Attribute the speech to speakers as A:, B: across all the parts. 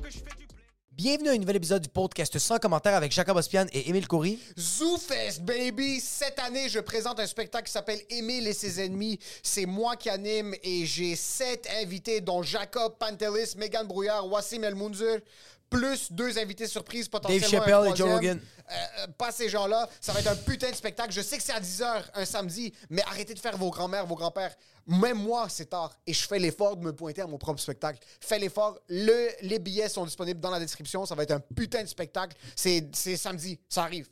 A: que je fais du
B: Bienvenue à un nouvel épisode du podcast sans commentaire avec Jacob Ospian et Émile Coury.
C: ZooFest, baby! Cette année, je présente un spectacle qui s'appelle Émile et ses ennemis. C'est moi qui anime et j'ai sept invités, dont Jacob Pantelis, Megan Brouillard, Wassim El Mounzir, plus deux invités surprises potentiellement.
B: Dave
C: un
B: Chappelle et Joe
C: troisième.
B: Rogan.
C: Euh, euh, pas ces gens-là. Ça va être un putain de spectacle. Je sais que c'est à 10h un samedi, mais arrêtez de faire vos grands-mères, vos grands-pères. Même moi, c'est tard. Et je fais l'effort de me pointer à mon propre spectacle. Fais l'effort. Le, les billets sont disponibles dans la description. Ça va être un putain de spectacle. C'est c'est samedi. Ça arrive.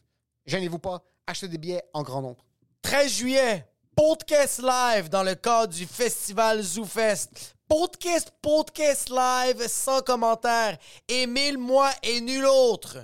C: Gênez-vous pas. Achetez des billets en grand nombre.
B: 13 juillet, podcast live dans le cadre du festival ZooFest. Podcast, podcast live sans commentaire. Émile, moi et nul autre.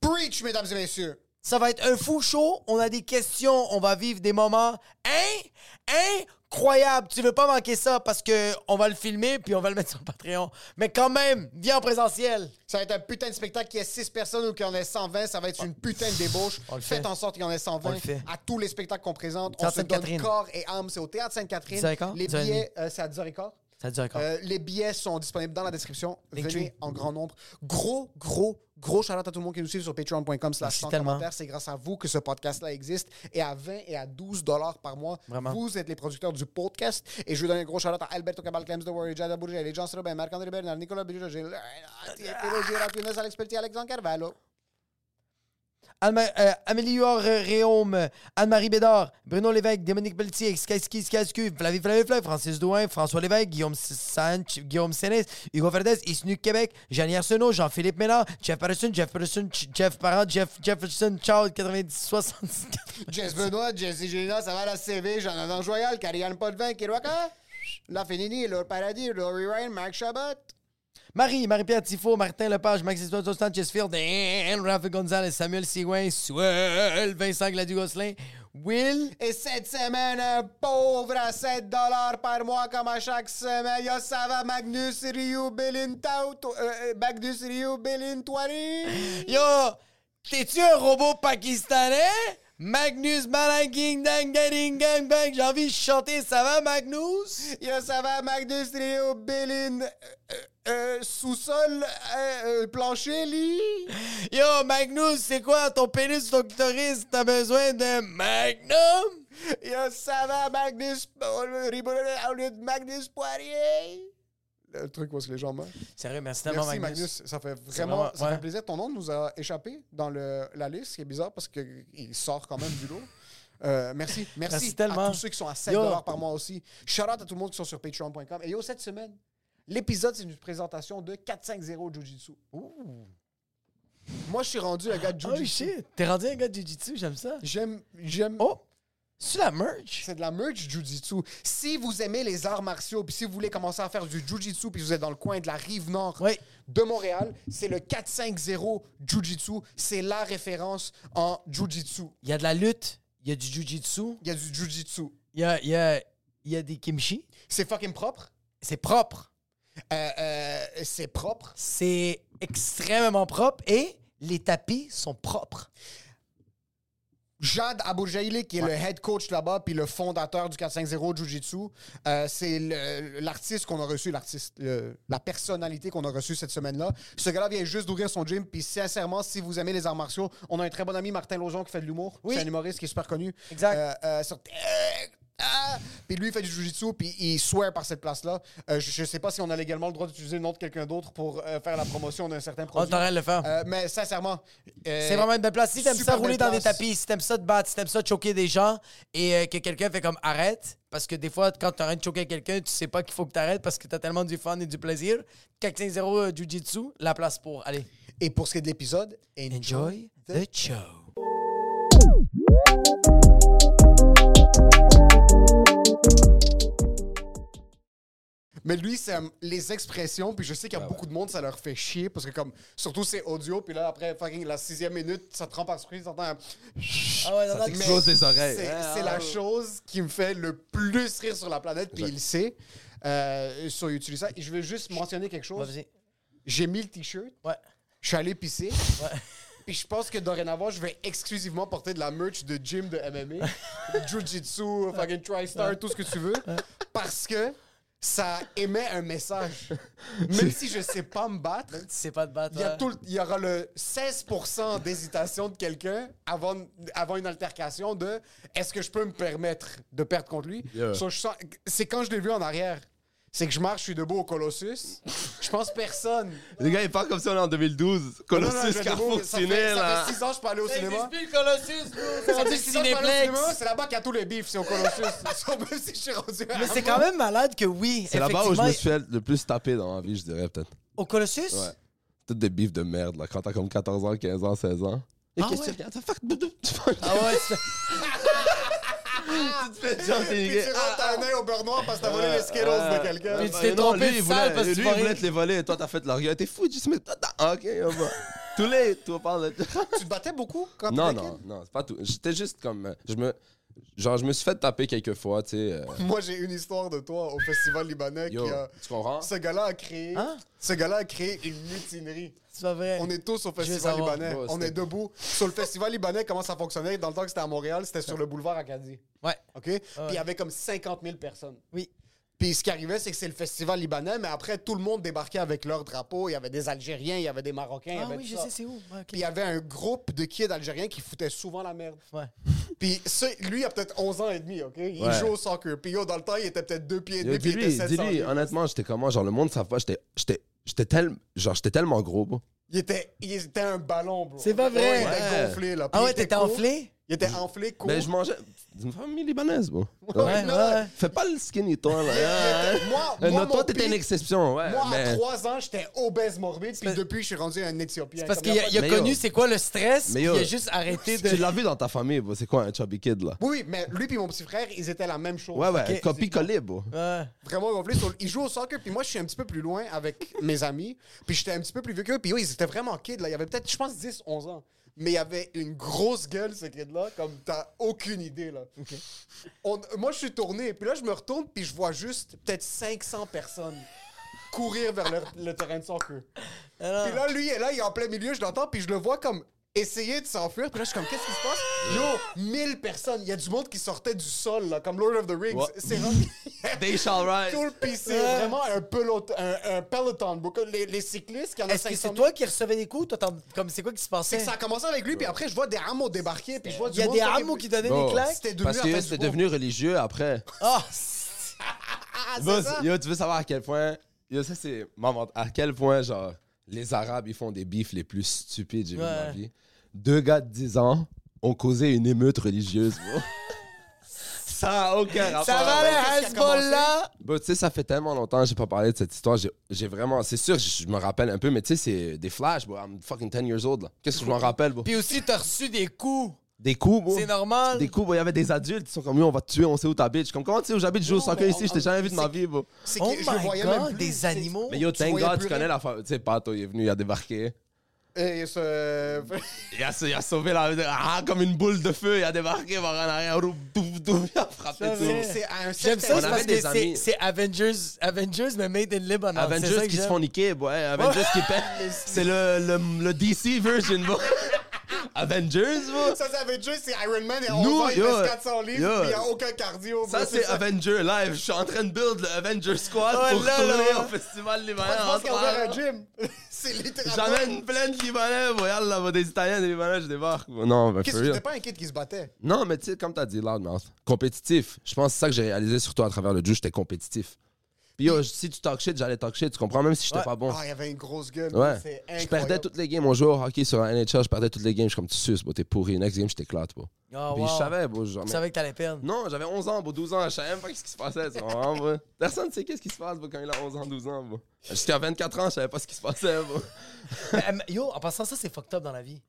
C: Preach, mesdames et messieurs.
B: Ça va être un fou show. On a des questions. On va vivre des moments in- incroyables. Tu veux pas manquer ça parce que on va le filmer puis on va le mettre sur le Patreon. Mais quand même, viens en présentiel.
C: Ça va être un putain de spectacle qui ait 6 personnes ou qu'il y en ait 120. Ça va être une putain de débauche.
B: Ah. On le
C: Faites
B: fait.
C: en sorte qu'il y en ait 120
B: On le fait.
C: à tous les spectacles qu'on présente. On
B: Théâtre
C: se donne
B: Sainte-Catherine.
C: corps et âme. C'est au Théâtre Sainte-Catherine.
B: 10h15?
C: Les
B: 10h30.
C: billets, euh, c'est à 10h15.
B: Ça dure encore.
C: Euh, les billets sont disponibles dans la description.
B: Linktree.
C: Venez en grand nombre. Gros, gros, gros shout à tout le monde qui nous suit sur patreon.com slash
B: Merci
C: sans
B: tellement.
C: commentaire. C'est grâce à vous que ce podcast-là existe. Et à 20 et à 12 dollars par mois,
B: Vraiment.
C: vous êtes les producteurs du podcast. Et je veux donner un gros shout à Alberto Cabal, Clems de Warrior, Jada Bourget, les Jean Robin, Marc-André Bernard, Nicolas Bidou, Gilles, Gérard Tunis, Alex Pelletier, Alexandre Carvalho.
B: Alma- euh, Amélie Huard euh, Réaume, euh, Anne-Marie Bédard, Bruno Lévesque, Dominique Pelletier, Skaski Skasku, Flavie Flavie Flavie, Francis Douin, François Lévesque, Guillaume S- Sanch, Guillaume Sénès, Hugo Verdez, Isnu Québec, Jeanne Arsenault, Jean-Philippe Ménard, Jeff Patterson, Jeff Patterson, Ch- Jeff Parent, Jeff Jefferson, Charles 90 74.
C: Jess Benoît, Jesse Gélina, ça va la CV, Jean-Adam Joyal, Karianne Potvin, Kiroaka, La Fénini, Laure Paradis, Laurie Ryan, Marc Chabot.
B: Marie, Marie-Pierre Tifo, Martin Lepage, Maxime Sanchez-Field, Raphaël Gonzalez, Samuel Sigouin, Suel, Vincent Gladu-Gosselin, Will.
C: Et cette semaine, un pauvre à 7 par mois, comme à chaque semaine, il y a Sava Magnus Ryu Bellintau, to- euh, euh, Magnus Ryu Bellintwari.
B: Yo, t'es-tu un robot pakistanais? Magnus Malanking Dang Dang Gang Bang, j'ai envie de chanter, ça va Magnus?
C: Il y a Sava Magnus Ryu Bellin. euh, euh, sous-sol, euh, euh, plancher, lit.
B: Yo, Magnus, c'est quoi ton pénis, ton clitoris? T'as besoin de Magnum?
C: Il y a Sava Magnus euh, Riboulet au lieu de Magnus Poirier. Le truc où est-ce que les gens meurent.
B: Sérieux, merci tellement,
C: Merci
B: Magnus.
C: Magnus. ça fait
B: C'est
C: vraiment,
B: vraiment-
C: ça
B: ouais.
C: fait plaisir. Ton nom nous a échappé dans le, la liste, ce qui est bizarre parce qu'il sort quand même du lot. Euh, merci, merci,
B: Merci tellement.
C: à tous ceux qui sont à 7
B: Yo.
C: par mois aussi. Shout out à tout le monde qui sont sur patreon.com. Et yo, cette semaine, l'épisode, c'est une présentation de 450 Jujitsu. Moi, je suis rendu un gars de
B: Oh
C: Jujitsu.
B: shit, t'es rendu un gars de Jiu-Jitsu, j'aime ça.
C: j'aime, j'aime.
B: Oh, c'est la merch?
C: C'est de la merch Jujitsu. Si vous aimez les arts martiaux, puis si vous voulez commencer à faire du Jujitsu, puis vous êtes dans le coin de la rive nord
B: Oui.
C: de Montréal, c'est le 450 Jujitsu. C'est la référence en Jujitsu.
B: Il y a de la lutte, il y a du Jiu-Jitsu,
C: Il y a du Jujitsu.
B: il y a, il y a- il y a des kimchi.
C: C'est fucking propre.
B: C'est propre.
C: Euh, euh, c'est propre.
B: C'est extrêmement propre et les tapis sont propres.
C: Jade Abourjaïli, qui est le head coach là-bas, puis le fondateur du 450 Jiu-Jitsu, euh, c'est le- l'artiste qu'on a reçu, l'artiste, le- la personnalité qu'on a reçue cette semaine-là. Ce gars-là vient juste d'ouvrir son gym, puis sincèrement, si vous aimez les arts martiaux, on a un très bon ami, Martin Lozon, qui fait de l'humour.
B: Oui.
C: C'est un humoriste qui est super connu.
B: Exact.
C: Euh, euh, sur- Ah! Puis lui, il fait du jujitsu, puis il swear par cette place-là. Euh, je, je sais pas si on a légalement le droit d'utiliser le nom de quelqu'un d'autre pour euh, faire la promotion d'un certain
B: On
C: produit.
B: t'aurait le faire.
C: Euh, mais sincèrement, euh,
B: C'est vraiment une belle place. Si t'aimes ça
C: super
B: rouler
C: belle
B: dans des
C: place.
B: tapis, si t'aimes ça te battre, si t'aimes ça choquer des gens et euh, que quelqu'un fait comme arrête, parce que des fois, quand t'es en train de choquer quelqu'un, tu sais pas qu'il faut que t'arrêtes parce que t'as tellement du fun et du plaisir. 4-5-0 euh, Jiu-Jitsu, la place pour. Allez.
C: Et pour ce qui est de l'épisode,
B: Enjoy the show.
C: Mais lui, c'est euh, les expressions, puis je sais
B: Ah
C: qu'il y a beaucoup de monde, ça leur fait chier, parce que comme, surtout c'est audio, puis là, après fucking la sixième minute, ça te rend par surprise, t'entends un...
B: Ah ouais, non, non,
C: Mais
B: tu-
D: explose les oreilles.
C: C'est
D: Ouais,
B: Ah.
C: c'est la chose qui me fait le plus rire sur la planète, puis il le sait. Euh, sur YouTube, ça. Et je veux juste mentionner quelque
B: Ouais,
C: chose.
B: vas-y.
C: J'ai mis le t-shirt,
B: Ouais.
C: je suis allé pisser. Puis je pense que dorénavant, je vais exclusivement porter de la merch de gym de MMA, Jiu-Jitsu, fucking TriStar, tout ce que tu veux, parce que ça émet un message. Même si je sais pas me battre,
B: Tu sais pas te battre. euh,
C: il y, a
B: ouais.
C: tout le- il y aura le 16% d'hésitation de quelqu'un avant, avant une altercation de est-ce que je peux me permettre de perdre contre lui
D: Yeah.
C: So, je sens- C'est quand je l'ai vu en arrière. C'est que je marche, je suis debout au Colossus. Je pense personne.
D: Les gars, ils parlent comme si on est en 2012.
C: Non, non, je
D: Colossus,
C: vais
D: Carrefour,
C: debout. ça, fait,
D: Ciné,
C: ça
D: là.
C: fait 6 ans que je peux aller au cinéma.
B: le Colossus, bro.
C: Ça fait six ans que je peux aller au
B: Cinéplex.
C: cinéma, C'est là-bas qu'il y a tous les bifs, c'est au Colossus. So, même si je suis rendu
B: Mais c'est quand même malade que oui.
D: C'est là-bas où je
B: effectivement,
D: me suis fait le plus taper dans ma vie, je dirais, peut-être.
B: Au Colossus
D: Ouais. Toutes des bifs de merde, là. Quand t'as comme 14 ans, 15 ans, 16 ans. Et
B: Ah
D: qu'est-ce que
B: ouais?
D: tu regardes? Fuck, boudou, tu fais-
B: Ah ouais, c'est-
D: tu te fais genre,
C: Puis tu rentres un œil au beurre noir parce que t'as volé les Skittles de quelqu'un.
B: Puis tu t'es
D: Ben Non,
B: trompé de
D: lui, il
B: salle
D: voulait-
B: parce que
D: lui,
B: tu
D: il
B: parlais-
D: voulait te les voler. Toi, t'as fait l'argument. T'es fou, tu te mets. Ah, ok, on va. Tous les. Toi, parle de.
C: Tu te battais beaucoup quand
D: Non,
C: t'étais
D: non, non, c'est pas tout. J'étais juste comme. euh, Je me. Genre, je me suis fait taper quelques fois, tu sais. euh,
C: Moi, j'ai une histoire de toi au Festival libanais
D: yo,
C: qui
B: euh,
C: a...
D: tu comprends?
C: Ce gars-là a créé...
B: Hein?
C: Ce gars-là a créé une mutinerie.
B: C'est pas vrai.
C: On est tous au Festival
B: savoir.
C: libanais.
D: Ouais,
C: On
D: c'était-
C: est debout. Sur le Festival libanais, comment ça fonctionnait? Dans le temps que c'était à Montréal, c'était sur le boulevard Acadie.
B: Ouais.
C: OK? Puis il y avait comme 50 000 personnes.
B: Oui.
C: Puis ce qui arrivait, c'est que c'est le festival libanais, mais après, tout le monde débarquait avec leur drapeau. Il y avait des Algériens, il y avait des Marocains, il y
B: Ah
C: avait
B: oui,
C: tout
B: je
C: ça.
B: sais c'est où. Ouais, ok.
C: Puis il y avait un groupe de kids algériens qui foutaient souvent la merde.
B: Ouais.
C: Puis ça, lui, il a peut-être 11 ans et demi, OK? Il
D: Ouais.
C: joue au soccer. Puis yo, dans le temps, il était peut-être 2 pieds et demi,
D: Yo,
C: puis il était
D: Dis-lui,
C: 700
D: dis-lui,
C: livres.
D: honnêtement, j'étais comment? Genre, le monde savait pas. J'étais. J'étais. J'étais tellement. Genre, j'étais tellement gros, bro.
C: Il était, il était un ballon, bro.
B: C'est pas vrai.
C: Ouais, il était
D: Ouais.
C: gonflé, là. Puis
B: Ah
C: il
B: ouais,
C: était
B: t'étais
C: court.
B: enflé
C: Il était enflé, court.
D: Mais Ben, je mangeais. C'est une famille libanaise, bro.
B: Ouais, ouais. ouais.
D: Fais pas le skinny, toi, là.
C: Il
D: hein.
C: était- Moi,
D: Euh,
C: moi,
D: non,
C: mon
D: toi, t'étais
C: pic-
D: une exception, ouais.
C: Moi, à
D: mais...
C: 3 ans, j'étais obèse morbide, puis
B: parce-
C: depuis, je suis rendu un Éthiopien.
B: Parce
C: Ben,
B: qu'il
C: Comme y
B: a,
C: a pas
B: il a
D: Mais yo.
B: connu c'est quoi le stress,
D: Mais
B: puis il
D: yo.
B: a juste arrêté de.
D: Tu l'as vu dans ta famille, bro. C'est quoi un chubby kid, là?
C: de- Oui, oui, mais lui puis mon petit frère, ils étaient la même chose.
D: Ouais, ouais,
B: Ok.
D: copie-coller, bro.
B: Ouais.
C: Vraiment gonflé. Sur... Ils jouent au soccer, puis moi, je suis un petit peu plus loin avec mes amis, puis j'étais un petit peu plus vieux qu'eux, puis oui, ils étaient vraiment kids, là. Il y avait peut-être, je pense, 10, 11 ans. Mais il y avait une grosse gueule, ce kid-là, comme t'as aucune idée, là. On- Moi, je suis tourné, puis là, je me retourne, puis je vois juste peut-être 500 personnes courir vers leur- le terrain de soccer.
B: Alors,
C: Puis là, lui, est là, il est en plein milieu, je l'entends, puis je le vois comme essayer de s'enfuir. Puis là, je suis comme, qu'est-ce qui se passe? Yo, 1000 personnes. Il y a du monde qui sortait du sol, là, comme Lord of the Rings.
D: Ouais.
C: C'est vraiment-
D: They shall rise.
C: tout le pis c'est
B: Euh.
C: vraiment un peloton. Un, un peloton. bro. Comme Les, les cyclistes, qui en a
B: Est-ce que
C: 500
B: c'est
C: 000.
B: toi qui recevais des coups? Toi, t'en- comme c'est quoi qui se
C: C'est
B: passait?
C: que ça a commencé avec lui, puis après, je vois des hameaux débarquer, puis je vois du
B: Il y a
C: monde
B: des
C: faire-
B: hameaux qui donnaient
D: Bon.
B: des claques?
C: C'était devenu
D: Parce
C: la
D: que
C: fête
D: c'était
C: du monde.
D: devenu religieux après.
B: Ah!
C: Ah, c'est
D: Buzz,
C: ça.
D: yo, tu veux savoir à quel point. Yo, ça, c'est. maman, À quel point, genre, les Arabes, ils font des bifs les plus stupides que j'ai vu de ma
B: Ouais.
D: vie. Deux gars de 10 ans ont causé une émeute religieuse, bro. Ça a aucun rapport.
B: Ça va le
C: qu'est-ce qui a
B: Hezbollah?
D: Bro, tu sais, ça fait tellement longtemps que j'ai pas parlé de cette histoire. J'ai- J'ai vraiment. C'est sûr, je je me rappelle un peu, mais tu sais, c'est des flashs, bro. I'm fucking 10 years old, là. Qu'est-ce que je m'en rappelle, bro?
B: Puis aussi, t'as reçu des coups.
D: Des coups, bro.
B: C'est normal.
D: Des coups, bro. Il y avait des adultes qui sont comme, yo, on va te tuer, on sait où t'habites. Je suis Comme, comment tu sais où j'habite? Je joue au
C: Non,
D: soccer
C: mais
D: ici,
C: on-
D: je t'ai jamais vu de ma
C: c'est-
D: vie, bro.
C: C'est
B: Oh
C: que je
B: my
C: voyais même
B: god,
C: plus,
B: des
C: c'est-
B: animaux.
D: Mais yo,
C: Oh, Tu
D: thank
C: voyais
D: God,
C: plus
D: tu connais
C: rien.
D: la femme. Tu sais, Pato, il est venu, il a débarqué.
C: Et Eh, ce-
D: Il a, il a sauvé la. Ah, comme une boule de feu, il a débarqué par en arrière. rouf, douf, douf, il a frappé
B: C'est vrai.
D: tout.
C: C'est à un
B: J'aime
C: certain
B: ça,
D: On
B: c'est
D: avait
B: parce
D: des
B: que c'est
D: amis.
B: c'est Avengers, Avengers, mais made in Lebanon. Ah, C'est ça
D: Avengers
B: que
D: qui se
B: j'aime.
D: font niquer, ouais. Avengers qui pète. C'est le, le, le DC version, bro. Avengers, bro.
C: Ça, c'est Avengers, c'est Iron Man et
D: Nous,
C: on va, il
D: yo,
C: pèse 400 livres,
D: yo.
C: puis il n'y a aucun cardio.
D: Ça,
C: bro,
D: c'est Avenger Live. Je suis en train de build le Avenger Squad
B: Ouais,
D: pour
B: là,
D: tourner
B: là.
D: au Festival
C: Je
D: Libanais.
C: pense
D: en
C: qu'il y a ouvert un
D: soirée.
C: gym. c'est littéralement.
D: J'amène plein de Libanais. Voyez, là, des Italiens, des Libanais, je débarque. Non, ben,
C: Qu'est-ce
D: for
C: que
D: real.
C: c'était pas un kid qui se battait?
D: Non, mais tu sais, comme t'as dit, loudmouth. Compétitif. Je pense que c'est ça que j'ai réalisé surtout à travers le jeu, j'étais compétitif. Puis yo, si tu talk shit, j'allais talk shit, tu comprends, même si j'étais pas bon.
C: Ah, il y avait une grosse gueule.
D: Ouais.
C: C'est
D: Je
C: incroyable.
D: perdais toutes les games. On jouait au hockey sur un NHL, je perdais toutes les games. Je suis comme, tu suces, bro, t'es pourri. Next game, je t'éclate, bro.
B: Ah,
D: Puis
B: wow.
D: je savais, bro. genre,
B: Tu
D: mais-
B: savais que t'allais perdre.
D: Non, j'avais 11 ans, bro, 12 ans. Je savais même pas ce qui se passait, tu comprends, bro. Personne sait qu'est-ce qui se passe, bro, quand il a 11 ans, 12 ans, bro. Jusqu'à 24 ans, je savais pas ce qui se passait, bro.
B: Euh, Yo, en passant, ça, c'est fucked up dans la vie.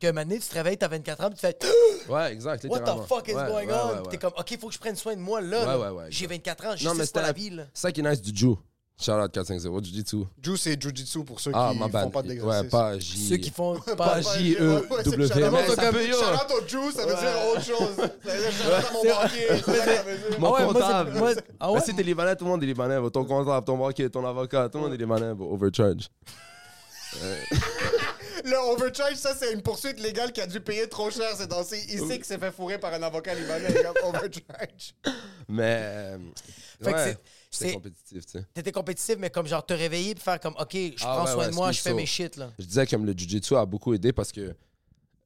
B: Que maintenant, tu te réveilles, t'as 24 ans, puis tu fais
D: Ouais, exact.
B: What
D: littéralement.
B: the fuck is
D: Ouais,
B: going
D: ouais,
B: on?
D: ouais,
B: Puis
D: ouais.
B: T'es comme, OK, faut que je prenne soin de moi, là.
D: Ouais,
B: là.
D: ouais, ouais,
B: J'ai 24 ans, je
D: Non,
B: sais
D: mais
B: c'est quoi
D: c'était
B: la
D: la-
B: vie, là.
D: ça qui est nice du Jiu. Shout out 450, Jiu-Jitsu.
C: Ju, c'est Jujitsu pour ceux
D: Ah,
C: qui
D: ma
C: ne
D: bad.
C: font pas d'exercice.
D: Ouais, pas J. E.
B: Ceux qui font
D: pas
B: pas...
D: J-E-W.
C: Ouais,
D: Mais
C: c'est
D: ça peut, yo.
C: Shout out au Ju, ça veut dire autre chose. Ça veut dire shout out à mon banquier. c'est ça que ça veut dire.
D: Mon
B: Ah ouais, moi, c'est-
D: comptable.
B: moi- ah ouais?
D: Mais Bah, si t'es Libanais, tout le monde est Libanais. bro. Ton comptable, ton banquier, ton avocat, tout le monde est Libanais. bro. Overcharge.
C: Le overcharge, ça, c'est une poursuite légale qui a dû payer trop cher. C'est dans c'est ici qu'il s'est fait fourrer par un avocat libanais. les gars. Overcharge.
D: Mais. euh,
B: Fait que
D: ouais,
B: c'est-
D: c'est
B: c'est-
D: compétitif, tu sais.
B: T'étais compétitif, mais comme genre te réveiller puis faire comme, OK, je
D: Ah
B: prends
D: ouais,
B: soin
D: ouais,
B: de moi, je
D: excuse
B: fais
D: ça.
B: mes shit, là.
D: Je disais comme le jiu-jitsu a beaucoup aidé parce que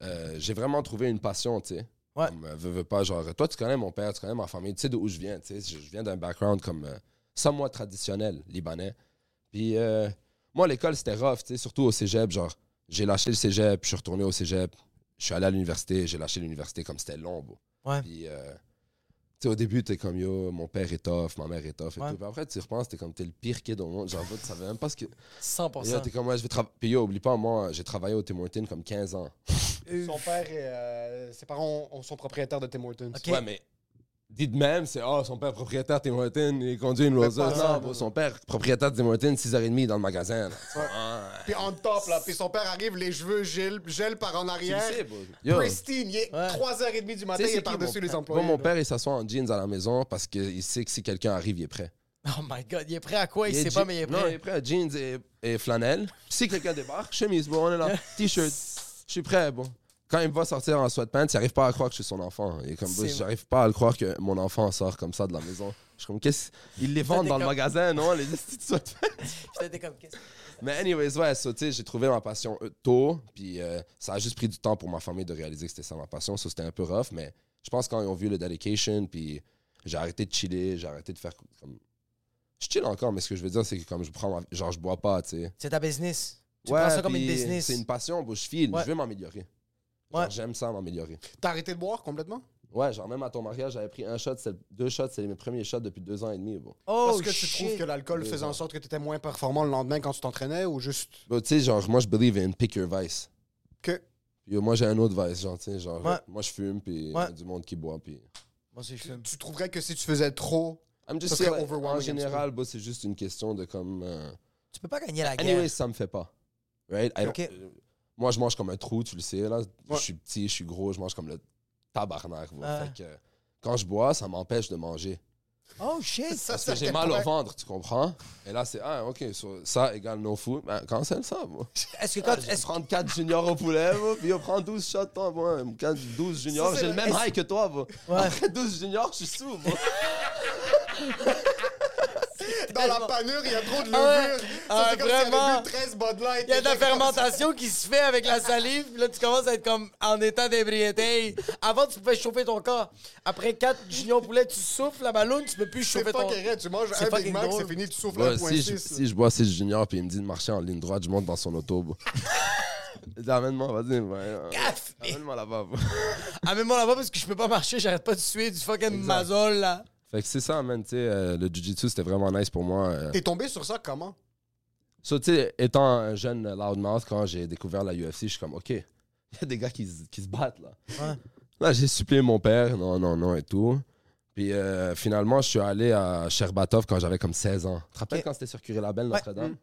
D: euh, j'ai vraiment trouvé une passion, tu sais.
B: Ouais.
D: Comme, euh, veux, veux pas, genre, toi, tu connais mon père, tu connais ma famille, tu sais d'où je viens, tu sais. Je je viens d'un background comme euh, sans moi traditionnel, libanais. Puis euh, moi, l'école, c'était rough, tu sais, surtout au cégep. Genre, j'ai lâché le cégep, je suis retourné au cégep, je suis allé à l'université, j'ai lâché l'université comme c'était long, bro.
B: Ouais.
D: Puis, euh, tu sais, au début, t'es comme yo, mon père est tough, ma mère est tough et
B: Ouais.
D: tout. Puis après, tu y repenses, t'es comme t'es le pire kid au monde. Genre, tu savais même pas ce que.
B: 100%.
D: Yo, t'es comme, ouais, je vais travailler. Puis yo, oublie pas, moi, j'ai travaillé au Tim Hortons comme 15 ans.
C: Son père et euh, ses parents ont- ont- sont propriétaires de Tim Hortons.
B: Ok.
D: Ouais, mais dites même, c'est, oh, son père propriétaire Tim Hortons, il conduit une Rolls
C: pas
D: Royce.
C: ça,
D: Non,
C: non,
D: bro,
C: non.
D: son père propriétaire de Tim Hortons, 6h30 dans le magasin. là.
C: Puis on top, là. Puis son père arrive, les cheveux gèlent, gèlent par en arrière.
D: Tu le sais, bro. Yo.
C: Pristine, il est
B: Ouais.
C: 3h30 du matin, il
D: Tu sais,
C: est
D: c'est qui,
C: par-dessus
D: mon-
C: les
D: Moi,
C: employés.
D: mon
C: là.
D: père, il s'assoit en jeans à la maison parce qu'il sait que si quelqu'un arrive, il est prêt.
B: Oh my God, il est prêt à quoi? Il, sait
D: je-
B: pas, mais il est
D: Non, il est
B: prêt.
D: prêt à jeans et, et flannel. Si quelqu'un débarque, chemise, bon, on est là. T-shirt. Je suis prêt, bon. Quand il me voit sortir en sweatpants, il n'arrive pas à croire que je suis son enfant. Il est comme,
B: C'est-
D: j'arrive pas à le croire que mon enfant sort comme ça de la maison. Je suis comme, qu'est-ce. Ils les vendent
B: t'es
D: dans le
B: comme-
D: magasin, non? Les petites sweatpants.
B: Puis t'es comme, qu'est-ce que-
D: Mais, anyways, ouais, ça, tu sais, j'ai trouvé ma passion euh, tôt. Puis euh, ça a juste pris du temps pour ma famille de réaliser que c'était ça ma passion. Ça, c'était un peu rough, mais je pense quand ils ont vu le dedication, puis j'ai arrêté de chiller, j'ai arrêté de faire comme. Je chill encore, mais ce que je veux dire, c'est que comme je prends ma- Genre, je bois pas, tu sais.
B: C'est ta business. Tu
D: Ouais,
B: prends ça comme une
D: puis
B: business.
D: C'est une passion, bro, je file,
B: Ouais.
D: je veux m'améliorer. Genre,
B: Ouais.
D: J'aime ça, m'améliorer.
C: T'as arrêté de boire complètement?
D: Ouais, genre, même à ton mariage, j'avais pris un shot, c'est- deux shots, c'est mes premiers shots depuis deux ans et demi, bro.
B: Oh,
C: Parce que tu
B: shit.
C: trouves que l'alcool faisait en sorte que t'étais moins performant le lendemain quand tu t'entraînais ou juste
D: Bro, tu sais, genre, moi, je believe in pick your vice.
C: que.
D: Yo, moi, j'ai un autre vice, genre, tu sais, genre,
B: Ouais.
D: moi, je fume, puis il y
B: Ouais.
D: a du monde qui boit, puis...
B: Moi, c'est- je fume.
C: Tu trouverais que si tu faisais trop.
D: I'm just
C: Ça serait
D: saying, like,
C: overwhelming un
D: en
C: petit peu.
D: général, bah, c'est juste une question de comme... euh,
B: Tu peux pas gagner la guerre.
D: Anyway, ça me fait pas. Right? I don't-
B: Ok.
D: euh, moi, je mange comme un trou, tu le sais, là.
C: Ouais.
D: Je suis petit, je suis gros, je mange comme le tabarnak, bro.
B: Ah.
D: Fait que, quand je bois, ça m'empêche de manger.
B: Oh shit.
C: Ça,
D: Parce
C: ça
D: que j'ai
C: te
D: mal au
C: pourrait-
D: ventre, tu comprends? Et là, c'est, ah, OK, so, ça égale no food. Ben, cancel ça, moi.
B: Est-ce que quand.
D: Ah, Je
B: est-ce-
D: prends 4 juniors au poulet, va, puis on prend 12 shots, toi, moi. 4, 12 juniors, j'ai le même high que toi, va. Après 12 juniors, je suis sous, va.
C: Dans la panure, il y a trop de levure.
B: Ah ouais.
C: Ça,
B: Ah,
C: c'est comme si t'avais
B: vraiment.
C: bu 13 Bud Light.
B: Il y a de la fermentation qui se fait avec la salive. puis Là, tu commences à être comme en état d'ébriété. Avant, tu pouvais chauffer ton corps. Après 4 juniors poulet, tu souffles la ballonne, tu peux plus
C: C'est
B: chauffer
C: pas
B: ton
C: carré. Tu manges
B: C'est
C: un Big
B: fucking
C: Mac,
B: drôle.
C: c'est fini, tu souffles
D: Bah, si, je,
C: 1.6.
D: si je bois 6 juniors puis il me dit de marcher en ligne droite, je monte dans son auto. bro. Il dit, Amène-moi, vas-y. ouais, euh,
B: Gaffe!
D: Amène-moi là-bas. bro.
B: Amène-moi Ah, là-bas parce que je peux pas marcher, j'arrête pas de suer du fucking mazole là.
D: fait que c'est ça, man. tu sais, euh, le jujitsu, c'était vraiment nice pour moi. euh.
C: T'es tombé sur ça comment?
D: So, tu sais, étant un jeune loudmouth, quand j'ai découvert la UFC, je suis comme, OK, il y a des gars qui, se- qui se battent là. Là, j'ai supplié mon père, non, non, non et tout. Puis euh, finalement, je suis allé à Sherbatov quand j'avais comme 16 ans. Tu te rappelles
B: Ok.
D: quand c'était sur Curie-Labelle, Notre-Dame?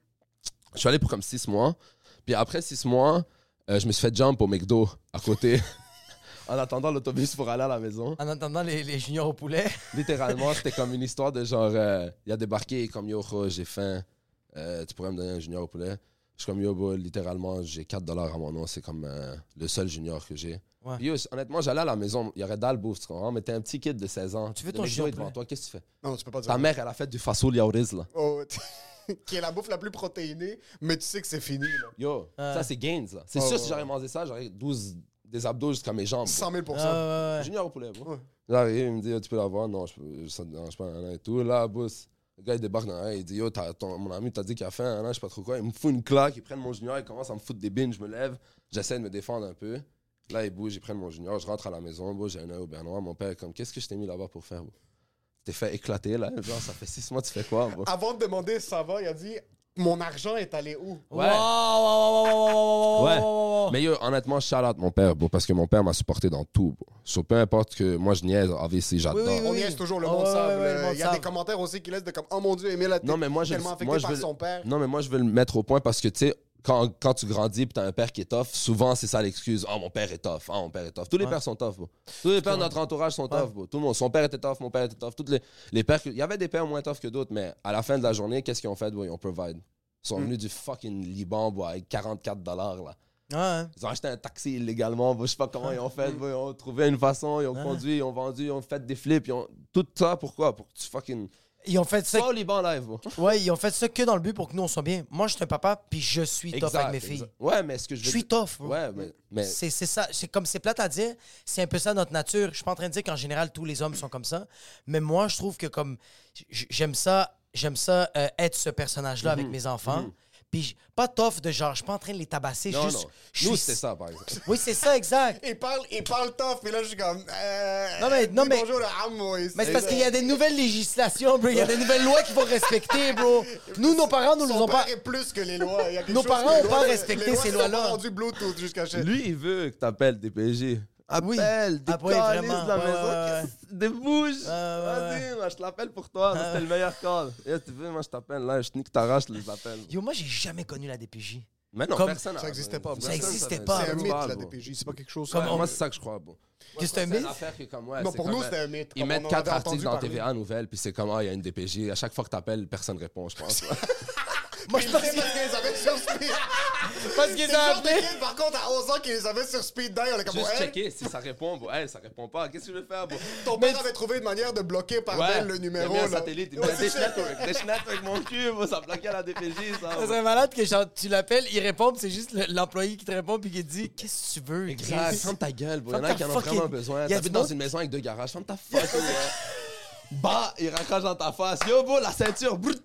D: Je suis allé pour comme 6 mois. Puis après 6 mois, euh, je me suis fait jump au McDo à côté. en attendant l'autobus pour aller à la maison.
B: En attendant les, les juniors au poulet.
D: Littéralement, c'était comme une oh, histoire de genre, euh, il a débarqué comme yo, Ro, j'ai faim, euh, tu pourrais me donner un junior au poulet. Je suis comme, yo, bro, littéralement, j'ai 4 dollars à mon nom. C'est comme euh, le seul junior que j'ai.
B: Ouais.
D: Puis, yo, honnêtement, j'allais à la maison. Il y aurait dalle bouffe, tu comprends? Mais t'es un petit kid de 16 ans.
B: Tu veux
D: Le
B: ton
D: McDo
B: junior
D: est devant
B: poulet.
D: toi. Qu'est-ce que tu fais?
C: Non, tu peux pas dire.
D: Ta mère, elle a fait du fasoul yaouriz, là.
C: Oh, qui est la bouffe la plus protéinée, mais tu sais que c'est fini, là.
D: Yo,
B: Ouais. Oh,
D: ça, c'est gains, là. C'est
C: Ouais,
D: sûr,
C: ouais,
D: si j'aurais mangé ça, j'aurais 12 des abdos jusqu'à mes jambes.
C: 100 000
B: Ah, ouais, ouais, ouais.
D: Junior au poulet, bro.
C: Ouais.
D: J'arrive, il me dit, Yo, tu peux l'avoir? Non, je peux, ça ne dérange pas, hein, et tout. Là, boss, le gars, il débarque dans la haie, il dit, yo, t'as- ton- mon ami, t'as dit qu'il a faim, hein, je sais pas trop quoi. Il me fout une claque, ils prennent mon junior, ils commencent à me foutre des bines, je me lève, j'essaie de me défendre un peu. Là, ils bougent, ils prennent mon junior, je rentre à la maison, bro, j'ai un œil au Bernois. Mon père est comme, qu'est-ce que je t'ai mis là-bas pour faire, bro? Tu T'es fait éclater, là, genre, ça fait six mois, tu fais quoi, bro?
C: Avant de demander ça va, il a dit Mon argent est allé où
B: Wow, wow, wow, wow, wow, wow, wow,
D: Ouais.
B: wow, wow.
D: Mais yo, honnêtement, shout out mon père, bro, parce que mon père m'a supporté dans tout, bro. So, peu importe que moi je niaise, AVC, j'adore.
B: Oui, oui, oui.
C: On y est toujours, le
B: Oh,
C: monde
B: ouais,
C: savent,
B: ouais, ouais,
C: là.
B: le monde
C: Il y a
B: savent.
C: des commentaires aussi qui laissent de comme Oh mon dieu, Emile a été
D: Non, mais moi, je,
C: tellement affecté
D: moi, je
C: par
D: veux,
C: son père.
D: Non, mais moi, je veux le mettre au point parce que, tu sais, quand, quand tu grandis et t'as un père qui est tough, souvent, c'est ça l'excuse. Oh, mon père est tough. Oh, mon père est tough. Tous les pères sont tough, bro. Tous les pères de notre entourage sont tough, bro. Tout le monde. Son père était tough, mon père était tough. Toutes les, les pères. que- Il y avait des pères moins tough que d'autres, mais à la fin de la journée, qu'est-ce qu'ils ont fait, bro? Ils ont provide. Ils
C: Hmm.
D: sont venus du fucking Liban, bro, avec 44 dollars, là.
B: Ouais, hein.
D: Ils ont acheté un taxi illégalement, bro. je sais pas comment ils ont fait,
C: Hmm.
D: bro. ils ont trouvé une façon,
C: Ah.
D: ils ont conduit, ils ont vendu, ils ont fait des flips, ils ont... Tout ça, pourquoi? Pour que tu fucking...
B: Ils ont fait ça.
D: Pas au Liban live, bro.
B: Ouais, ils ont fait ça que dans le but pour que nous on soit bien. Moi, je suis un papa, puis je suis tough
D: Exact,
B: avec mes filles.
D: exact. Ouais, mais ce que je
B: Je
D: veux
B: suis
D: dire-
B: tough. bro.
D: Ouais, mais, mais
B: C'est c'est ça. C'est comme c'est plate à dire. C'est un peu ça notre nature. Je suis pas en train de dire qu'en général tous les hommes sont comme ça. Mais moi, je trouve que comme j- j'aime ça, j'aime ça euh, être ce personnage-là
D: Mhm.
B: avec mes enfants. Puis je- pas tough de genre, je suis pas en train de les tabasser.
D: non,
B: juste,
D: non.
B: je
D: Nous,
B: suis-
D: c'était ça, par exemple.
B: Oui, c'est ça, exact.
C: Il parle, il parle tough, mais là, je suis comme euh,
B: Non, mais- non,
C: dis
B: mais-
C: Bonjour, le Amway.
B: Mais c'est parce qu'il y a des nouvelles législations, bro. Il y a des nouvelles lois qu'il faut respecter, bro. Nous, nos parents, nous, nous
C: Son
B: ont
C: père
B: pas.
C: est plus que les lois. Il y a quelque
B: Nos
C: chose
B: parents
C: que les
B: ont
C: lois-
B: pas respecté
C: les lois
B: ces
C: sont
B: lois-là.
C: pas rendues Bluetooth jusqu'à chez
D: Lui, il veut que t'appelles des PSG.
B: Oui.
D: Appelle, des
B: Ah, ouais,
D: câlisses
B: vraiment.
D: de la
B: Ouais, ouais,
D: maison, des bouches.
B: Ouais, ouais,
D: Vas-y, moi, je t'appelle pour toi. C'était le meilleur call. Et tu veux, moi, je t'appelle. Là, je nique ta rache, je les appelle.
B: Yo, moi, j'ai jamais connu la DPJ.
D: Mais non,
B: Comme-
D: personne
C: Ça existait pas,
B: Ça existait pas.
C: C'est un
B: Ouais,
C: mythe, la DPJ. C'est pas quelque chose.
B: Comme on-
D: Moi, c'est ça que je crois, bon.
B: Que c'est un mythe?
D: une affaire qui est comme, ouais,
C: Non,
D: c'est
C: pour
D: comme,
C: nous,
D: euh,
C: c'était un mythe.
D: Ils
C: Comme
D: mettent
C: on en
D: quatre
C: avait entendu
D: artistes dans
C: parler.
D: TVA Nouvelle, puis c'est comme, ah, il y a une DPJ. À chaque fois que t'appelles, personne répond, je pense.
B: Moi, je pense
C: C'est parce qu'ils les avaient sur speed.
B: parce qu'ils
C: C'est
B: ont
C: le genre de
B: appelé.
C: kid, par contre, à 11 ans, qu'ils les avaient sur speed dial. On est comme,
D: Juste
C: ouais,
D: checker si ça répond, bon. Hey, ça répond pas. Qu'est-ce que je vais faire, bon?
C: ton père avait trouvé une manière de bloquer par mail le numéro.
D: Il y a mis un
C: là.
D: satellite, il
C: Ouais,
D: me
C: c'est
D: des
C: ça.
D: network, des network, mon cul, moi, ça bloquait à la DPJ, ça.
B: Ça serait malade que genre, tu l'appelles, il répond, puis c'est juste le- l'employé qui te répond, puis qui te dit Qu'est-ce que tu veux
D: Exact.
B: Chris?
D: Ferme ta gueule, bro. Il y en
B: Ferme ta
D: a qui en ont
B: fucking-
D: vraiment besoin.
B: Y a du
D: T'habites dans
B: monde-
D: une maison avec deux garages. Ferme ta fucking gueule. Bah, il raccroche dans ta face. Yo, bro, la ceinture. brut.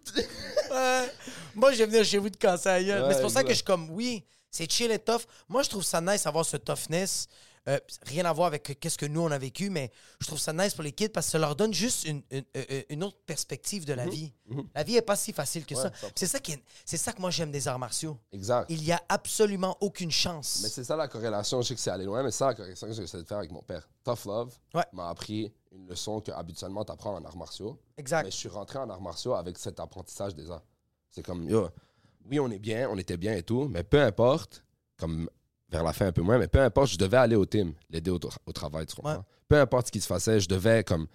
B: Ouais. Moi, je vais venir chez vous de casser la gueule.
D: Ouais,
B: Mais c'est pour ça que je
D: exact.
B: suis comme Oui, c'est chill et tough. Moi, je trouve ça nice d'avoir ce toughness. Euh, rien à voir avec que- qu'est-ce que nous on a vécu, mais je trouve ça nice pour les kids parce que ça leur donne juste une, une- euh, une autre perspective de la
D: Mhm.
B: vie. La vie est pas si facile que ça. C'est ça qui est- c'est ça que moi j'aime des arts martiaux.
D: Exact.
B: Il y a absolument aucune chance.
D: Mais c'est ça la corrélation. Je sais que c'est aller loin, mais c'est ça la corrélation que j'essaie de faire avec mon père. Tough Love
B: Ouais.
D: m'a appris une leçon que habituellement t'apprends en arts martiaux.
B: exact.
D: Mais je suis rentré en arts martiaux avec cet apprentissage déjà. C'est comme, yo, oui, on est bien, on était bien et tout, mais peu importe, comme vers la fin un peu moins, mais peu importe, je devais aller au team, l'aider au, tra- au travail, tu comprends?
B: Ouais.
D: Peu importe ce qui se passait, je devais comme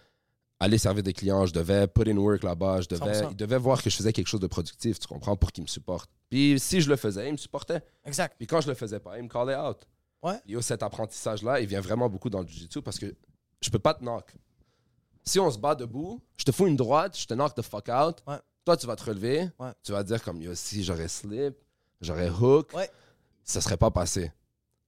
D: aller servir des clients, je devais put in work là-bas, je devais,
B: 100%.
D: ils devaient voir que je faisais quelque chose de productif, tu comprends, pour qu'ils me supportent. Puis si je le faisais, ils me supportaient.
B: Exact.
D: Puis quand je le faisais pas, il me callait out.
B: Ouais.
D: Yo, cet apprentissage-là, il vient vraiment beaucoup dans le jiu-jitsu parce que je peux pas te knock. Si on se bat debout, je te fous une droite, je te knock the fuck out.
B: Ouais.
D: Toi, tu vas te relever.
B: Ouais.
D: Tu vas dire comme, yo, si j'aurais slip, j'aurais hook,
B: Ouais.
D: ça serait pas passé.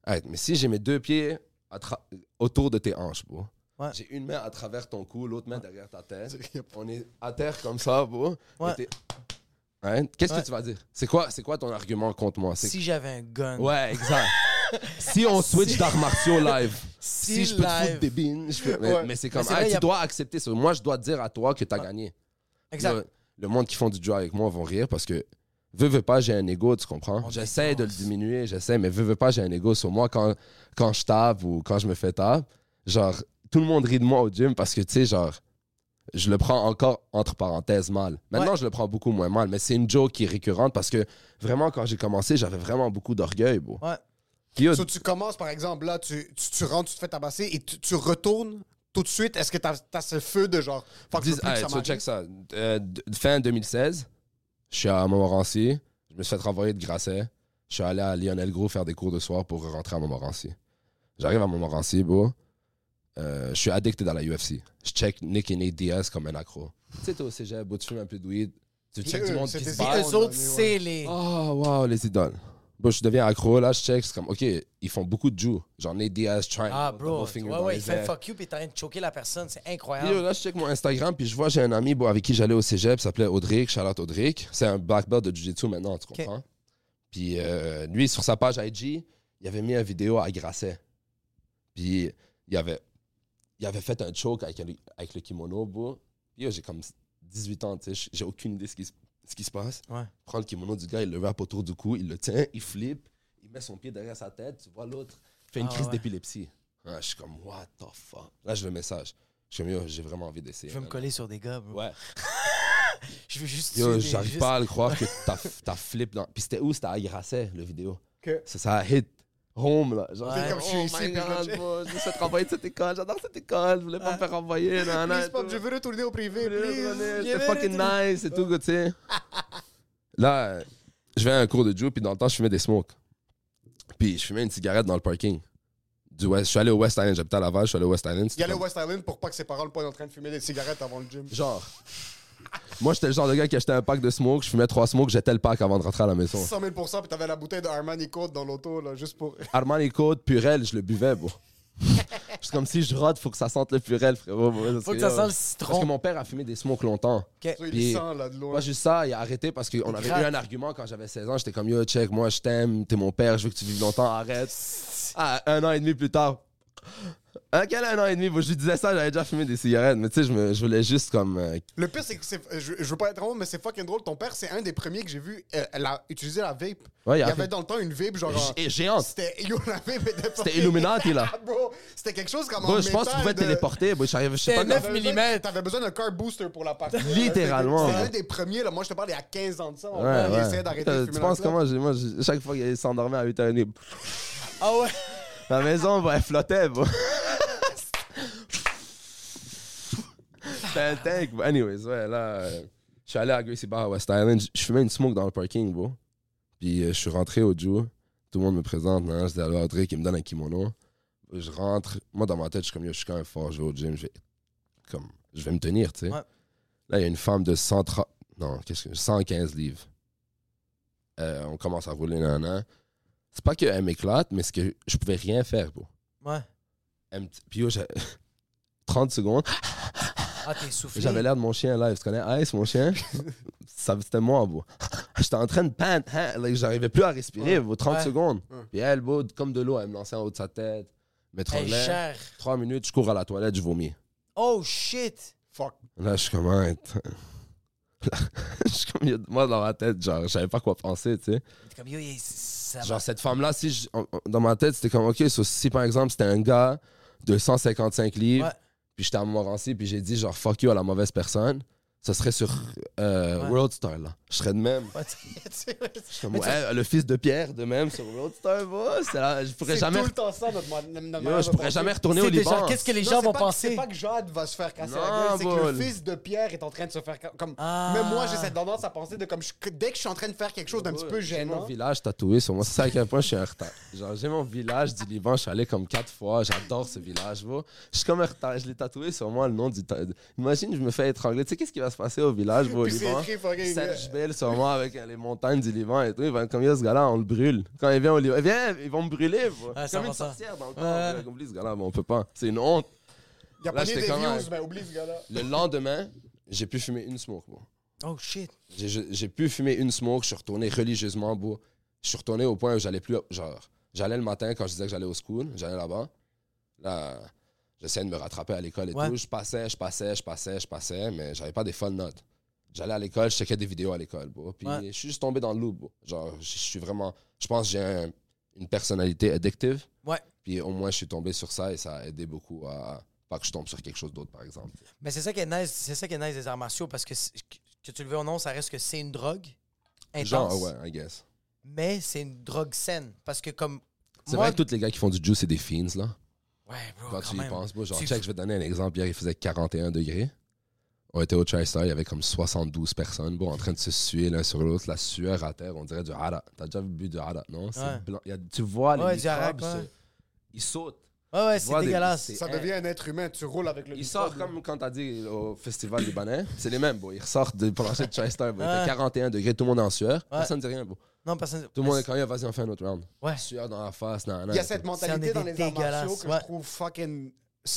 D: Hey, mais si j'ai mes deux pieds à tra- autour de tes hanches, bro.
B: Ouais.
D: J'ai une main à travers ton cou, l'autre main derrière ta tête. On est à terre comme ça, bro.
B: Ouais.
D: Et t'es- Hein? Qu'est-ce
B: Ouais.
D: que tu vas dire? C'est quoi, c'est quoi ton argument contre moi? C'est
B: Si j'avais un gun.
D: Ouais, exact. si on switch d'arts martiaux live, si,
B: Si
D: je peux te
B: live.
D: foutre des bines, je peux- mais,
C: Ouais.
D: mais c'est comme,
B: Mais c'est
D: hey,
B: vrai, y
D: tu
B: a-
D: dois accepter ça. Moi, je dois dire à toi que t'as gagné.
B: Exact.
D: Le, le monde qui font du jeu avec moi vont rire parce que veux, veux pas, j'ai un ego, tu comprends?
B: On
D: J'essaie de le
B: défonce.
D: diminuer, j'essaie, mais veux, veux pas, j'ai un ego sur moi quand, quand je tape ou quand je me fais tape. Genre, tout le monde rit de moi au gym parce que, tu sais, genre, je le prends encore entre parenthèses mal. Maintenant,
B: Ouais.
D: je le prends beaucoup moins mal, mais c'est une joke qui est récurrente parce que vraiment, quand j'ai commencé, j'avais vraiment beaucoup d'orgueil, bro.
B: Ouais.
D: Yo,
C: So, tu commences, par exemple, là, tu, tu, tu rentres, tu te fais tabasser et tu, tu retournes tout de suite. Est-ce que t'as as ce feu de genre. Fuck, je veux
D: Dis-
C: plus que
D: hey,
C: ça
D: so
C: m'arrive.
D: check ça. Euh, d- fin 2016, je suis à Montmorency. Je me suis fait renvoyer de Grasset. Je suis allé à Lionel Gros faire des cours de soir pour rentrer à Montmorency. J'arrive à Montmorency, bro. Euh, je suis addicté dans la UFC. Je check Nick et Nate Diaz comme un accro. Tu sais, toi au cégep, bro, tu fumes un peu de weed, tu check du
C: eux,
D: monde
C: c'est
D: qui
C: des
D: se
B: Puis
D: bat.
C: Bon,
B: eux autres,
C: ouais.
B: c'est les.
D: Oh, wow, les idoles. Bon, je deviens accro, là, je check, c'est comme, OK, ils font beaucoup de joues. Genre Nate Diaz, trying,
B: Ah, bro.
D: double finger
B: Ouais,
D: dans
B: ouais,
D: les
B: il fait
D: airs.
B: fuck you, puis t'es en train de choquer la personne. C'est
D: Puis, yo,
B: incroyable.
D: là, je check mon Instagram, puis je vois, j'ai un ami bon, avec qui j'allais au cégep, il s'appelait Audric, Charlotte Audric. C'est un black belt de Jiu-Jitsu maintenant, tu comprends? Puis euh, lui, sur sa page IG, il avait mis une vidéo à Grasset. Puis il avait, il avait fait un choke avec, le- avec le kimono, bro. Puis yo, j'ai comme 18 ans, tu sais, j'ai aucune idée de ce qui, se- ce qui se passe.
B: Ouais.
D: Prends le kimono du gars, il le wrap autour du cou, il le tient, il flippe, il met son pied derrière sa tête, tu vois l'autre, il fait une
B: Ah,
D: crise
B: ouais.
D: d'épilepsie. Ah, je suis comme, what the fuck? Là, je le message. Je suis comme, Yo, j'ai vraiment envie d'essayer.
B: Je veux me
D: man.
B: coller sur des gars, bro.
D: Ouais.
B: Je veux juste. tuer
D: Yo,
B: des-
D: j'arrive
B: juste-
D: pas à le croire que t'as, t'as flippé dans. Puis c'était où? C'était à Grasset, le vidéo.
C: Que-
D: Ça, ça a hit home, là. Genre,
C: C'est comme je suis
D: oh
C: ici,
D: my
C: puis là,
D: god,
C: je-
D: bro, je me suis renvoyé de cette école, j'adore cette école, je voulais pas me faire renvoyer. nan, nan,
C: Please, pop,
D: tout.
C: je veux retourner au privé, please.
D: C'était fucking nice et tout, tu sais. Là, euh, je vais à un cours de Joe, puis dans le temps, je fumais des smokes. Puis je fumais une cigarette dans le parking. Du West. Je suis allé au West Island, j'habitais à Laval, je suis allé au West Island.
C: Il y allait au West Island pour pas que ses parents le poignent en train de fumer des cigarettes avant le gym.
D: Genre. Moi, j'étais le genre de gars qui achetait un pack de smokes, je fumais trois smokes, j'étais le pack avant de rentrer à la maison.
C: 100 000 puis t'avais la bouteille de Armani Code dans l'auto, là, juste pour.
D: Armand Côte, Purel, je le buvais, bon. C'est comme si je rate, faut que ça sente le Purel, frérot. bro, parce
B: Faut que ça
D: yo,
B: sente le
D: Parce que
B: citron.
D: mon père a fumé des smokes longtemps.
B: Ok.
C: Ça,
D: Puis-
C: Il sent, là, de loin.
D: Moi, juste ça, il a arrêté parce qu'on avait eu
B: Grave.
D: un argument quand j'avais 16 ans. J'étais comme, yo, check, moi, je t'aime, t'es mon père, je veux que tu vives longtemps, arrête. Ah, un an et demi plus tard. Ah, quel un an et demi? Bon, je lui disais ça, j'avais déjà fumé des cigarettes, mais tu sais, je, me- je voulais juste comme. euh,
C: Le pire, c'est que c'est- je, je veux pas être drôle, mais c'est fucking drôle. Ton père, c'est un des premiers que j'ai vu euh, la- utiliser la vape.
D: Ouais, il
C: il y
D: a
C: avait
D: fait-
C: dans le temps une vape, genre. en-
D: gé- géante.
C: C'était. Yo, la vape était
D: C'était Illuminati, là.
C: Bro, c'était quelque chose comme. en
D: Bon, je pense que tu
C: métal
D: pouvais
C: de-
D: te téléporter. Bon, j'arrive- je sais
B: C'était
D: pas
B: neuf. 9
C: T'avais
D: comment.
C: besoin-
B: millimètres.
C: T'avais besoin d'un car booster pour la partie.
D: Littéralement.
C: C'est l'un des premiers, là. Moi, je te parle il y a 15 ans de ça. On
D: Ouais, ouais.
C: essayait d'arrêter de
D: Euh,
C: fumer
D: Tu
C: la
D: penses
C: clope.
D: comment? j'ai- Moi, j'ai- chaque fois qu'il s'endormait à 8h30,
B: Ah ouais.
D: la maison, bah, elle flottait, bon. C'était un tank. bon. Anyways, ouais, là, euh, je suis allé à Gracie Bar à West Island. Je- Je fumais une smoke dans le parking, bro. Puis euh, je suis rentré au Joe. Tout le monde me présente. Hein. Je dis à Audrey qui me donne un kimono. Je rentre. Moi, dans ma tête, je suis comme, yo, je suis quand même fort. Je vais au gym. Je vais, comme, je vais me tenir, tu sais.
B: Ouais.
D: Là, il y a une femme de 130... Non, qu'est-ce que... 115 livres. Euh, on commence à rouler, nanana. C'est pas qu'elle m'éclate, mais c'est que je pouvais rien faire, bro.
B: Ouais.
D: Elle me dit- Puis yo, j'ai- 30 secondes.
B: Ah, t'es soufflé.
D: J'avais l'air de mon chien live. Tu connais Ice, mon chien? Ça, C'était moi, bro. J'étais en train de pant. hein, like, J'arrivais plus à respirer, bro. 30
B: Ouais.
D: secondes. Puis elle, bro, comme de l'eau, elle me lançait en haut de sa
B: Hey,
D: tête. M'étranglait.
B: cher.
D: 3 minutes, je cours à la toilette, je vomis.
B: Oh shit.
C: Fuck.
D: Là, je suis comme... hein, t- Là, je suis comme... il y a de Moi, dans ma tête, genre, je savais pas quoi penser, tu sais.
B: T'es comme yo, yeah, ça va.
D: Genre, cette femme-là, si je- en- en- dans ma tête, c'était comme, OK, so, si par exemple, c'était un gars de 155 livres,
B: Ouais.
D: puis j'étais à Montmorency, puis j'ai dit, genre, fuck you à la mauvaise personne, ça serait sur euh,
B: Ouais.
D: Roadstar, là. Je serais de même.
B: Ouais, tu- tu-
D: Je suis comme, ouais, le fils de Pierre, de même, sur Roadstar, va. c'est là, je pourrais
C: C'est
D: jamais,
C: tout le temps ça, notre, ma- notre
D: Yo,
C: manière
D: je
C: de
D: pourrais
C: penser.
D: jamais retourner au
B: C'est des
D: Liban.
B: gens, qu'est-ce que les
C: Non,
B: gens
C: c'est
B: vont
C: pas- C'est
B: penser?
C: pas que Jade va se faire casser
D: Non,
C: la gueule, c'est que
D: bol.
C: le fils de Pierre est en train de se faire ca- comme.
B: Ah.
C: Même moi, j'ai cette tendance à penser de comme je- que dès que je suis en train de faire quelque chose d'un petit peu
D: J'ai mon
C: gênant.
D: village tatoué sur moi. C'est ça à quel point je suis un retard. Genre, j'ai mon village du Liban. Je suis allé comme quatre fois. J'adore ce village, bro. Je suis comme un retard. Je l'ai tatoué sur moi, le nom du... ta- Imagine, je me fais étrangler. Tu sais, qu'est-ce qui va se passer au village, bro, au
C: Puis c'est
D: Liban?
C: écrit fucking,
D: Serge Bell sur moi avec euh, les montagnes du Liban et tout. Ils vont être comme, Yo, ce gars-là, on le brûle. Quand il vient au Liban, viens, ils vont me brûler, bro.
B: Ah,
D: comme une
B: 100%.
D: sorcière dans le corps.
B: Ouais.
D: J'ai compris, ce gars-là, mais on peut pas. C'est une honte.
C: Il y a
D: Là,
C: pas des
D: j'étais comme un-
C: views, mais oublie ce gars-là.
D: Le lendemain, j'ai pu fumer une smoke, bro.
B: Oh shit.
D: J'ai- J'ai j'ai pu fumer une smoke, je suis retourné religieusement, bro. Je suis retourné au point où j'allais plus. Genre, j'allais le matin quand je disais que j'allais au school, j'allais là-bas. Là, j'essayais de me rattraper à l'école et
B: Ouais.
D: tout. Je passais, je passais, je passais, je passais, mais j'avais pas des fun notes. J'allais à l'école, je checkais des vidéos à l'école, bro. Puis
B: Ouais.
D: je suis juste tombé dans le loop, bro. Genre, je je suis vraiment. Je pense que j'ai un- une personnalité addictive.
B: Ouais.
D: Puis au moins, je suis tombé sur ça et ça a aidé beaucoup à. Pas que je tombe sur quelque chose d'autre, par exemple.
B: Mais c'est ça qui est nice, c'est ça qui est nice des arts martiaux parce que c'est- que tu le veux ou non, ça reste que c'est une drogue intense.
D: Genre, ouais, I guess.
B: Mais c'est une drogue saine parce que comme
D: C'est
B: moi-
D: vrai que tous les gars qui font du juice, c'est des fiends, là.
B: Ouais, bro,
D: Quand
B: quand
D: tu y
B: même.
D: penses, bro, genre,
B: Tu-
D: check, je vais te donner un exemple. Hier, il faisait 41 degrés. On était au Tristar, il y avait comme 72 personnes, bon, en train de se suer l'un sur l'autre, la sueur à terre, on dirait du hara. T'as déjà bu du hara, non? C'est
B: Ouais.
D: blanc. Il y a- tu vois les
B: Ouais, du hara,
D: microbes,
B: quoi.
D: se- ils sautent.
B: Ouais, ouais,
D: Tu
B: c'est
D: vois des-
B: dégueulasse.
D: c'est-
C: Ça devient un être humain, tu roules avec le
D: Ils sortent comme quand t'as dit au festival libanais, c'est les mêmes, bon, ils ressortent de plancher de Chester, bon, il
B: Ouais.
D: fait 41 degrés, tout le monde est en sueur,
B: Ouais.
D: personne ne dit rien, bon.
B: Non, personne.
D: Tout le monde est quand même, vas-y, on fait un autre round.
B: Ouais.
D: Sueur dans la face, nan, nan,
C: Il y a
D: tout.
C: cette
B: Ça en est
C: mentalité dans les arts
B: dégueulasse,
C: martiaux que
B: ouais.
C: je trouve fucking.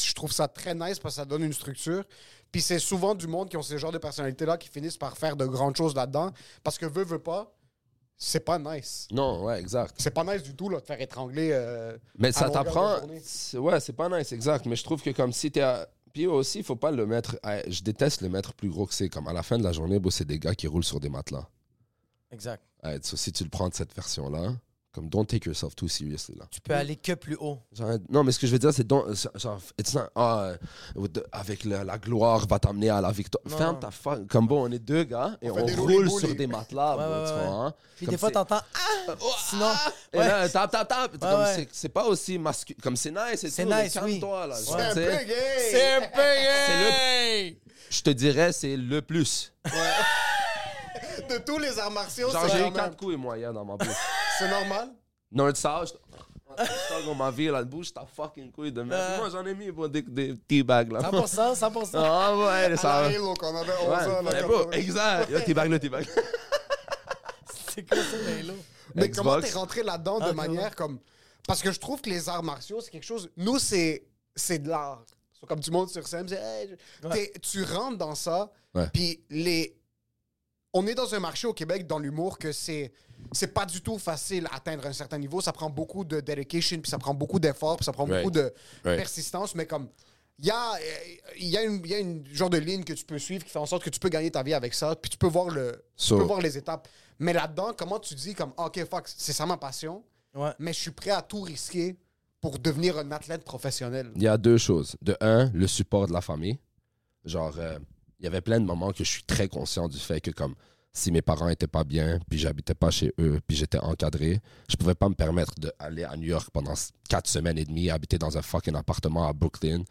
C: Je trouve ça très nice parce que ça donne une structure. Puis c'est souvent du monde qui ont ce genre de personnalité-là qui finissent par faire de grandes choses là-dedans. Parce que veut, veut pas, c'est pas nice.
D: Non, ouais, exact.
C: C'est pas nice du tout là, de faire étrangler. euh,
D: Mais
C: à
D: ça
C: longueur de
D: t'apprend.
C: journée.
D: c'est- Ouais, c'est pas nice, exact. Mais je trouve que comme si t'es. à- Puis aussi, il faut pas le mettre. à- Je déteste le mettre plus gros que c'est. Comme à la fin de la journée, bon, c'est des gars qui roulent sur des matelas.
B: Exact.
D: Ouais, so, si tu le prends de cette version-là, comme don't take yourself too seriously. Là.
B: Tu peux aller que plus haut.
D: Genre, non, mais ce que je veux dire, c'est don't- euh, genre, it's not, ah, euh, de- avec la, la gloire va t'amener à la victoire.
B: Non.
D: Ferme ta fuck. Comme bon, on est deux gars et
C: On
D: on,
C: fait des
D: roule
C: roulés-boulés.
D: sur des matelas.
B: Ouais,
D: bon,
B: ouais,
D: tu
B: ouais.
D: vois, hein.
B: Puis
D: Comme
B: des fois,
D: c'est-
B: t'entends. Ah! Sinon.
D: Et
B: Ouais.
D: là, tap, tap, tap. C'est
B: Ouais,
D: comme,
B: ouais.
D: c'est- C'est pas aussi masculin. Comme c'est nice et
B: C'est
D: tout, mais
B: nice, oui.
D: calme-toi, là.
C: C'est un
D: Tu sais,
C: peu gay!
D: c'est le- Je te dirais, c'est le plus.
C: De tous les arts martiaux,
D: Genre,
C: c'est
D: j'ai eu
C: normal.
D: quatre coups et moi hier dans ma bouche.
C: C'est normal.
D: Nord-South, je dans ma vie, la bouche, ta fucking couille de merde. Moi, j'en ai mis bon, des, des petits bags, là.
B: 100%, 100%.
D: Ah ouais,
C: Ça
D: ça.
C: arrive, donc, on avait 11 ans.
D: Ouais,
C: là,
D: mais
C: quand
D: bon,
C: on-
D: exact. Yo, T-bag, là, T-bag.
B: C'est quoi ça, les lots?
C: Mais
D: Xbox.
C: comment t'es rentré là-dedans de
B: Ah,
C: manière comme. Parce que je trouve que les arts martiaux, c'est quelque chose. Nous, c'est c'est de l'art. C'est Comme tu montes sur scène, c'est, hey, je- t'es- tu rentres dans ça.
D: Ouais.
C: Puis les. On est dans un marché au Québec dans l'humour que c'est c'est pas du tout facile à atteindre un certain niveau. Ça prend beaucoup de dedication, puis ça prend beaucoup d'efforts, puis ça prend
D: Right.
C: beaucoup de
D: Right.
C: persistance. Mais comme il y a euh, il y a une, il y a une genre de ligne que tu peux suivre qui fait en sorte que tu peux gagner ta vie avec ça, puis tu peux voir le
D: So-
C: tu peux voir les étapes. Mais là-dedans, comment tu dis comme ah, OK, fuck, c'est ça ma passion,
B: Ouais.
C: mais je suis prêt à tout risquer pour devenir un athlète professionnel.
D: Il y a deux choses. De un, le support de la famille. Genre, euh, il y avait plein de moments que je suis très conscient du fait que, comme, si mes parents étaient pas bien, puis j'habitais pas chez eux, puis j'étais encadré, je pouvais pas me permettre d'aller à New York pendant s- quatre semaines et demie, habiter dans un fucking appartement à Brooklyn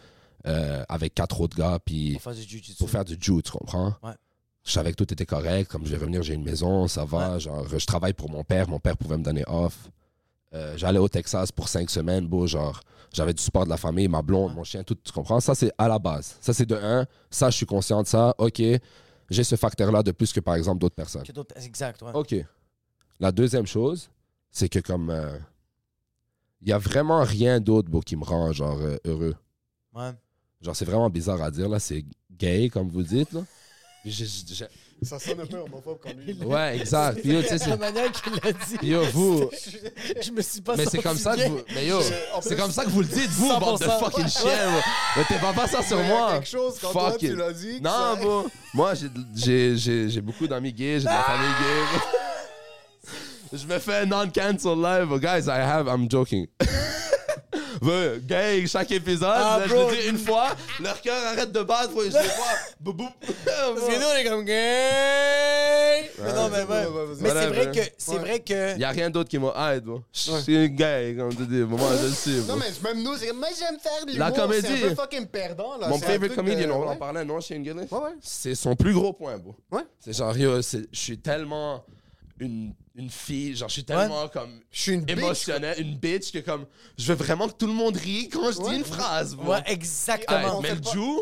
D: euh, avec quatre autres gars, puis
B: Pour faire du jujitsu.
D: pour faire du jiu, tu comprends?
B: Ouais.
D: Je savais que tout était correct, comme je vais revenir, j'ai une maison, ça va, genre, je travaille pour mon père, mon père pouvait me donner off. Euh, J'allais au Texas pour cinq semaines, beau, genre, j'avais du support de la famille, ma blonde, mon chien, tout, tu comprends? Ça, c'est à la base. Ça, c'est de un. Ça, je suis conscient de ça. OK, j'ai ce facteur-là de plus que, par exemple, d'autres personnes.
B: Que d'autres- Exact, ouais.
D: OK. La deuxième chose, c'est que comme... Il n'y a vraiment rien d'autre, beau, qui me rend, genre, euh, heureux.
B: Ouais.
D: Genre, c'est vraiment bizarre à dire, là. C'est gay, comme vous dites, là. J'ai- j'ai-
C: Ça sonne un peu homophobe comme lui.
D: Ouais, exact. Puis yo, tu sais,
B: La
D: c'est-
B: manière qu'il l'a dit.
D: puis yo, vous.
B: Je me suis pas
D: Mais c'est
B: senti
D: comme ça que
B: bien.
D: vous. Mais yo,
C: en
D: c'est
C: plus-
D: comme ça que vous le dites, vous, bande de
B: 100%.
D: fucking chiens. vous. Mais t'es pas pas ça sur
C: Mais il y a
D: moi.
C: quelque chose, quand toi, tu l'as dit, que
D: Non,
C: ça-
D: bon. Moi, j'ai- j'ai- j'ai j'ai beaucoup d'amis gays, j'ai de la famille gay. Je me fais un non-cancel live. Guys, I have, I'm joking. Ouais, Gay, chaque épisode,
B: Ah,
D: là, je
B: bro.
D: le dis une fois, leur cœur arrête de battre, faut que je les vois. Boum, boum.
B: Parce que nous, on est comme gay. Mais non, mais ouais. Mais c'est
D: Voilà,
B: vrai
D: ouais.
B: que. C'est vrai que.
D: Il n'y a rien d'autre qui m'a aidé. Bon. Je suis un gay, comme tu dis. Bon, Moi, je le suis.
C: Non,
D: bon.
C: mais même nous, c'est mais j'aime faire de
D: La
C: l'humour,
D: comédie.
C: C'est un peu fucking perdant, là.
D: Mon
C: C'est un
D: favorite
C: truc de-
D: comedian, on en
C: ouais.
D: parlait, non, Shane Gillis?
C: Ouais, ouais.
D: C'est son plus gros point, bro.
C: Ouais.
D: C'est genre, yo, c'est- je suis tellement une, une fille, genre, je suis tellement comme
C: Je suis une bitch,
D: émotionnelle, une bitch, que comme, je veux vraiment que tout le monde rie quand je dis une phrase, bro.
B: Ouais,
D: Hey,
B: exactement.
D: mais le
C: pas-
D: Jew,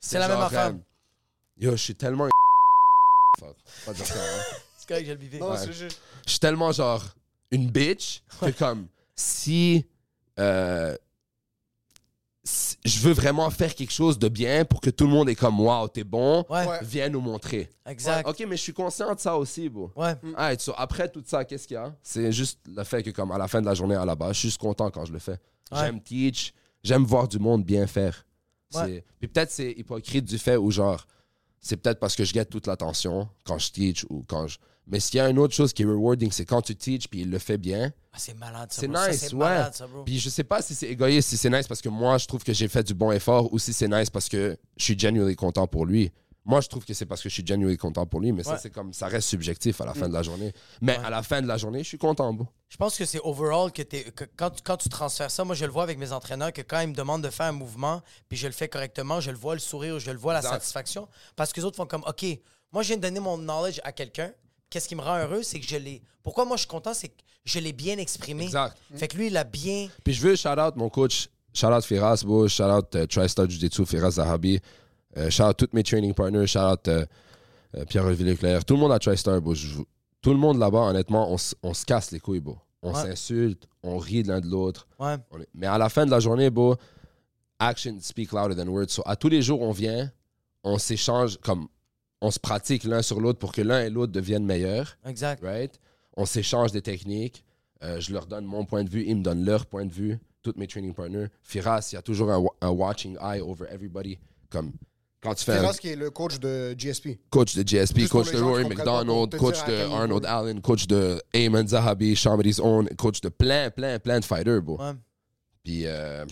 D: c'est
B: la même
D: genre,
B: affaire.
D: euh, Yo, je suis tellement. une Fuck, pas dire ça, hein.
B: C'est correct, j'ai le bivé.
C: Non,
D: Ouais.
C: c'est juste-
D: je suis tellement genre une bitch que comme si, euh, si je veux vraiment faire quelque chose de bien pour que tout le monde est comme waouh t'es bon
B: Ouais.
C: Ouais.
D: viens nous montrer
B: Exact.
D: ok mais je suis conscient de ça aussi bro Mm.
B: Ouais.
D: Alright, so après tout ça qu'est-ce qu'il y a c'est juste le fait que comme à la fin de la journée à la base je suis juste content quand je le fais
B: Ouais.
D: j'aime teach j'aime voir du monde bien faire C'est-
B: Ouais.
D: puis peut-être c'est hypocrite du fait où genre c'est peut-être parce que je guette toute l'attention quand je teach ou quand je. Mais s'il y a une autre chose qui est rewarding, c'est quand tu teach puis il le fait bien.
B: Ah, c'est malade, ça.
D: C'est
B: bro. Ça,
D: nice,
B: c'est
D: ouais.
B: malade, ça, bro.
D: puis je sais pas si c'est égoïste, si c'est nice parce que moi je trouve que j'ai fait du bon effort ou si c'est nice parce que je suis genuinely content pour lui. Moi, je trouve que c'est parce que je suis genuinely content pour lui, mais
B: Ouais. Mm.
D: ça, c'est comme, ça reste subjectif à la fin de la journée. Mais à la fin de la journée, je suis content, bro.
B: Je pense que c'est overall que, t'es- que quand, tu- quand tu transfères ça, moi je le vois avec mes entraîneurs, que quand ils me demandent de faire un mouvement, puis je le fais correctement, je le vois le sourire, je le vois la
D: Exact.
B: satisfaction. Parce que les autres font comme, OK, moi je viens de donner mon knowledge à quelqu'un. Qu'est-ce qui me rend heureux, c'est que je l'ai. Pourquoi moi je suis content, c'est que je l'ai bien exprimé.
D: Exact.
B: Fait que lui, il a bien.
D: Puis je veux shout-out mon coach, shout-out Firas, bro, shout-out euh, TriStar Jiu-Jitsu, Firas Zahabi, euh, shout-out tous mes training partners, shout-out euh, euh, Pierre-Olivier Leclerc, tout le monde à TriStar, bro. Je- Tout le monde là-bas, honnêtement, on, s- on se casse les couilles, bro. On
B: Ouais.
D: s'insulte, on rit de l'un de l'autre.
B: Ouais.
D: On est- Mais à la fin de la journée, bro, action speak louder than words. So, à tous les jours, on vient, on s'échange, comme on se pratique l'un sur l'autre pour que l'un et l'autre deviennent meilleurs
B: Exact.
D: right? On s'échange des techniques. Euh, je leur donne mon point de vue, ils me donnent leur point de vue. Toutes mes training partners. Firas, il y a toujours un, wa- un watching eye over everybody. Comme quand tu fais un
C: Ferras qui est le coach de GSP.
D: coach de GSP,
C: Juste pour
D: coach
C: les
D: de
C: gens
D: Rory
C: qui comprennent pas, pour
D: McDonald,
C: te
D: coach
C: dire ah, à
D: de
C: quel niveau,
D: Arnold
C: oui.
D: Allen, coach de Eamon Zahabi, Shamari's Own, coach de plein, plein, plein de fighters, bro.
B: Ouais.
D: Puis, euh,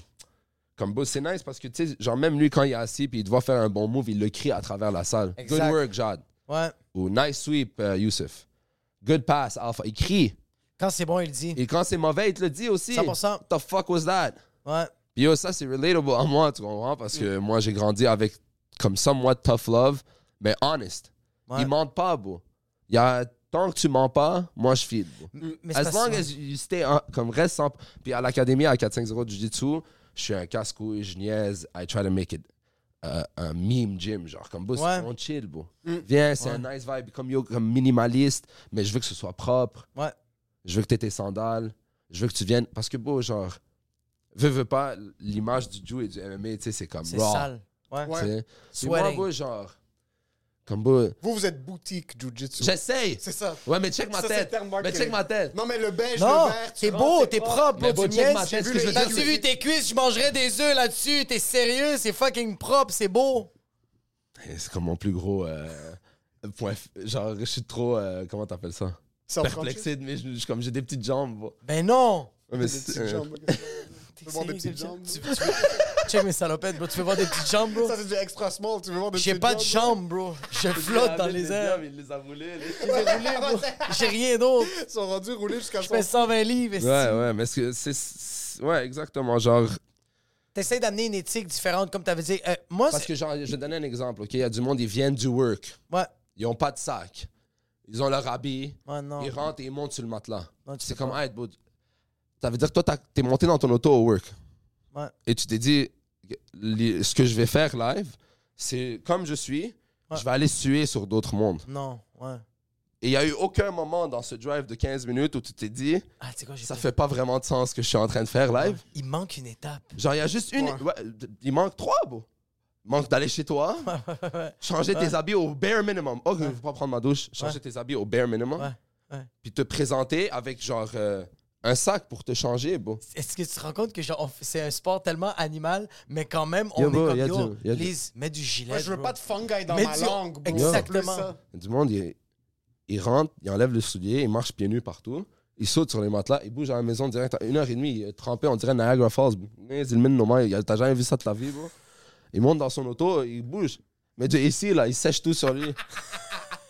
D: comme beau, c'est nice parce que, tu sais, genre, même lui, quand il est assis puis il doit faire un bon move, il le crie à travers la salle.
B: Exact.
D: Good work, Jad.
B: Ouais.
D: Ou nice sweep, euh, Youssef. Good pass, Alpha. Il crie.
B: Quand c'est bon, il le dit.
D: Et quand c'est mauvais, il te le dit aussi.
B: 100%.
D: The fuck was that?
B: Ouais.
D: Puis yo, ça, c'est relatable à moi, tu comprends? Parce que moi, j'ai grandi avec comme somewhat tough love, mais honest.
B: Ouais.
D: Ils mentent pas, bro. Il y a, tant que tu mens pas, moi, je file, bro.
B: mais c'est
D: As
B: parce-
D: long as you stay, en- comme reste sans... Puis à l'académie, à 450 du Jiu-Jitsu, je suis un casse-couille, je niaise, I try to make it euh, un meme gym, genre, comme, bro, c'est-
B: Ouais. Mm.
D: on chill, bro. Viens, c'est un nice vibe, comme yo, comme minimaliste, mais je veux que ce soit propre
B: Ouais.
D: je veux que tu aies tes sandales, je veux que tu viennes. Parce que, beau, genre, veux, veux pas, l'image du Jew et du MMA, tu sais, c'est comme
B: C'est
D: raw.
B: sale. Ouais.
D: tu sais. Puis moi,
B: Sweating.
D: beau, genre, comme beau,
C: Vous, vous êtes boutique Jiu-Jitsu.
D: j'essaye.
C: C'est ça.
D: Ouais, mais check ma
C: Ça, c'est
D: tête.
C: terme
D: Mais
C: marketing.
D: check ma tête.
C: Non, mais le beige,
B: Non,
C: le vert, tu
B: t'es
C: rentres,
B: beau,
C: c'est
B: t'es propre,
D: Mais
B: bro,
D: beau,
B: tu
D: check
B: me
D: ma
B: laisses.
D: tête, ce
C: vu
D: que je veux
C: les-
D: dire.
C: t'as
B: T'as-tu vu tes cuisses? Je mangerais des œufs là-dessus. T'es sérieux? C'est fucking propre, c'est beau.
D: C'est comme mon plus gros euh, point. f- Genre, je suis trop, euh, comment t'appelles ça?
C: C'est en français.
D: Perplexé de mes genoux. Je suis Comme j'ai des petites jambes. beau.
B: Ben non!
C: Des
D: Ouais, mais c'est-
C: petites
D: euh,
C: jambes. Tu veux voir des petites jambes?
B: Tu- tu- Check mes salopettes, bro. Tu veux voir des petites jambes, bro?
C: Ça, c'est du extra small. Tu veux voir des
B: J'ai
C: petites
B: pas de jambes, bro. Je flotte
C: Ah,
B: dans les airs.
D: Il les a roulés.
B: J'ai des roulés, bro. J'ai rien d'autre.
C: Ils sont rendus roulés jusqu'à
B: Je fais 120 livres. esti.
D: Ouais, ouais, mais ce que c'est. c'est- Ouais, exactement. Genre,
B: T'essayes d'amener une éthique différente, comme t'avais dit. Euh, moi,
D: Parce
B: c'est.
D: que, genre, je vais donner un exemple, OK? Il y a du monde, ils viennent du work.
B: Ouais.
D: Ils ont pas de sac. Ils ont leur habit.
B: Ouais, non.
D: Ils rentrent et ils montent sur le matelas.
B: Non, tu
D: C'est
B: peux
D: comme,
B: pas.
D: hey, bro, ça veut dire que toi, t'as- t'es monté dans ton auto au work.
B: Ouais.
D: Et tu t'es dit, li- ce que je vais faire live, c'est comme je suis,
B: Ouais.
D: je vais aller suer sur d'autres mondes.
B: Non, ouais.
D: Et il n'y a eu aucun moment dans ce drive de 15 minutes où tu t'es dit,
B: Ah, tu sais quoi, j'ai
D: ça
B: pas-
D: fait pas vraiment de sens ce que je suis en train de faire live.
B: Il manque une étape.
D: Genre, il y a juste une. ouais, il manque trois, bro. Il manque d'aller chez toi, changer tes habits au bare minimum. Oh, je ne veux pas prendre ma douche. Changer tes habits au bare minimum.
B: Ouais, ouais.
D: Puis te présenter avec, genre, euh, un sac pour te changer, bro.
B: Est-ce que tu te rends compte que genre on f- c'est un sport tellement animal, mais quand même on
D: Yo,
B: est
D: bro,
B: comme
D: y a
B: yo,
D: du- y a du-
B: Lise, mets du gilet.
C: Moi, je veux
B: bro.
C: pas de fungi dans
B: Mais
C: ma
B: tu-
C: langue, bro.
B: Exactement.
C: C'est plus ça.
D: Il y a Du monde, il, il rentre, il enlève le soulier, il marche pieds nus partout. Il saute sur les matelas, il bouge à la maison direct. À une heure et demie, il est trempé, on dirait Niagara Falls. bro. Mais il mine nos mains, il- t'as jamais vu ça de ta vie, bro. Il monte dans son auto, il bouge. Mais de ici, là, il sèche tout sur lui.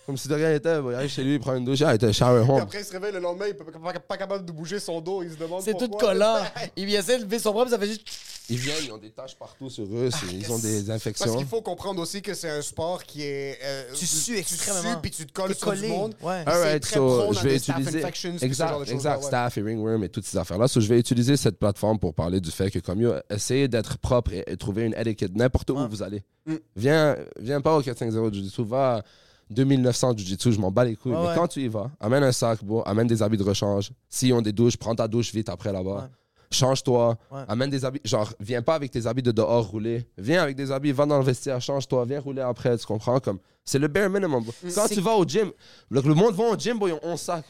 D: Comme si de rien n'était. bro. Il arrive chez lui, il prend une douche, ah, il était shower
C: Puis
D: home.
C: après, il se réveille le lendemain, il peut pas, pas- pas capable de bouger son dos. Il se demande
B: C'est tout
C: pourquoi.
B: collant. Il essaie de lever son bras, puis ça fait juste
D: Ils viennent, ils ont des taches partout sur eux, c'est- ils ont
C: ah, yes. Parce
D: des infections.
C: qu'il faut comprendre aussi que c'est un sport qui est. euh,
B: Tu sues
C: Tu
B: extrêmement.
C: sues puis tu te colles
B: T'es
C: sur
B: collé,
C: du monde.
B: ouais.
C: Puis
D: All
C: c'est
D: right,
C: très
D: so,
C: prone à
D: je vais
C: des staff
D: utiliser
C: infections, puis ce genre de
D: exact,
C: choses-là,
D: exact,
C: ouais.
D: staff et ringworm et toutes ces affaires-là. So, je vais utiliser cette plateforme pour parler du fait que comme yo, essayez d'être propre et, et trouver une étiquette n'importe où vous allez. Viens, viens pas au 450 Jiu-Jitsu, va à 2900 Jiu-Jitsu, je m'en bats les couilles.
B: Ouais,
D: mais
B: ouais.
D: quand tu y vas, amène un sac, bro, amène des habits de rechange. S'ils ont des douches, prends ta douche vite après là-bas. Change-toi,
B: Ouais.
D: amène des habits. Genre, viens pas avec tes habits de dehors roulés. Viens avec des habits, va dans le vestiaire, change-toi, viens rouler après, tu comprends? Comme, c'est le bare minimum. bro. Quand
B: Mm. C'est-
D: tu vas au gym, le, le monde va au gym, bro, ils ont 11 sacs.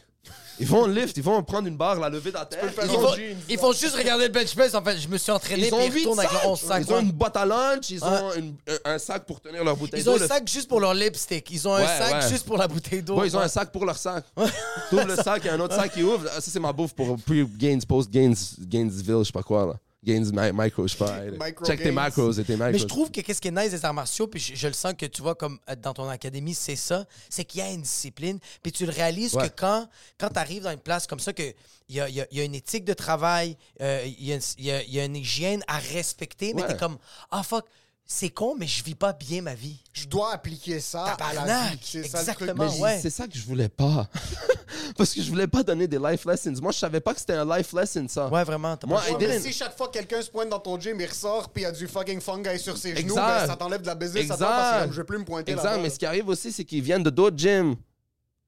D: Ils vont au lift, ils vont prendre une barre, la lever de la terre.
C: faire
D: Ils
B: Ils
C: Ils
D: ont,
C: un-
B: font,
C: ont jeans,
B: ils font juste regarder le bench press. En fait, je me suis entraîné.
D: ils ont
B: puis ils
D: huit
B: retournent avec
D: sacs.
B: leur 11 sacs.
D: Ils ont
B: ouais.
D: une boîte à lunch, ils ont
B: Ouais.
D: une- un, un sac pour tenir leur bouteille
B: Ils ont
D: d'eau.
B: un
D: le-
B: sac juste pour leur lipstick. Ils ont un
D: Ouais,
B: sac
D: ouais.
B: juste pour la bouteille d'eau.
D: Ouais, ils ont
B: Ouais.
D: un sac pour leur sac. T'ouvres le sac, il y a un autre sac qui ouvre. Ah, Ça, c'est ma bouffe pour pre-gains, post-gains, Gainesville, je sais pas quoi. là. Gains mi- micro, je sais pas, hey, là.
C: Micro
D: Check tes
C: gains.
D: macros et tes micros.
B: Mais je trouve que qu'est-ce qui est nice des arts martiaux, puis je, je le sens que tu vois comme euh, dans ton académie, c'est ça, c'est qu'il y a une discipline, puis tu le réalises
D: Ouais.
B: que quand, quand tu arrives dans une place comme ça, que il y a, il y a- il y a une éthique de travail, euh, il y, a une- il y a- il y a une hygiène à respecter, mais
D: Ouais.
B: t'es comme, ah fuck, c'est con, mais je vis pas bien ma vie.
C: Je dois appliquer ça à la vie.
B: Tabarnak,
C: C'est ça le truc.
B: exactement,
D: Mais j'ai-
B: ouais.
D: c'est ça que je voulais pas. Parce que je voulais pas donner des life lessons. Moi, je savais pas que c'était un life lesson, ça.
B: Ouais, vraiment. t'as
D: Ah. Moi,
B: pas-
C: Ouais,
D: I
C: mais
D: didn't-
C: si chaque fois que quelqu'un se pointe dans ton gym, il ressort puis il y a du fucking fungi sur ses genoux,
D: Exact.
C: ben, ça t'enlève de la business à toi parce que
D: Exact.
C: comme, je veux plus me pointer
D: Exact,
C: là-bas,
D: mais
C: là.
D: ce qui arrive aussi, c'est qu'ils viennent de d'autres gyms.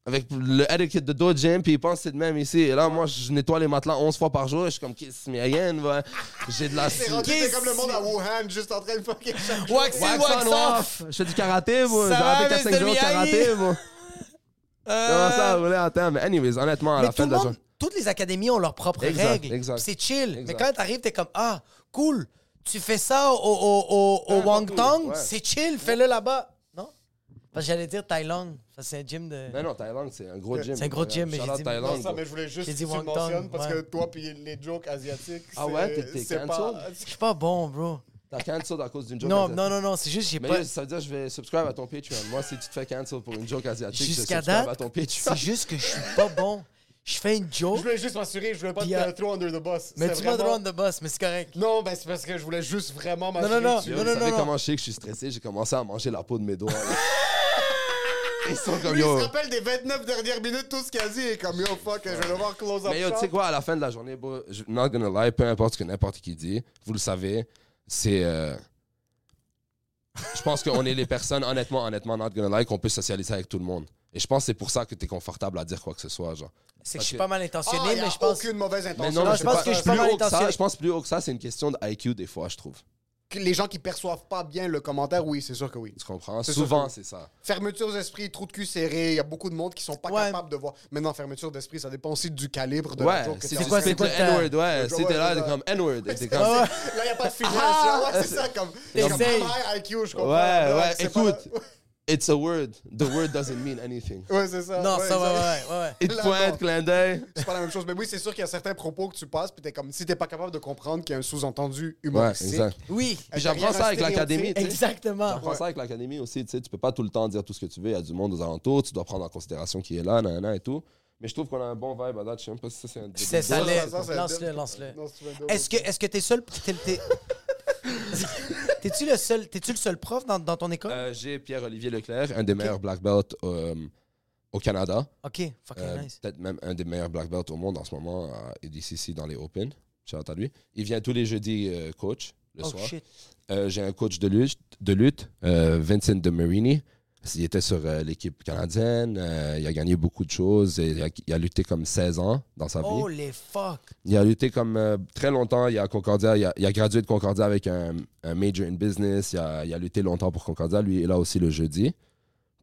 D: Avec le etiquette de d'autres gyms, puis ils pensent que c'est de même ici. Et là, moi, je nettoie les matelas 11 fois par jour, et je suis comme, qu'est-ce mais rien, va. J'ai de la.
C: C'est rendu
B: Qu'est-ce
C: t'es comme le monde à Wuhan, juste en train de fucking. chaque jour.
B: Wax in,
D: Wax on, off. Je fais du karaté, moi.
B: Ça
D: J'ai
B: va,
D: raté
B: Mr.
D: 4 5 jours de
B: Miyagi?
D: karaté, moi.
B: Euh,
D: Comment
C: Euh,
D: ça, vous voulez attendre? Mais, anyways, honnêtement, à
B: Mais
D: la
B: tout
D: fin
B: le
D: de la
B: monde,
D: journée.
B: toutes les académies ont leurs propres
D: Exact,
B: règles.
D: exact.
B: C'est chill. Mais
D: Exact.
B: quand t'arrives, t'es comme ah cool, tu fais ça au au au, au Wang
D: partout,
B: Tong,
D: ouais.
B: c'est chill, fais-le là-bas, non Parce que j'allais dire Thaïlande, ça c'est un gym de.
D: Mais non, Thaïlande, c'est un gros gym. Euh,
B: C'est un gros gym, mais
D: Shout
B: j'ai
D: out
B: dit-
C: Euh, Non, ça,
D: Thaïlande. bro.
C: mais je voulais juste
B: J'ai
C: que
B: dit
C: tu le
B: Wang Tong,
C: mentionnes parce
B: ouais.
C: que toi puis les jokes asiatiques.
D: Ah
C: c'est-
D: ouais, t'es- t'es
C: c'est
D: cancel?
C: pas-
B: Je suis pas bon, bro.
D: T'as cancel à cause d'une joke.
B: Non,
D: asiatique.
B: non, non, non, c'est juste j'ai
D: Ben- Mais
B: pas.
D: là, ça veut dire que je vais subscribe à ton Patreon. Moi, si tu te fais cancel pour une joke asiatique, je
B: Jusqu'à
D: subscribe à
B: date,
D: ton Patreon.
B: c'est juste que je suis pas bon. Je fais une
C: Je
B: joke,
C: voulais juste m'assurer, je voulais pas
B: Puis,
C: te
B: euh,
C: trop under the bus.
B: mais
C: C'était
B: tu m'as
C: vraiment-
B: droit de boss, mais c'est correct.
C: Non, ben c'est parce que je voulais juste vraiment
B: non,
C: m'assurer.
B: non.
C: que tu-
D: Yo,
B: Non,
D: vous
B: non,
D: savez
B: non,
D: comment
B: non.
D: je sais que je suis stressé? J'ai commencé à manger la peau de mes doigts. là. Ils sont comme
C: Lui, il
D: yo.
C: se rappelle des 29 dernières minutes, tout ce qu'il a dit, et comme yo, fuck, je vais le voir close up.
D: Mais yo, tu sais quoi, à la fin de la journée, bro, je- not gonna lie, peu importe ce que n'importe qui dit, vous le savez, c'est. euh, je pense qu'on est les personnes, honnêtement, honnêtement, not gonna lie, qu'on peut socialiser avec tout le monde. Et je pense que c'est pour ça que t'es confortable à dire quoi que ce soit, genre.
B: C'est que je suis
D: que-
B: pas mal
C: Ah,
B: intentionné,
C: y a
B: mais je pense.
C: aucune mauvaise intention.
B: non,
C: mais
B: je
C: c'est
B: pense
C: pas
B: que
C: ça.
B: je suis pas
D: plus
B: mal
D: haut que ça,
B: intentionné.
D: je pense plus haut que ça, c'est une question de IQ des fois, je trouve.
C: Que Les gens qui perçoivent pas bien le commentaire, oui, c'est sûr que oui.
D: Tu comprends?
C: C'est
D: Souvent,
C: sûr.
D: c'est ça.
C: Fermeture d'esprit, trou de cul serré, il y a beaucoup de monde qui sont pas
B: Ouais.
C: capables de voir. Maintenant, fermeture d'esprit, ça dépend aussi du calibre de
D: Ouais,
C: la joke que t'es
D: si tu
C: en
B: quoi,
C: train
D: spit
C: de
B: c'est
D: le
B: quoi ta-
D: N-word, ouais,
C: Je
D: si
C: vois,
D: t'es là,
C: je
D: t'es
C: vois.
D: comme N-word. t'es comme-
B: Ah ouais.
C: Là, il n'y a pas de filtre.
B: Ah!
C: ouais, c'est ça, comme.
B: Essaye.
C: comme high IQ, je comprends.
D: Ouais, ouais,
C: c'est pas-
D: écoute, it's a word. The word doesn't mean anything.
C: Ouais, c'est ça.
B: Non, ça
C: exact.
B: va, ouais, ouais, ouais.
D: It
C: Là,
D: pointe,
C: non.
D: clin d'œil.
C: C'est pas la même chose. Mais oui, c'est sûr qu'il y a certains propos que tu passes, puis t'es comme. Si t'es pas capable de comprendre qu'il y a un sous-entendu humoristique.
B: Oui,
C: euh,
D: J'apprends
C: derrière
D: ça
C: un
D: avec l'académie, tu sais.
B: exactement.
D: J'apprends ça avec l'académie aussi, tu sais. Tu peux pas tout le temps dire tout ce que tu veux. Il y a du monde aux alentours. Tu dois prendre en considération qui est là, nanana et tout. Mais je trouve qu'on a un bon vibe à date. Je sais même pas si ça, c'est un
B: C'est ça,
C: Ça,
B: l'est.
C: ça, ça,
B: Lance-le,
C: donne-
B: lance-le.
C: Non, c'est pas
B: Est-ce que est-ce que t'es seul t'es- t'es- T'es-tu le seul T'es-tu le seul prof dans, dans ton école
D: Euh, J'ai Pierre-Olivier Leclerc, un des meilleurs black belts euh, au Canada.
B: Ok, fucking
D: Euh,
B: nice.
D: Peut-être même un des meilleurs black belts au monde en ce moment à EDCC dans les Open. Shout out à lui. Il vient tous les jeudis euh, coach le
B: Oh
D: soir.
B: shit.
D: Euh, J'ai un coach de lutte, de lutte euh, Vincent De Marini. Il était sur euh, l'équipe canadienne. euh, il a gagné beaucoup de choses. et il, a, il a lutté comme 16 ans dans sa vie.
B: Holy fuck.
D: Il a lutté comme euh, très longtemps. Il a, Concordia, il, a, il a gradué de Concordia avec un, un major in business. Il a, il a lutté longtemps pour Concordia. Lui, il est là aussi le jeudi.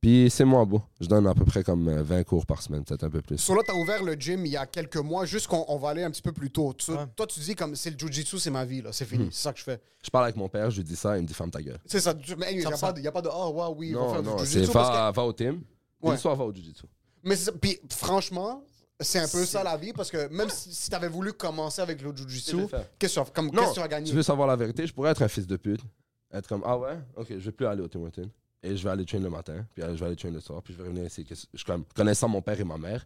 D: Puis c'est moi, beau. Je donne à peu près comme euh, 20 cours par semaine, peut-être un peu plus.
C: Sur là, t'as ouvert le gym il y a quelques mois, juste qu'on on va aller un petit peu plus tôt. Tu-
B: Ouais.
C: Toi, tu dis comme c'est le jujitsu, c'est ma vie, là, c'est
D: Hmm.
C: fini, c'est ça que je fais.
D: Je parle avec mon père, je lui dis ça, il me dit ferme ta gueule.
C: C'est ça, tu- mais il n'y a,
B: Comme ça.
C: pas de- y a pas de ah, waouh, oui, on va
D: Non,
C: faire
D: non,
C: du
D: c'est
C: jujitsu. parce que-
D: va, va au team.
C: Ouais.
D: Une soir, va au jiu-jitsu.
C: Mais c'est ça, puis franchement, c'est un peu ça la vie, parce que même si, si t'avais voulu commencer avec le
D: Je vais
C: jujitsu,
D: le faire.
C: qu'est-ce que tu as- comme, qu'est-ce
D: Non,
C: que tu as gagné
D: tu veux savoir la vérité, je pourrais être un fils de pute. Être comme, ah ouais, ok, je vais plus aller au team Hortons. Et je vais aller train le matin, puis euh, je vais aller train le soir, puis je vais revenir ici. Qu'est-ce- Je, comme, connaissant mon père et ma mère,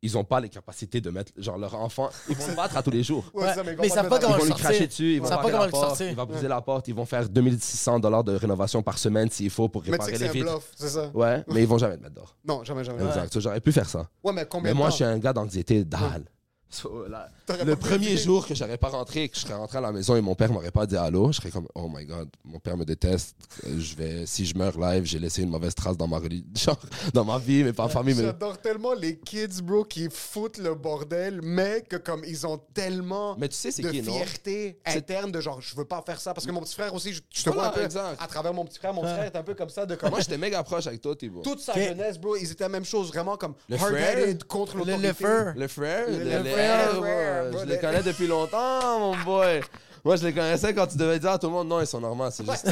D: ils ont pas les capacités de mettre, genre, leur enfant, ils vont le battre à tous les jours.
C: Ouais, c'est ça,
B: mais ils savent
C: complètement
B: pas comment
D: Ils vont
C: d'accord.
D: lui
B: sortir.
D: cracher dessus, ils vont
B: savent pas
D: barrer
B: comment
D: la
B: le
D: porte,
B: sortir.
D: ils vont briser la porte, ils vont faire 2600 de rénovation par semaine s'il faut pour
C: Mais tu sais
D: réparer
C: que
D: les
C: c'est un
D: vitres.
C: bluff, c'est ça.
D: Ouais, mais ils vont jamais te mettre dehors.
C: Non, jamais, jamais.
D: Exact. So, J'aurais pu faire ça.
C: Ouais, mais combien
D: Mais
C: de
D: moi,
C: temps?
D: je suis un gars d'anxiété dalle. So, là,
C: T'aurais
D: euh, le
C: pas
D: premier
C: précisé.
D: jour que j'aurais pas rentré, que je serais rentré à la maison et mon père m'aurait pas dit allô, je serais comme oh my god, mon père me déteste. Euh, Je vais, si je meurs live, j'ai laissé une mauvaise trace dans ma reli- genre, dans ma vie, mais pas en famille. Mais,
C: J'adore tellement les kids, bro, qui foutent le bordel, mais que comme ils ont tellement
D: Mais tu sais, c'est
C: de
D: qui, non?
C: fierté
D: C'est-
C: interne de genre, je veux pas faire ça. Parce que mon petit frère aussi, je, je te
D: Voilà,
C: vois un peu
D: exact. Ah.
C: à travers mon petit frère. Mon petit frère est un peu comme ça, de comme
D: moi, j'étais méga proche avec toi, Thibaut.
C: toute sa
B: Ok.
C: jeunesse, bro, ils étaient la même chose, vraiment comme
D: Le
C: hard-headed contre
B: Le
C: l'autorité.
B: lefer.
D: Le frère, le, le-
C: frère,
D: eh,
C: frère,
D: ouais,
C: bro,
D: je les
C: le-
D: connais depuis longtemps, mon boy. Moi, je les connaissais quand tu devais dire à tout le monde non, ils sont normands, c'est juste.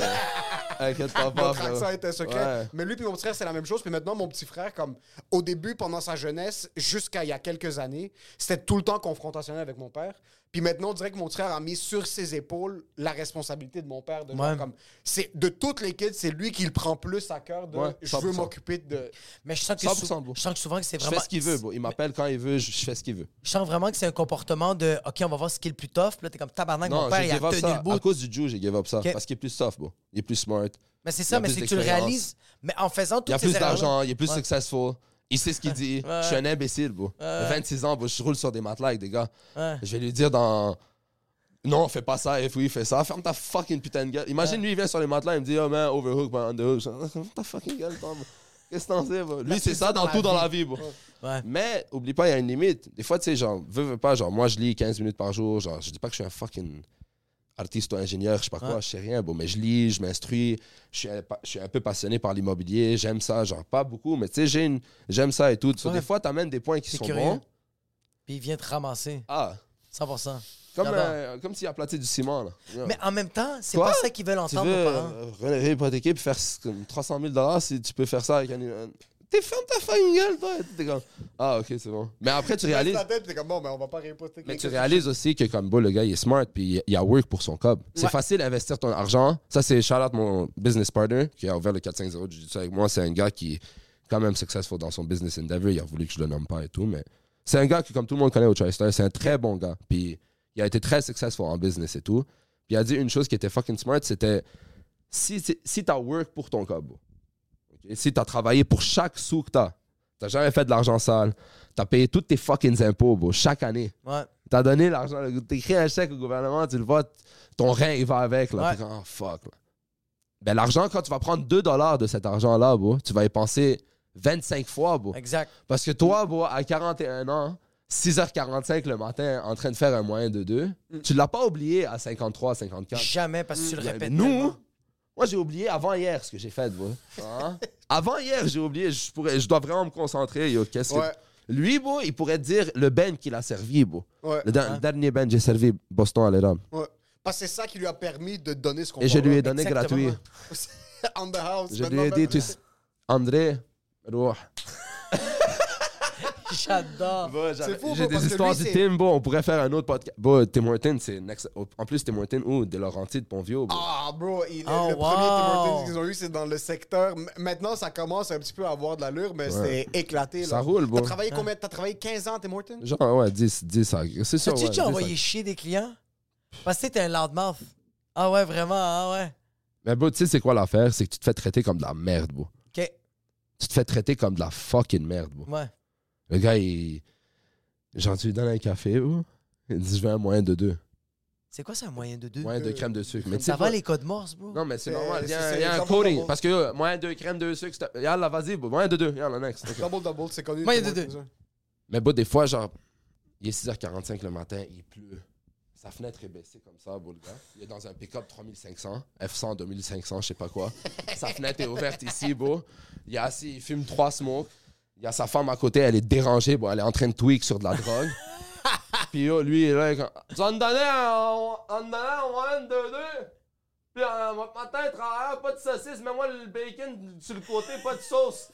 D: euh, Inquiète pas, pas,
C: Notre
D: frérot.
C: accent était secret.
D: Ouais.
C: Mais lui puis mon petit frère, c'est la même chose. Puis maintenant, mon petit frère, comme au début, pendant sa jeunesse, jusqu'à il y a quelques années, c'était tout le temps confrontationnel avec mon père. Puis maintenant, on dirait que mon frère a mis sur ses épaules la responsabilité de mon père. De genre
B: Ouais.
C: comme, c'est, de toutes les kids, c'est lui qui le prend plus à cœur. De,
D: Ouais,
C: je veux
D: 100%.
C: m'occuper de.
B: Mais je sens que,
D: 100%
B: sou-
D: beau.
B: je sens que souvent que c'est
D: Je
B: vraiment.
D: fais ce qu'il veut, bro. Il m'appelle quand il veut, je, je fais ce qu'il veut.
B: Je sens vraiment que c'est un comportement de OK, on va voir ce qui est le plus tough. Puis là, t'es comme tabarnak, mon
D: Non,
B: père,
D: j'ai
B: il a
D: give up
B: tenu
D: ça.
B: le bout.
D: À cause du Jew, j'ai give up ça.
B: Ok.
D: Parce qu'il est plus soft, bro. Il est plus smart.
B: Mais c'est
D: il y
B: ça,
D: a
B: mais
D: plus
B: c'est que tu le
D: d'expérience.
B: réalises. Mais en faisant toutes
D: Il a
B: ces
D: plus
B: erreurs-là-
D: d'argent, il est plus
B: Ouais.
D: successful. Il sait ce qu'il dit.
B: Ouais.
D: Je suis un imbécile, bro. 26 ans, bro, je roule sur des matelas avec des gars.
B: Ouais.
D: Je vais lui dire dans. Non, fais pas ça, F oui, fais ça. Ferme ta fucking putain de gueule. Imagine, lui, il vient sur les matelas, il me dit, oh man, overhook, man, underhook. Je- Ferme ta fucking gueule, Tom. Qu'est-ce que t'en sais, bro? Lui, c'est ça dans tout dans la vie, bro.
B: Ouais.
D: Mais, oublie pas, il y a une limite. Des fois, tu sais, genre, veux, veux pas, genre, moi, je lis 15 minutes par jour. Genre, je dis pas que je suis un fucking artiste ou ingénieur, je sais pas quoi, je sais rien, bon, mais je lis, je m'instruis, je suis, un, pa- je suis un peu passionné par l'immobilier, j'aime ça, genre pas beaucoup, mais tu sais, j'ai une- j'aime ça et tout. So,
B: Ouais.
D: Des fois, t'amènes des points qui
B: C'est
D: sont
B: curieux.
D: bons.
B: Puis il vient te ramasser.
D: Ah,
B: 100
D: comme,
B: J'adore.
D: euh, comme s'il aplatit du ciment, là. Yeah.
B: Mais en même temps, c'est
D: Quoi?
B: pas ça qu'ils veulent
D: tu
B: entendre,
D: veux
B: nos parents.
D: euh, relever hypothéquer puis faire s- comme 300 000 dollars si tu peux faire ça avec un... un- T'es ferme ta fucking gueule, toi! T'es comme... Ah, ok, c'est bon. Mais après, tu réalises...
C: La tête, t'es comme bon, mais on va pas réposter.
D: Mais tu réalises aussi que comme beau, le gars, il est smart, puis il y a work pour son cob. C'est facile d'investir ton argent. Ça, c'est Charlotte, mon business partner, qui a ouvert le 450 du avec moi. C'est un gars qui est quand même successful dans son business endeavor. Il a voulu que je le nomme pas et tout, mais c'est un gars que, comme tout le monde connaît au Chester, c'est un très bon gars. Puis il a été très successful en business et tout. Puis il a dit une chose qui était fucking smart, c'était si, si, si t'as work pour ton cob, ok, si t'as travaillé pour chaque sou que t'as, t'as jamais fait de l'argent sale, t'as payé tous tes fucking impôts, bro, chaque année.
B: Ouais.
D: T'as donné l'argent, là. t'écris un chèque au gouvernement, tu le votes, ton rein, il va avec. Là.
B: Ouais.
D: T'es comme, oh fuck. Là. Ben, l'argent, quand tu vas prendre 2 dollars de cet argent-là, bro, tu vas y penser 25 fois, bro.
B: Exact.
D: Parce que toi, bro, à 41 ans, 6h45 le matin, en train de faire un moyen de 2, tu l'as pas oublié à 53, 54.
B: Jamais parce que tu le
D: Ben,
B: répètes.
D: Nous,
B: tellement.
D: moi, j'ai oublié avant hier ce que j'ai fait, bro. Hein? avant hier, j'ai oublié, je, pourrais, je dois vraiment me concentrer. Yo, qu'est-ce que-
C: Ouais.
D: Lui, bro, il pourrait dire le ben qu'il a servi, bro.
C: Ouais. Hein?
D: Le, der- dernier ben, j'ai servi Boston à l'Éram.
C: Ouais. Parce que c'est ça qui lui a permis de donner ce qu'on
D: Et je lui
C: dit.
D: ai donné
B: Exactement.
D: gratuit.
C: On the house.
D: Je lui
C: maintenant,
D: ai dit,
C: même-
D: tu sais, André, Roh.
B: J'adore.
C: C'est fou,
D: J'ai
C: bro, parce
D: des
C: que
D: histoires
C: lui,
D: du
C: c'est-
D: Tim, bon, on pourrait faire un autre podcast. Bon, Tim Horton, c'est next- En plus, Tim Horton ou De Laurentides, Ponvio. bro.
C: Ah, bro, il,
B: Oh,
C: le
B: wow.
C: premier Tim Hortons qu'ils ont eu, c'est dans le secteur. M- Maintenant, ça commence un petit peu à avoir de l'allure, mais c'est éclaté.
D: Ça
C: là.
D: roule, bro.
C: T'as travaillé
B: Ah.
C: combien T'as travaillé 15 ans, Tim Hortons
D: Genre, ouais, 10, 10 à- C'est sûr,
B: T'as-tu
D: ouais, 10
B: déjà
D: à-
B: envoyé chier des clients? Parce que t'es un loudmouth. Ah ouais, vraiment, ah ouais.
D: Mais bro, tu sais, c'est quoi l'affaire? C'est que tu te fais traiter comme de la merde, bro.
B: OK,
D: Tu te fais traiter comme de la fucking merde, bro.
B: ouais.
D: Le gars, il. Genre, tu lui donnes un café, bro. Il dit, je veux un moyen de deux.
B: C'est quoi ça, un moyen de deux?
D: Moyen de crème de sucre. Mais tu sais
B: ça va
D: quoi?
B: les codes morse, bro?
D: Non, mais c'est
C: C'est-
D: normal. Il y a,
C: c'est-
D: il y a
C: c'est
D: un
C: double,
D: coding.
C: double.
D: Parce que euh, moyen de crème, de sucre, c'est- yalla, vas-y, bon, moyen de deux. Yalla, next. Ok.
C: Double Double, c'est connu.
B: Moi, il y
C: Tim
B: a deux,
C: Hortons, hein.
D: mais bon, des fois, genre, il est 6h45 le matin, il pleut. Sa fenêtre est baissée comme ça, bon, le gars. Il est dans un pick-up 3500, F100, 2500, je sais pas quoi. Sa fenêtre est ouverte ici, beau. Il est assis, il fume trois smokes. Il y a sa femme à côté, elle est dérangée, bon, elle est en train de tweak sur de la drogue. Puis yo, lui, il est là, il est comme, on donnait un, on donnait un, one, deux, deux. Puis euh, moi, matin, il travaille, pas de saucisse, mets-moi le bacon sur le côté, pas de sauce.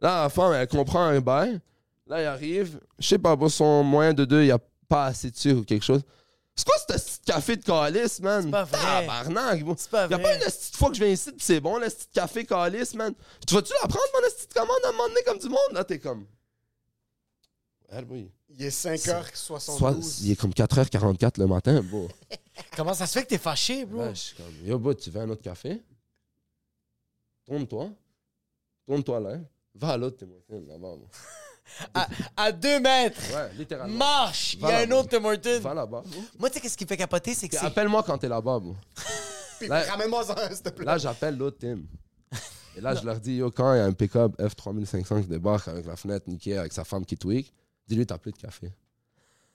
D: Là, la femme, elle comprend un bail. Là, il arrive, je sais pas, pour son moyen de deux, il y a pas assez de sucre ou quelque chose. C'est quoi ce petit café de calice, man?
B: pas vrai.
D: Tabarnak, bro.
B: C'est pas
D: Y a
B: vrai.
D: pas une petite fois que je viens ici, pis c'est bon, le petit café calice, man. Tu vas-tu la prendre, mon petite commande à un moment donné comme du monde? Là, t'es comme. Ah, oui.
C: Il est
D: Soit,
C: 5h72.
D: il est comme 4h44 le matin, bro.
B: Comment ça se fait que t'es fâché, bro?
D: Là, je suis comme, yo, bro, tu veux un autre café? Tourne-toi. Tourne-toi là. hein. Va à l'autre, t'es mortel, là-bas. bro.
B: à, à deux mètres,
D: Ouais, littéralement.
B: marche! Il y a
D: Voilà,
B: un autre Tim Hortons.
D: Va là-bas. bro.
B: Moi, tu sais, qu'est-ce qui me fait capoter, c'est que
D: Puis
B: c'est...
D: Appelle-moi quand t'es là-bas, bro.
C: Puis
D: Là-
C: Ramène-moi ça, s'il te plaît.
D: Là, j'appelle l'autre team. Et là, je leur dis, yo, quand il y a un pick-up F3500 qui débarque avec la fenêtre niquée, avec sa femme qui tweak, dis-lui, t'as plus de café.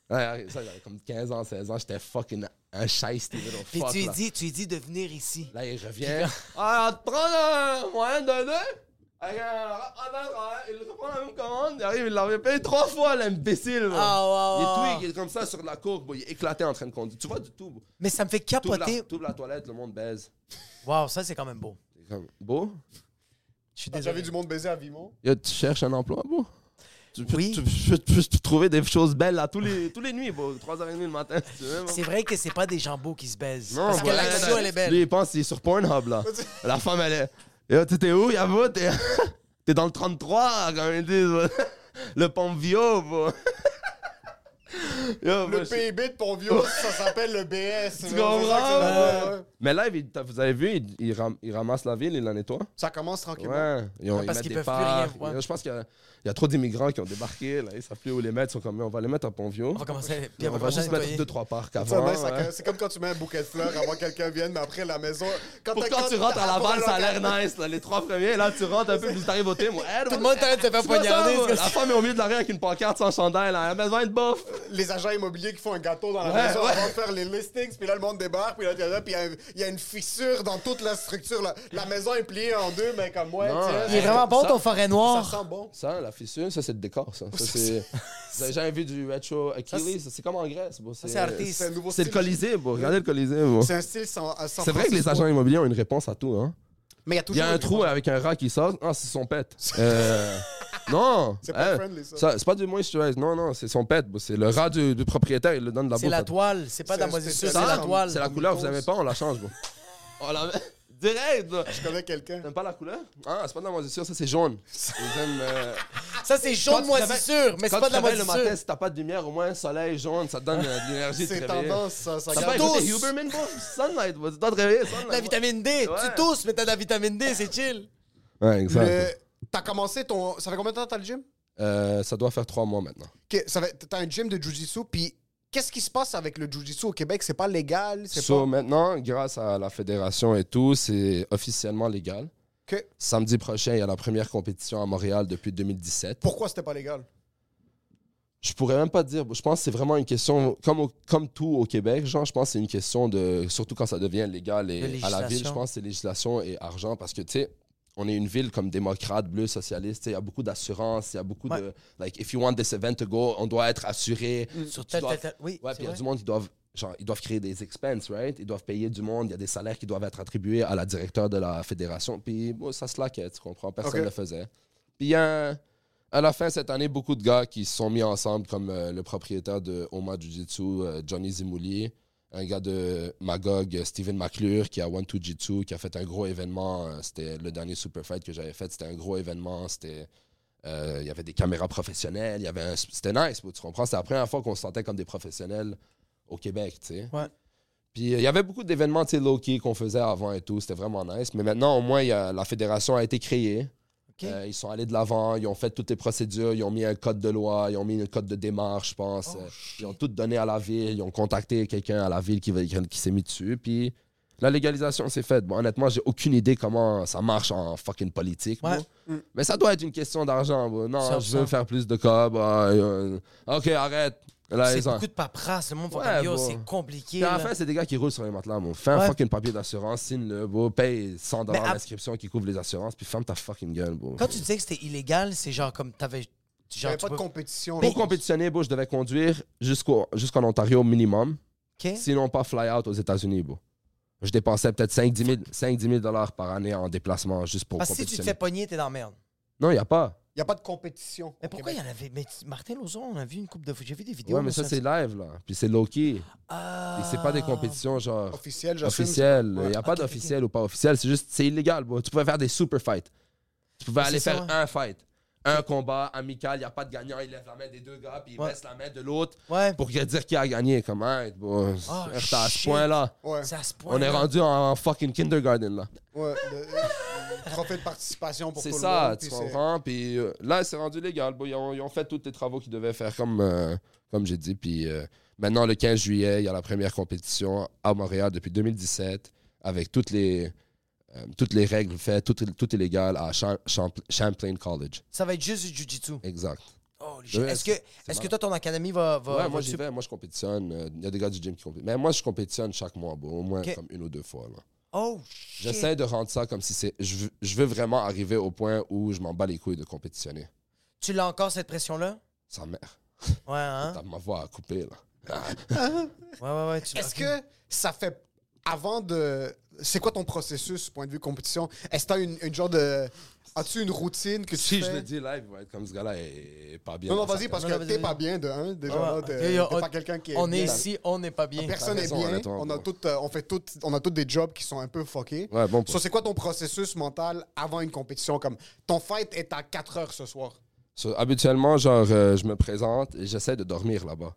D: Là, ça, j'avais comme 15 ans, 16 ans, j'étais fucking un shiesty little
B: Puis
D: fuck.
B: tu lui
D: là.
B: dis, tu lui dis de venir ici.
D: Là, il revient. Ah, on te prend un moyen de deux. Avec euh, un rap en avant, hein. il reprend la même commande, il arrive, il l'avait payé trois fois, l'imbécile. bro.
B: Ah, ouais, ouais,
D: il
B: ouais.
D: est twig, il est comme ça sur la courbe, bro. il est éclaté en train de conduire. Tu vois du tout, bro.
B: Mais ça me fait
D: T'ouvres la,
B: capoter.
D: t'ouvres la toilette, le monde baise.
B: Wow, ça, c'est quand même beau.
D: C'est comme, beau,
B: Je suis
C: J'avais
D: Ah,
B: désolé.
C: du monde baiser à Vimont.
D: Yo, tu cherches un emploi, bro? Tu peux,
B: Oui.
D: tu, tu peux- tu peux- tu peux trouver des choses belles à tous les, tous les nuits, bro. 3h30 le matin, si tu veux. bro.
B: C'est vrai que c'est pas des jambots qui se baisent.
D: Non,
B: parce que
D: voilà.
B: l'action, elle est belle.
D: Lui, il pense qu'il est sur Pornhub, là. La femme, elle est. Yo, t'es t'es où, Yavo? T'es t'es dans le 33, comme ils disent. bro. Le Panvio, bro. Yo, bro,
C: Le
D: je-
C: PIB de Ponvio, ça s'appelle le BS.
D: Tu
C: là.
D: comprends?
C: C'est ça que ça s'appelle,
D: bro?
C: ouais.
D: Mais là, il- t'as- vous avez vu, il, il ram- il ramasse la ville, il la nettoie.
C: Ça commence tranquillement.
D: Ouais. Ils ont,
B: Ouais, parce
D: mettent
B: qu'ils
D: des
B: peuvent plus
D: parcs.
B: rien, ouais.
D: Je pense qu'il y a- il y, a trop d'immigrants qui ont débarqué, là. Ils savent plus où les mettre. Ils sont comme, on va les mettre à Panvio.
B: On va commencer. Puis
D: On
B: on va
D: va
B: commencer à
D: juste mettre
B: nettoyer.
D: deux, trois hein. parcs
C: Ça,
D: avant.
C: ben, ça-
D: ouais.
C: C'est comme quand tu mets un bouquet de fleurs avant que quelqu'un vienne, mais après la maison. Quand
D: Pour
C: t'as-
D: quand tu rentres à
C: t'as-
D: Laval,
C: pour
D: ça a
C: la-
D: l'air nice. là. Les trois premiers, là, tu rentres un peu, puis t'arrives au thème. Tout
B: le monde est en train de se faire poignarder, c'est comme
D: La femme est au milieu de la rue avec une pancarte sans chandail. là. Elle a besoin de bof.
C: Les agents immobiliers qui font un gâteau dans la
D: Ouais,
C: maison
D: ouais.
C: avant de faire les listings, puis là le monde débarque, puis là, là, là, puis il y a un- il y, a une fissure dans toute la structure. là. La maison est pliée en deux, mais comme moi,
D: Non,
C: tiens,
B: Il est
D: Ça-
B: vraiment bon
D: ça-
B: ton forêt
C: ça
B: noire.
C: sent bon.
D: Ça, la fissure, ça, c'est le décor, ça. Ça, c'est... Vous avez jamais vu du retro Achilles? C'est comme en Grèce. bro.
B: c'est artiste.
C: C'est un nouveau
D: C'est le
C: style.
D: Colisée, bro. Regardez le Colisée, bro.
C: C'est un style sans. à San
D: C'est vrai que les
C: Francisco.
D: agents immobiliers ont une réponse à tout, hein.
C: Mais il y a
D: Il y
C: toujours.
D: a un
C: une
D: trou
C: réponse.
D: avec un rat qui sort. Ah, c'est son pet. Euh, non.
C: C'est pas
D: Eh,
C: friendly, ça.
D: C'est pas du moisturize. Non, non, c'est son pet. bro. C'est le rat du, du propriétaire. Il le donne de la bouffe.
B: C'est la toile, c'est pas de la
C: C'est-
B: moisissure,
C: c'est-
B: c'est la
C: ça,
B: toile.
D: C'est la couleur, vous aimez pas, on la change, bro. On la met direct, bro.
C: Je connais quelqu'un.
D: T'aimes pas la couleur? Ah, c'est pas de la moisissure, ça c'est jaune. Ils aiment, euh,
B: Ça, c'est jaune
D: tu
B: moisissure, mais c'est
D: Quand
B: pas
D: tu
B: de la
D: travailles le matin,
B: moisissure.
D: si t'as pas de lumière, au moins soleil jaune, ça te donne euh, de l'énergie de te
C: C'est
D: réveiller.
C: tendance, ça. ça
D: T'as pas
C: garde-
D: écouté
B: Tous.
D: Huberman, bro? Sunlight, bro. Tu dois te réveiller, sunlight.
B: La vitamine D,
D: Ouais.
B: tu tousses, mais t'as de la vitamine D, c'est chill.
D: Ouais, exact.
C: Le- T'as commencé ton. Ça fait combien de temps que t'as le gym?
D: Euh, ça doit faire trois mois maintenant.
C: que ça va- t'as un gym de jujitsu, puis qu'est-ce qui se passe avec le jujitsu au Québec? C'est pas légal, c'est
D: So,
C: pas...
D: maintenant, grâce à la fédération et tout, c'est officiellement légal.
C: Ok.
D: Samedi prochain, il y a la première compétition à Montréal depuis 2017.
C: Pourquoi c'était pas légal?
D: Je pourrais même pas te dire. Je pense que c'est vraiment une question, comme, au- comme tout au Québec, genre, je pense que c'est une question de. Surtout quand ça devient légal
B: De
D: et à
B: législation.
D: la ville, je pense que c'est législation et argent parce que, tu sais, on est une ville comme démocrate, bleu, socialiste. tu sais, Il y a beaucoup d'assurance, il y a beaucoup
B: Ouais.
D: de. Like, if you want this event to go, on doit être assuré.
B: Sur
D: Tu
B: tel,
D: dois-
B: tel, tel. Oui,
D: Ouais,
B: c'est
D: puis il y a
B: vrai.
D: du monde qui doivent, genre, ils doivent créer des expenses, right? Ils doivent payer du monde, il y a des salaires qui doivent être attribués à la directeur de la fédération. Puis bon, ça se laquait, tu comprends? Personne ne
C: Ok.
D: le faisait. Puis il y a un- à la fin cette année, beaucoup de gars qui se sont mis ensemble, comme euh, le propriétaire de Oma Jiu-Jitsu, euh, Johnny Zimoulier, un gars de Magog, euh, Steven McClure, qui a One Two Jitsu, qui a fait un gros événement. euh, C'était le dernier Super Fight que j'avais fait. C'était un gros événement. C'était euh, il y avait des caméras professionnelles, il y avait un- c'était nice, tu comprends? C'était la première fois qu'on se sentait comme des professionnels au Québec, tu sais.
B: Ouais.
D: Puis euh, il y avait beaucoup d'événements, tu sais, low-key qu'on faisait avant et tout, c'était vraiment nice. Mais maintenant, au moins, il y a- la fédération a été créée.
B: Ok.
D: Euh, ils sont allés de l'avant, ils ont fait toutes les procédures, ils ont mis un code de loi, ils ont mis un code de démarche, je pense.
B: Oh,
D: Euh, ils ont tout donné à la ville, ils ont contacté quelqu'un à la ville qui, va- qui s'est mis dessus. Puis la légalisation, c'est faite. Bon, honnêtement, j'ai aucune idée comment ça marche en fucking politique.
B: Ouais. Mm.
D: bro. Mais ça doit être une question d'argent. bro. Non,
B: 100%.
D: je veux faire plus de cob. ah, euh, ok, arrête. Là,
B: C'est
D: ils ont-
B: beaucoup de paperasse, le monde va
D: Ouais,
B: comme, yo,
D: bon.
B: c'est compliqué.
D: Puis à la
B: là.
D: fin, c'est des gars qui roulent sur les matelas. Bon. Fais un
B: Ouais.
D: fucking papier d'assurance, signe le, bro, paye 100
B: Mais à-
D: l'inscription qui couvre les assurances, puis ferme ta fucking gueule. Bro.
B: Quand tu disais que c'était illégal, c'est genre comme t'avais.
C: Il y
B: Genre,
C: avait
B: tu
C: pas de
B: peux-
C: compétition.
D: Pour
C: là.
D: compétitionner, bro, je devais conduire jusqu'au- jusqu'en Ontario minimum,
B: Ok.
D: sinon pas fly out aux États-Unis. bro. Je dépensais peut-être 5-10 000, 5-10 000 dollars par année en déplacement juste pour
B: Parce que Ah, si tu te
D: compétitionner.
B: fais pogner, t'es dans la merde.
D: Non, il n'y a pas.
C: Il y a pas de compétition.
B: Mais
C: au
B: pourquoi il y
C: Québec.
B: en avait. Mais tu- Martin Lozon, on a vu une coupe de. J'ai vu des vidéos.
D: Ouais, mais ça, c'est live, là. Puis c'est low-key.
B: Ah.
D: Et c'est pas des compétitions, genre.
C: Officiel, j'assume.
D: officiel. Il
C: Ouais.
D: n'y a pas
B: Ok, ok,
D: d'officiel ou pas officiel. C'est juste, c'est illégal. bro. Tu pouvais faire des super fights. Tu pouvais
B: C'est
D: aller
B: ça,
D: faire
B: ouais.
D: un fight. Un combat amical, il n'y a pas de gagnant. Il lève la main des deux gars, puis il
B: Ouais.
D: baisse la main de l'autre
B: Ouais.
D: pour dire qui a gagné. Comment être, bro.
B: Ah,
D: T'as à ce
B: shit.
D: point-là.
C: Ouais,
B: C'est à ce point.
D: On est rendu en, fucking kindergarten, là.
C: ouais. Le- euh, le trophée de participation pour tout
D: C'est
C: le monde.
D: ça, tu
C: puis c'est-
D: comprends? Puis euh, là, c'est rendu légal. bro. Ils, ont, ils ont fait tous les travaux qu'ils devaient faire, comme, euh, comme j'ai dit. Puis euh, maintenant, le 15 juillet, il y a la première compétition à Montréal depuis 2017, avec toutes les, euh, toutes les règles faites, tout, est- tout est légal à Cham- Cham- Champlain College.
B: Ça va être juste du jujitsu.
D: Exact.
B: Holy shit.
D: Ouais,
B: Est-ce que,
D: c'est- c'est
B: est que toi, ton académie va. va
D: Ouais,
B: va
D: moi, j'y
B: tu-
D: vais, moi, je compétitionne. Euh, Il y a des gars du gym qui compétitionnent. Mais moi, je compétitionne chaque mois, bro, au moins
B: Ok.
D: comme une ou deux fois. là.
B: Oh shit.
D: J'essaie de rendre ça comme si c'est. Je, veux- je veux vraiment arriver au point où je m'en bats les couilles de compétitionner.
B: Tu l'as encore, cette pression-là
D: Sa mère.
B: Ouais, hein
D: T'as ma voix à couper, là.
B: Ouais, ouais, ouais. tu-
C: Est-ce
B: ok.
C: que ça fait. avant de. C'est quoi ton processus, point de vue compétition? Est-ce que t'as une, une genre de. As-tu une routine que tu
D: Si
C: fais?
D: je le dis live, il va être comme ce gars-là est pas bien.
C: Non, non,
D: dans sa
C: vas-y, parce
B: Non,
C: que
B: non, vas-y,
C: t'es
B: vas-y.
C: pas bien de un. Déjà, là, t'es
B: Yo, yo,
C: t'es
B: on-
C: pas quelqu'un qui est.
B: On est
C: bien.
B: ici, on n'est pas bien.
C: Personne
D: T'as
C: n'est
D: raison,
C: bien.
D: honnêtement,
C: On a
D: ouais.
C: toutes, euh, on fait toutes, on a toutes des jobs qui sont un peu fuckés.
D: Ouais, bon point.
C: So, c'est quoi ton processus mental avant une compétition? Comme ton fight est à 4 heures ce soir.
D: So, habituellement, genre, euh, je me présente et j'essaie de dormir là-bas.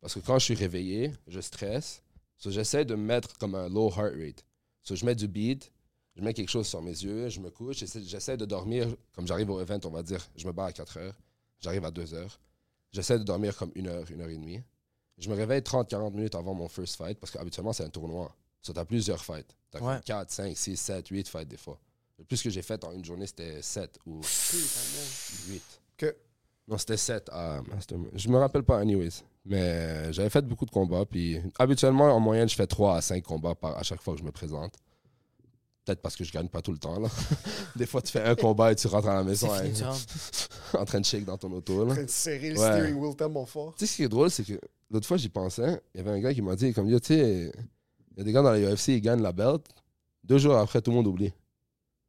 D: Parce que quand je suis réveillé, je stresse. So, j'essaie de me mettre comme un low heart rate. So, je mets du beat, je mets quelque chose sur mes yeux, je me couche, j'essaie- j'essaie de dormir. Comme j'arrive au event, on va dire, je me bats à 4 heures, j'arrive à 2 heures. J'essaie de dormir comme 1 heure, 1 heure et demie. Je me réveille 30-40 minutes avant mon first fight parce qu'habituellement, c'est un tournoi. So, t'as plusieurs fights. T'as
B: Ouais.
D: 4, 5, 6, 7, 8 fights des fois. Le plus que j'ai fait en une journée, c'était 7 ou 8.
C: Que-
D: Non, c'était Ah, 7 à Master- Je me rappelle pas, anyways. Mais euh, j'avais fait beaucoup de combats. Puis habituellement, en moyenne, je fais 3 à 5 combats par, à chaque fois que je me présente. Peut-être parce que je gagne pas tout le temps. Là. Des fois, tu fais un combat et tu rentres à la maison
B: C'est fini, tu
D: hein,
B: rentres.
D: en train de shake dans ton auto. Là.
C: En train de serrer le
D: Ouais.
C: steering wheel tellement fort.
D: Tu sais, ce qui est drôle, c'est que l'autre fois, j'y pensais. Il y avait un gars qui m'a dit comme, Yo, tu sais, il y a des gars dans la UFC, ils gagnent la belt. Deux jours après, tout le monde oublie.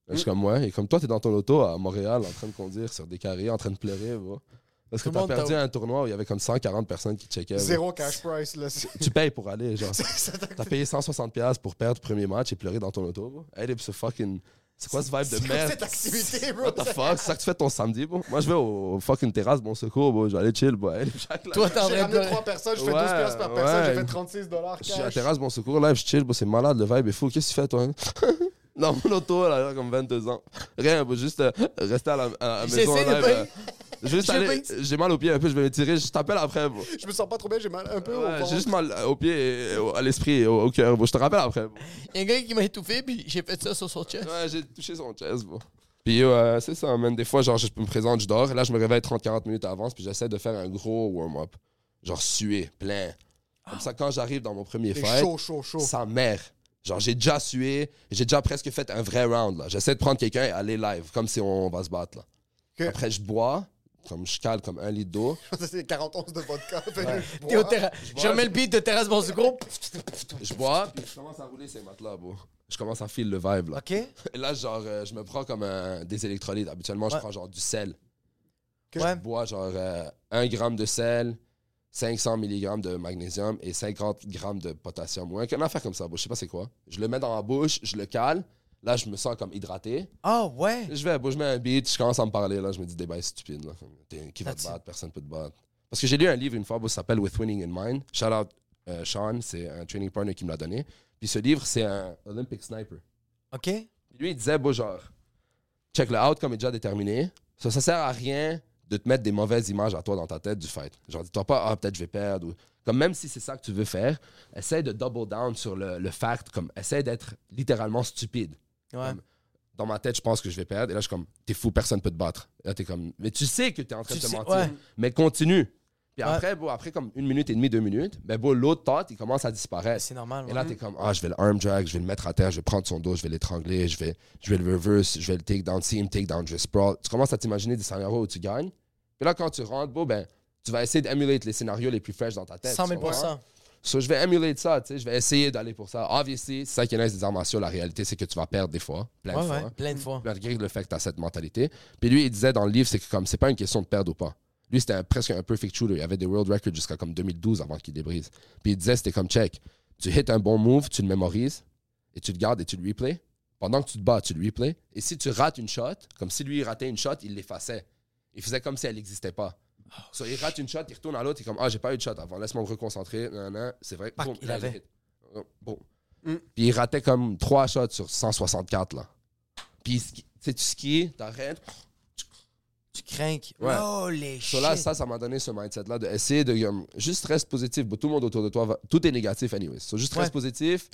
D: Là, Je suis comme, ouais. Et comme toi, t'es dans ton auto à Montréal en train de conduire sur des carrés, en train de pleurer. bro. Parce que
B: Tout le
D: t'as
B: monde t'a-
D: perdu un tournoi où il y avait comme 140 personnes qui checkaient. bro.
C: Zéro cash price, là.
D: Tu payes pour aller, genre.
C: Ça t'a-
D: T'as payé 160$ pour perdre le premier match et pleurer dans ton auto. bro. Hey, c'est fucking. C'est quoi ce vibe de
C: C'est quoi
D: merde?
C: cette activité, bro?
D: What the fuck? C'est ça que tu fais ton samedi, bon? Moi, je vais au fucking terrasse, bon secours, bon, je vais aller chill, bon. Hey, Jacques, là,
B: Toi, t'es en
C: J'ai
B: train
C: ramené
B: de.
C: trois personnes, je fais
D: Ouais,
C: 12 piastres par personne,
D: ouais.
C: j'ai fait 36 dollars
D: Je suis à
C: cash.
D: terrasse, bon secours, live, je chill, bon, c'est malade, le vibe est fou. Qu'est-ce que tu fais, toi? hein? Dans mon auto, là, genre, comme 22 ans. Rien, bon, juste euh, rester à la, à la maison.
B: J'essaie de
D: live,
B: pas-
D: euh, juste
B: J'ai
D: aller-
B: pas-
D: J'ai mal aux pieds un peu, je vais me tirer, je t'appelle après, bon.
C: Je me sens pas trop bien, j'ai mal un peu au
D: Ouais,
C: ventre.
D: J'ai juste mal euh, aux pieds, et au- à l'esprit, et au, au cœur, bon. Je te rappelle après, bon.
B: Il y a un gars qui m'a étouffé, puis j'ai fait ça sur son chest.
D: Ouais, j'ai touché son chest, bon. Puis euh, c'est ça, man. Des fois, genre, je me présente, je dors, et là, je me réveille 30-40 minutes à avance, puis j'essaie de faire un gros warm-up. Genre, suer, plein. Comme ça, quand j'arrive dans mon premier
C: T'es
D: fight,
C: chaud, chaud, chaud.
D: sa mère. Genre, j'ai déjà sué, j'ai déjà presque fait un vrai round. là. J'essaie de prendre quelqu'un et aller live, comme si on va se battre. Là.
C: Ok.
D: Après, je bois, comme je cale comme un litre d'eau.
C: Ça, c'est 40 onces de vodka.
B: T'es au terra- Je
D: vois-
B: remets le beat de Terrasse Bon Secours.
D: Je bois, puis je commence à rouler ces matelas, bro. Je commence à filer le vibe. Là.
B: OK.
D: Et là, genre, euh, je me prends comme un- des électrolytes. Habituellement, je
B: Ouais.
D: prends genre du sel.
B: Ouais.
D: Je bois genre euh, 1 gramme de sel, 500 mg de magnésium et 50 grammes de potassium. Ou un- une affaire comme ça, bro. je sais pas c'est quoi. Je le mets dans ma bouche, je le cale. Là, je me sens comme hydraté.
B: Ah, ouais.
D: Je vais, bon, je mets un beat, je commence à me parler, là, je me dis des bails stupides, là. Comme, t'es- Qui va te
B: That's it.
D: battre? Personne peut te battre. Parce que j'ai lu un livre une fois, bon, ça s'appelle With Winning in Mind. Shout out euh, Sean, c'est un training partner qui me l'a donné. Puis ce livre, c'est un Olympic Sniper.
B: OK.
D: Puis lui, il disait, bon, genre, check le out comme est déjà déterminé. Ça, ça sert à rien de te mettre des mauvaises images à toi dans ta tête du fight. Genre, dis-toi pas, ah, peut-être je vais perdre. Ou... Comme même si c'est ça que tu veux faire, essaie de double down sur le, le fact, comme essaie d'être littéralement stupide
B: Ouais.
D: dans ma tête, je pense que je vais perdre. Et là, je suis comme, t'es fou, personne peut te battre. Et là, t'es comme, mais tu sais que t'es en train
B: Tu
D: de te
B: sais,
D: mentir.
B: ouais.
D: Mais continue. Puis
B: Ouais.
D: après, bon, après, comme une minute et demie, deux minutes, ben, bon, l'autre thought, il commence à disparaître.
B: C'est normal.
D: Et là,
B: ouais.
D: t'es comme, ah, je vais le arm drag, je vais le mettre à terre, je vais prendre son dos, je vais l'étrangler, je vais, je vais le reverse, je vais le take down seam, take down, je vais sprawl. Tu commences à t'imaginer des scénarios où tu gagnes. Puis là, quand tu rentres, bon, ben, tu vas essayer d'émuler les scénarios les plus fresh dans ta tête.
B: 100 000
D: tu comprends? So, je vais émuler ça, tu sais, je vais essayer d'aller pour ça. Obviously, c'est ça qui est nice des arts martiaux, la réalité, c'est que tu vas perdre des fois, plein de
B: Ouais,
D: fois
B: ouais. Plein de fois.
D: malgré le fait que tu as cette mentalité. Puis lui, il disait dans le livre, c'est que comme c'est pas une question de perdre ou pas. Lui, c'était un- presque un perfect shooter. Il avait des world records jusqu'à comme 2012 avant qu'il débrise. Puis il disait, c'était comme check. Tu hits un bon move, tu le mémorises, et tu le gardes et tu le replays. Pendant que tu te bats, tu le replays. Et si tu rates une shot, comme si lui il ratait une shot, il l'effaçait. Il faisait comme si elle n'existait pas.
B: Oh,
D: So, il rate une shot, il retourne à l'autre, il est comme Ah, j'ai pas eu de shot avant, laisse-moi me reconcentrer. nan, nan. C'est vrai.
B: Pac,
D: Boum,
B: il
D: là, je
B: avait.
D: hit. Boum. Puis il ratait comme 3 shots sur 164, là. Puis ski- tu sais, tu skis, t'arrêtes.
B: Tu crains.
D: Ouais.
B: Oh, les
D: So là,
B: shit.
D: ça, ça m'a donné ce mindset-là de essayer de um, juste reste positif. Bon, Tout le monde autour de toi, va- tout est négatif, anyways. So juste
B: Ouais.
D: reste positif,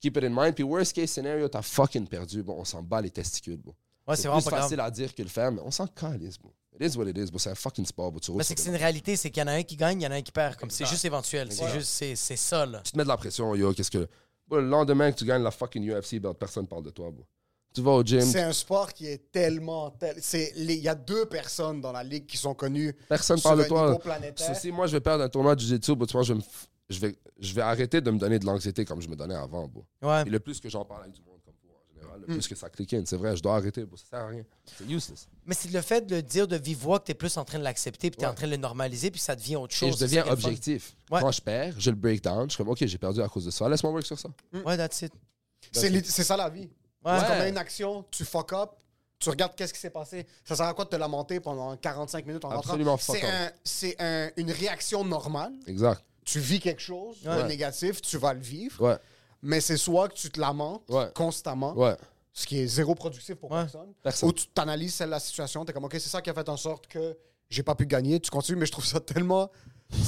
D: keep it in mind. Puis worst case scenario, t'as fucking perdu. Bon, on s'en bat les testicules. Bon.
B: Ouais, c'est vraiment
D: plus
B: pas grave.
D: facile à dire que le faire, mais on s'en calisse. Bon. It is what it is. Bon, c'est un fucking sport. Bon. Tu, roules
B: Mais
D: sur
B: c'est que
D: des-
B: c'est une réalité, c'est qu'il y en a un qui gagne, il y en a un qui perd. Comme c'est juste éventuel, c'est juste c'est c'est ça là.
D: tu te mets de la pression, yo, qu'est-ce que. Bon, le lendemain que tu gagnes la fucking UFC, ben, personne parle de toi. Bon. Tu vas au gym,
C: C'est un sport qui est tellement. tel- c'est les- Il y a deux personnes dans la ligue qui sont connues.
D: Personne
C: sur
D: parle de
C: un niveau
D: toi.
C: planétaire.
D: So, si moi je vais perdre un tournoi de Jiu-Jitsu, bah, tu vois, je vais me, f- je vais, je vais arrêter de me donner de l'anxiété comme je me donnais avant, bro.
B: Ouais. Hmm.
D: Et le plus que j'en parle avec du monde comme vous, en général, le plus que ça clique in, c'est vrai, je dois arrêter, bro, ça sert à rien. C'est useless.
B: Mais c'est le fait de le dire de vive voix que t'es plus en train de l'accepter, puis t'es en
D: Ouais.
B: train de le normaliser, puis ça devient autre chose.
D: Et je
B: C'est ça
D: deviens
B: qui est le fun.
D: objectif.
B: Ouais.
D: Quand je perds, je le break down, je suis comme, OK, j'ai perdu à cause de ça, laisse-moi work sur ça.
B: Ouais, that's it.
C: C'est li- c'est ça la vie.
B: Ouais.
C: Tu commets une action, tu fuck up, tu regardes qu'est-ce qui s'est passé. Ça sert à quoi de te lamenter pendant 45 minutes en rentrant?
D: Absolument
C: C'est
D: fuck up.
C: un- C'est un- une réaction normale.
D: Exact.
C: Tu vis quelque chose de
B: Ouais.
C: négatif, tu vas le vivre.
D: Ouais.
C: Mais c'est soit que tu te lamentes
D: Ouais.
C: constamment,
D: Ouais.
C: ce qui est zéro productif pour
B: Ouais.
C: personne,
D: Personne.
C: ou tu t'analyses la situation, t'es comme, OK, c'est ça qui a fait en sorte que j'ai pas pu gagner, tu continues, mais je trouve ça tellement...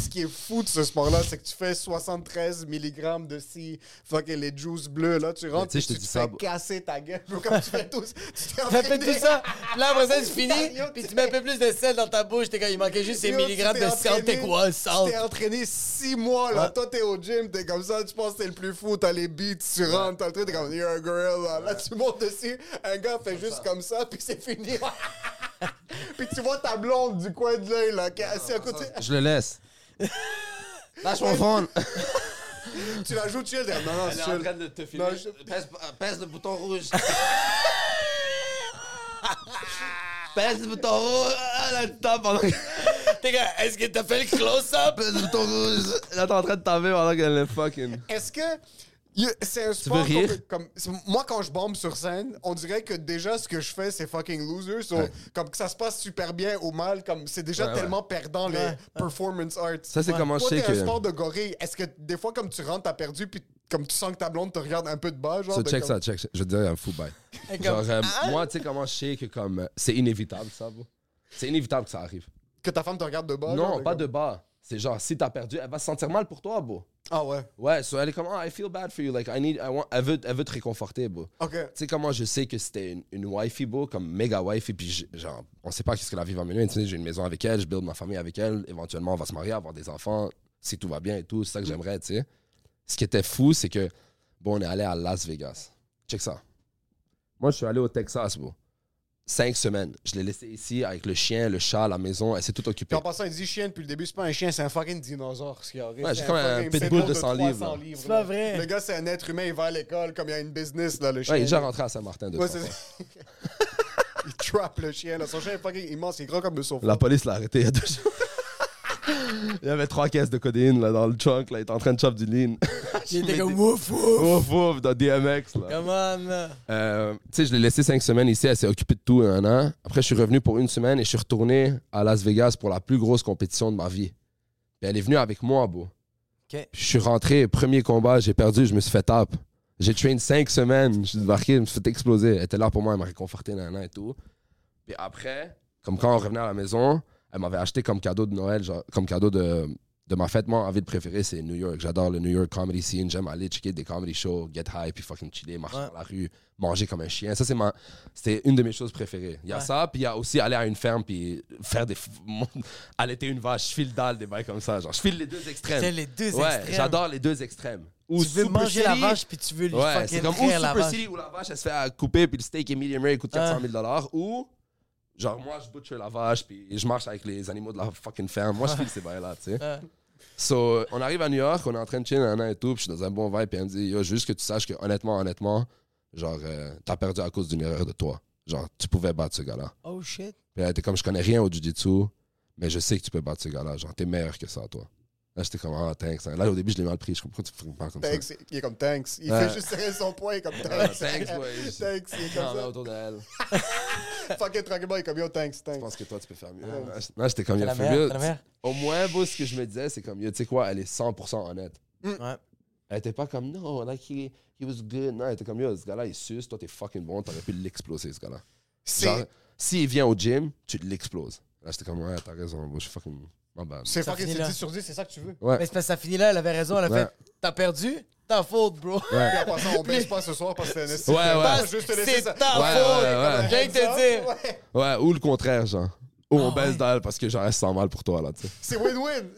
C: Ce qui est fou de ce sport-là, c'est que tu fais 73 mg de si fucking les juices bleus, là, tu rentres,
D: Mais tu sais,
C: et
D: je te
C: tu te
D: dis
C: fais
D: ça, bro.
C: casser ta gueule, bro, comme tu fais tous. Tu t'es
B: T'as fait tout
C: entraîné.
B: ça, puis là après ça tu finis,
C: Yo,
B: puis
C: tu
B: tu mets un peu plus de sel dans ta bouche, t'es comme il manquait juste ces
C: Yo, tu
B: milligrammes
C: t'es
B: de sel, t'es
C: entraîné-
B: quoi,
C: Tu
B: salt?
C: t'es entraîné six mois, là.
B: Ouais.
C: Toi, t'es au gym, t'es comme ça, tu penses que t'es le plus fou, t'as les beats, tu rentres, t'as le truc, t'es comme, you're a gorilla. Là, tu montes dessus, un gars fait juste comme ça, puis c'est fini. puis tu vois ta blonde du coin de l'œil, là, qui est assise à côté.
D: Je le laisse. Lâche mon phone.
C: Tu la joues chill, t'es comme, non, non, c'est chill.
E: de te
C: filmer. Non, je-
E: Pèse, le bouton rouge. Pèse le bouton rouge. Ah, Là, tu tapes pendant que.
B: T'es comme, est-ce que t'as fait le close-up?
E: Pèse le bouton rouge.
D: Là, t'es en train de taper pendant qu'elle est fucking.
C: Est-ce que. y- C'est un sport
D: veux rire?
C: qu'on peut- comme, moi quand je bombe sur scène, on dirait que déjà ce que je fais c'est fucking loser, so, comme que ça se passe super bien ou mal, comme c'est déjà
D: Ouais,
C: tellement perdant les performance arts.
D: Ça, c'est comment je
C: Toi,
D: sais
C: t'es
D: que.
C: un sport de gorille. Est-ce que des fois, comme tu rentres, t'as perdu, puis comme tu sens que ta blonde te regarde un peu de bas, genre.
D: So,
E: ben,
C: de
D: check
C: comme-
D: ça, check ça. Je dirais un fou bail. Genre, euh,
B: Ah!
D: moi, tu sais comment je sais que comme euh, c'est inévitable, ça, bro. C'est inévitable que ça arrive.
C: Que ta femme te regarde de
E: Ah
C: bas. genre,
D: non, pas
C: comme-
D: de bas. C'est genre, si t'as perdu, elle va se sentir mal pour toi, bro.
C: Ah ouais.
D: Ouais, so elle est comme, ah, I feel bad for you. Like, I need, I want, elle veut, elle veut te réconforter, bro.
C: Ok.
D: Tu sais comment je sais que c'était une, une wifey, bro, comme méga wifey, puis j'ai- genre, on sait pas qu'est-ce que la vie va mener. Tu sais, j'ai une maison avec elle, je build ma famille avec elle, éventuellement on va se marier, avoir des enfants, si tout va bien et tout, c'est ça que j'aimerais, tu sais. Ce qui était fou, c'est que, bon, on est allé à Las Vegas. Check ça. Moi, je suis allé au Texas, bro. Cinq semaines. Je l'ai laissé ici avec le chien, le chat, la maison, elle s'est tout occupée.
C: Puis en passant, il dit chien depuis le début, c'est pas un chien, c'est un fucking dinosaure, ce qui arrive.
D: Ouais,
C: C'est
D: j'ai comme un
C: fucking
D: pitbull
C: pitbull
D: de 100
C: 300
D: livres, là.
B: C'est pas
C: là.
B: vrai.
C: Le gars, c'est un être humain, il va à l'école, comme il y a une business, là, le chien.
D: Ouais, il est déjà rentré à Saint-Martin de
C: Ouais,
D: temps en
C: c'est-
D: temps.
C: Il trappe le chien, là. Son chien est fucking immense, il est grand comme le sofa.
D: La police l'a arrêté il y a deux jours. Il y avait trois caisses de codéine là, dans le trunk, là, il était en train de chop du lean.
B: J'étais comme, ouf, ouf!
D: Ouf, ouf, dans DMX. Là.
B: Come on, là.
D: Euh, tu sais, je l'ai laissé cinq semaines ici, elle s'est occupée de tout un an. Après, je suis revenu pour une semaine et je suis retourné à Las Vegas pour la plus grosse compétition de ma vie. Puis elle est venue avec moi, beau.
B: Ok.
D: Je suis rentré, premier combat, j'ai perdu, je me suis fait tape. J'ai train cinq semaines, je suis débarqué, je me suis fait exploser. Elle était là pour moi, elle m'a réconforté, an et tout. Puis après, comme quand on revenait à la maison, elle m'avait acheté comme cadeau de Noël, genre, comme cadeau de, de ma fête. Moi, ma ville préférée, c'est New York. J'adore le New York comedy scene. J'aime aller checker des comedy shows, get high, puis fucking chiller, marcher
B: Ouais.
D: dans la rue, manger comme un chien. Ça, c'est ma... c'était une de mes choses préférées. Il y a ça, puis il y a aussi aller à une ferme, puis faire des. f- allaiter une vache, je file dalle, des bails comme ça. Genre, je file les deux extrêmes.
B: T'as les deux
D: ouais,
B: extrêmes.
D: j'adore les deux extrêmes. Ou
B: Tu veux
D: Super
B: manger la
D: City,
B: vache, puis tu veux lui
D: Ouais, c'est
B: fucking
D: comme ou
B: traire la
D: Super
B: vache.
D: City où la vache elle se fait à couper puis le steak et medium rare coûte
B: Ah.
D: 400 000 ou genre moi je butcher la vache puis je marche avec les animaux de la fucking ferme. Moi je file ces bails là, tu sais.
B: Ah.
D: So on arrive à New York, on est en train de chiller un an et tout, puis je suis dans un bon vibe puis elle me dit yo je veux juste que tu saches que honnêtement honnêtement genre euh, t'as perdu à cause d'une erreur de toi. Genre tu pouvais battre ce gars-là.
B: Oh shit.
D: Puis elle était comme, je connais rien au jiu-jitsu, mais je sais que tu peux battre ce gars-là. Genre, t'es meilleur que ça, toi. Là, j'étais comme, ah, thanks. Là, au début, je l'ai mal pris. Je comprends pourquoi tu me parles comme
C: Thanks, il est comme thanks. Il
D: Ouais.
C: fait juste serrer son poing, il est comme
D: ça.
C: thanks.
D: thanks,
C: Thanks, il est
D: Non, mais
C: comme
D: autour d'elle.
C: ça. Fucking tranquillement, il est comme yo, thanks,
D: Je
C: thanks.
D: pense que toi, tu peux faire mieux.
C: Ah,
D: Là, j'étais comme,
B: T'es
D: yo,
B: la
D: fais
B: meilleure,
D: mieux.
B: t'es la meilleure.
D: Au moins, beau, ce que je me disais, c'est comme, yo, tu sais quoi, elle est 100% honnête.
B: Ouais.
D: Elle était pas comme, no, like, he, he was good. Non, elle était comme, yo, ce gars-là, il suce, toi, t'es fucking bon, t'aurais pu l'exploser, ce gars-là. Genre,
C: C'est
D: s'il vient au gym, tu l'exploses. Là, j'étais comme, ouais, t'as raison, bro, je suis fucking. My bad.
C: c'est
B: Ça
C: fucking
B: finit
C: c'est
B: là.
C: 10 sur 10, c'est ça que tu veux.
D: Ouais.
B: Mais c'est parce que ça finit là, elle avait raison, elle a
D: Ouais.
B: fait, t'as perdu, ta faute, bro. Ah,
D: Ouais.
C: Puis en passant, on baisse pas ce soir parce que c'est un esti-
D: Ouais, ouais.
C: Bah, juste te laisser
B: C'est
C: ça.
B: ta
D: Ouais, ouais, ouais.
B: faute. J'ai rien que te dire.
C: Ouais.
D: Ouais, ou le contraire, genre. Ou
C: Ah,
D: on
B: ouais.
D: baisse d'elle parce que genre, elle se sent mal pour toi, là, tu sais.
C: C'est win-win.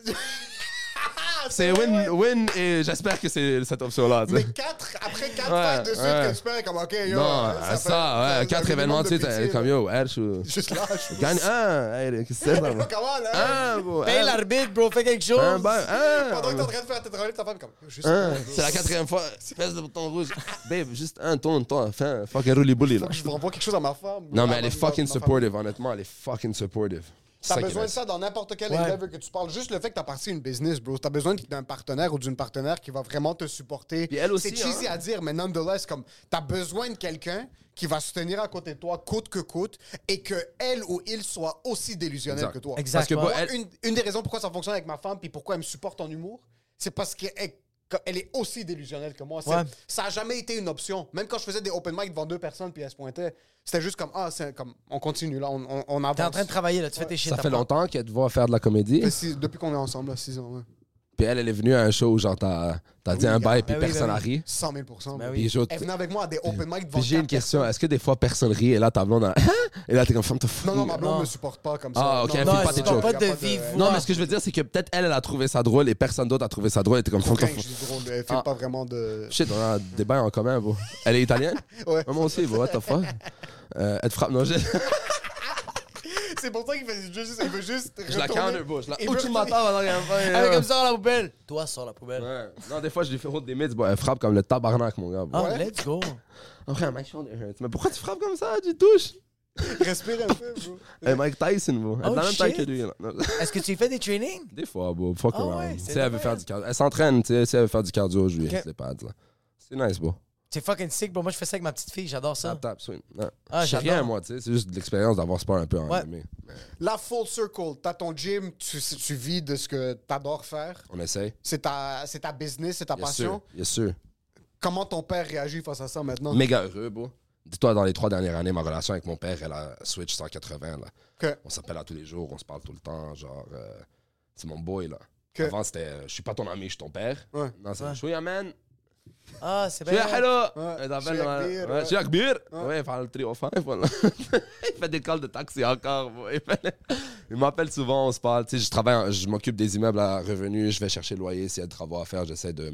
D: C'est win, win, et j'espère que c'est cette option-là. tu sais.
C: Mais quatre, après quatre
D: Ouais,
C: fêtes de suite,
D: ouais.
C: que tu fais comme, OK, yo.
D: Non, ça,
C: fait-
D: ouais,
C: un
D: quatre
C: minimum
D: événements,
C: de
D: tu sais, t'es
C: pitié,
D: comme
C: là.
D: yo, Hersh, ou-
C: Juste lâche.
D: gagne un, hey, qu'est-ce que c'est, ça, moi?
C: Comment, là?
D: Un, bro,
B: Paye
D: un,
B: l'arbitre, bro, fais quelque chose.
D: un, ben, un,
C: Pendant que t'es en train de faire tes travaux, ta femme est comme, juste.
D: un. C'est la quatrième fois, espèce de bouton rouge. Babe, juste un, tourne, toi, fais un fucking rouli-bouli, là.
C: Faut que je vous renvoie quelque chose à ma femme.
D: Non, mais
C: À
D: elle
C: ma-
D: est fucking
C: ma femme.
D: supportive, honnêtement, elle est fucking supportive. C'est
C: T'as
D: ça qui
C: besoin de
D: reste.
C: ça dans n'importe quel
B: Ouais.
C: endeavor que tu parles. Juste le fait que t'as parti une business, bro. T'as besoin d'un partenaire ou d'une partenaire qui va vraiment te supporter.
D: Puis elle aussi,
C: C'est cheesy
D: hein.
C: à dire, mais nonetheless, comme t'as besoin de quelqu'un qui va se tenir à côté de toi coûte que coûte et que elle ou il soit aussi délusionnel
D: Exact.
C: que toi.
B: Exact.
D: Parce que,
B: Exactement.
D: bah, elle-
C: Une, une des raisons pourquoi ça fonctionne avec ma femme puis pourquoi elle me supporte en humour, c'est parce qu'elle elle est aussi délusionnelle que moi. C'est-
B: Ouais.
C: Ça n'a jamais été une option. Même quand je faisais des open mic devant deux personnes puis elle se pointait, c'était juste comme ah c'est comme on continue là, on, on, on avance.
B: T'es en train de travailler, là, tu fais tes shit.
D: Ça fait
B: après.
D: longtemps qu'elle te voit faire de la comédie.
C: Fait six- depuis qu'on est ensemble, là, 6 ans, ouais.
D: Puis elle, elle est venue à un show où genre t'as
C: Ah
D: t'as dit un bail puis
B: Ben oui,
D: personne
B: ben
D: n'a
B: oui.
D: ri.
C: 100 000
B: Ben oui.
D: Puis genre,
C: Elle venait avec moi à des open mic devant
D: puis j'ai une
C: quatre
D: question. Est-ce que des fois personne rit et là ta blonde a... et là t'es comme femme de
C: personnes. Non, non, ma blonde
B: Non.
C: me supporte pas comme ça.
D: Ah, ok, elle
C: non,
D: fait pas
C: non,
D: tes
C: non,
D: jokes.
C: y a
B: Pas de vive voix.
D: Non mais ce que je veux dire c'est que peut-être elle elle a trouvé ça drôle et personne d'autre a trouvé ça drôle et t'es comme femme
C: Coquin,
D: de
C: je dis drôle, elle fait
D: Ah.
C: pas vraiment de.
D: Shit on a des bails en commun bro. Elle est italienne.
C: Ouais.
D: Moi aussi bro. What the fuck. Euh, elle te frappe non j'ai-
C: C'est pour ça qu'il fait juste. Il veut juste.
D: Je la
C: retourner.
D: counter bro. Je la
C: Il
D: Où
C: veut-
D: tu m'attends avant rien faire.
B: Elle est comme ça dans la poubelle. Toi, sors la poubelle.
D: euh, Ouais. Non des fois je lui fais route des mythes bro. Elle frappe comme le tabarnak mon gars. bro.
B: Ah, let's go.
D: Après Mike Shoulder hurts. euh, Mais pourquoi tu frappes comme ça Tu touches.
C: Respire un peu, bro.
D: Eh, Mike Tyson bro. Elle est
B: Oh,
D: dans la même taille que
B: shit.
D: lui. là. Non.
B: Est-ce que tu fais des trainings?
D: Des fois, bro. Fuck
B: Ah ouais,
D: around.
B: c'est
D: Tu sais, elle veut
B: dommage.
D: faire du cardio. Elle s'entraîne, tu sais, si elle veut faire du cardio, je lui
B: Ok.
D: laisse les pads, là. C'est nice, bro.
B: C'est fucking sick, bro. Moi, je fais ça avec ma petite fille, j'adore ça.
D: Tap, tap, swing. Ouais.
B: Ah,
D: je sais
B: j'adore.
D: rien, moi, tu sais. C'est juste de l'expérience d'avoir sport un peu en
B: Ouais.
D: MMA.
C: La full circle, t'as ton gym, tu, tu vis de ce que t'adores faire.
D: On essaye.
C: C'est ta, c'est ta business, c'est ta
D: Bien
C: passion. Oh.
D: sûr. Bien sûr.
C: Comment ton père réagit face à ça maintenant?
D: Méga heureux, bro. Dis-toi, dans les trois dernières années, ma relation avec mon père, elle a switch 180, là.
C: Que-
D: On s'appelle à tous les jours, on se parle tout le temps, genre... euh, c'est mon boy, là.
C: Que-
D: Avant, c'était... euh, je suis pas ton ami, je suis ton père.
C: Ouais.
D: Non, c'est... Chouya, man.
B: Ah, c'est bien.
D: Chouya, hello.
C: Ben, Ouais.
D: Elle t'appelle,
C: Chouya
D: ouais.
C: Kbir,
D: Ouais,
C: ouais.
D: Chouya Kbir. Ouais, il parle le trio 5, voilà. il fait des calls de taxi encore. moi. Il, fait- il m'appelle souvent, on se parle. Tu sais, je travaille, je m'occupe des immeubles à revenus, je vais chercher le loyer, s'il y a des travaux à faire, j'essaie de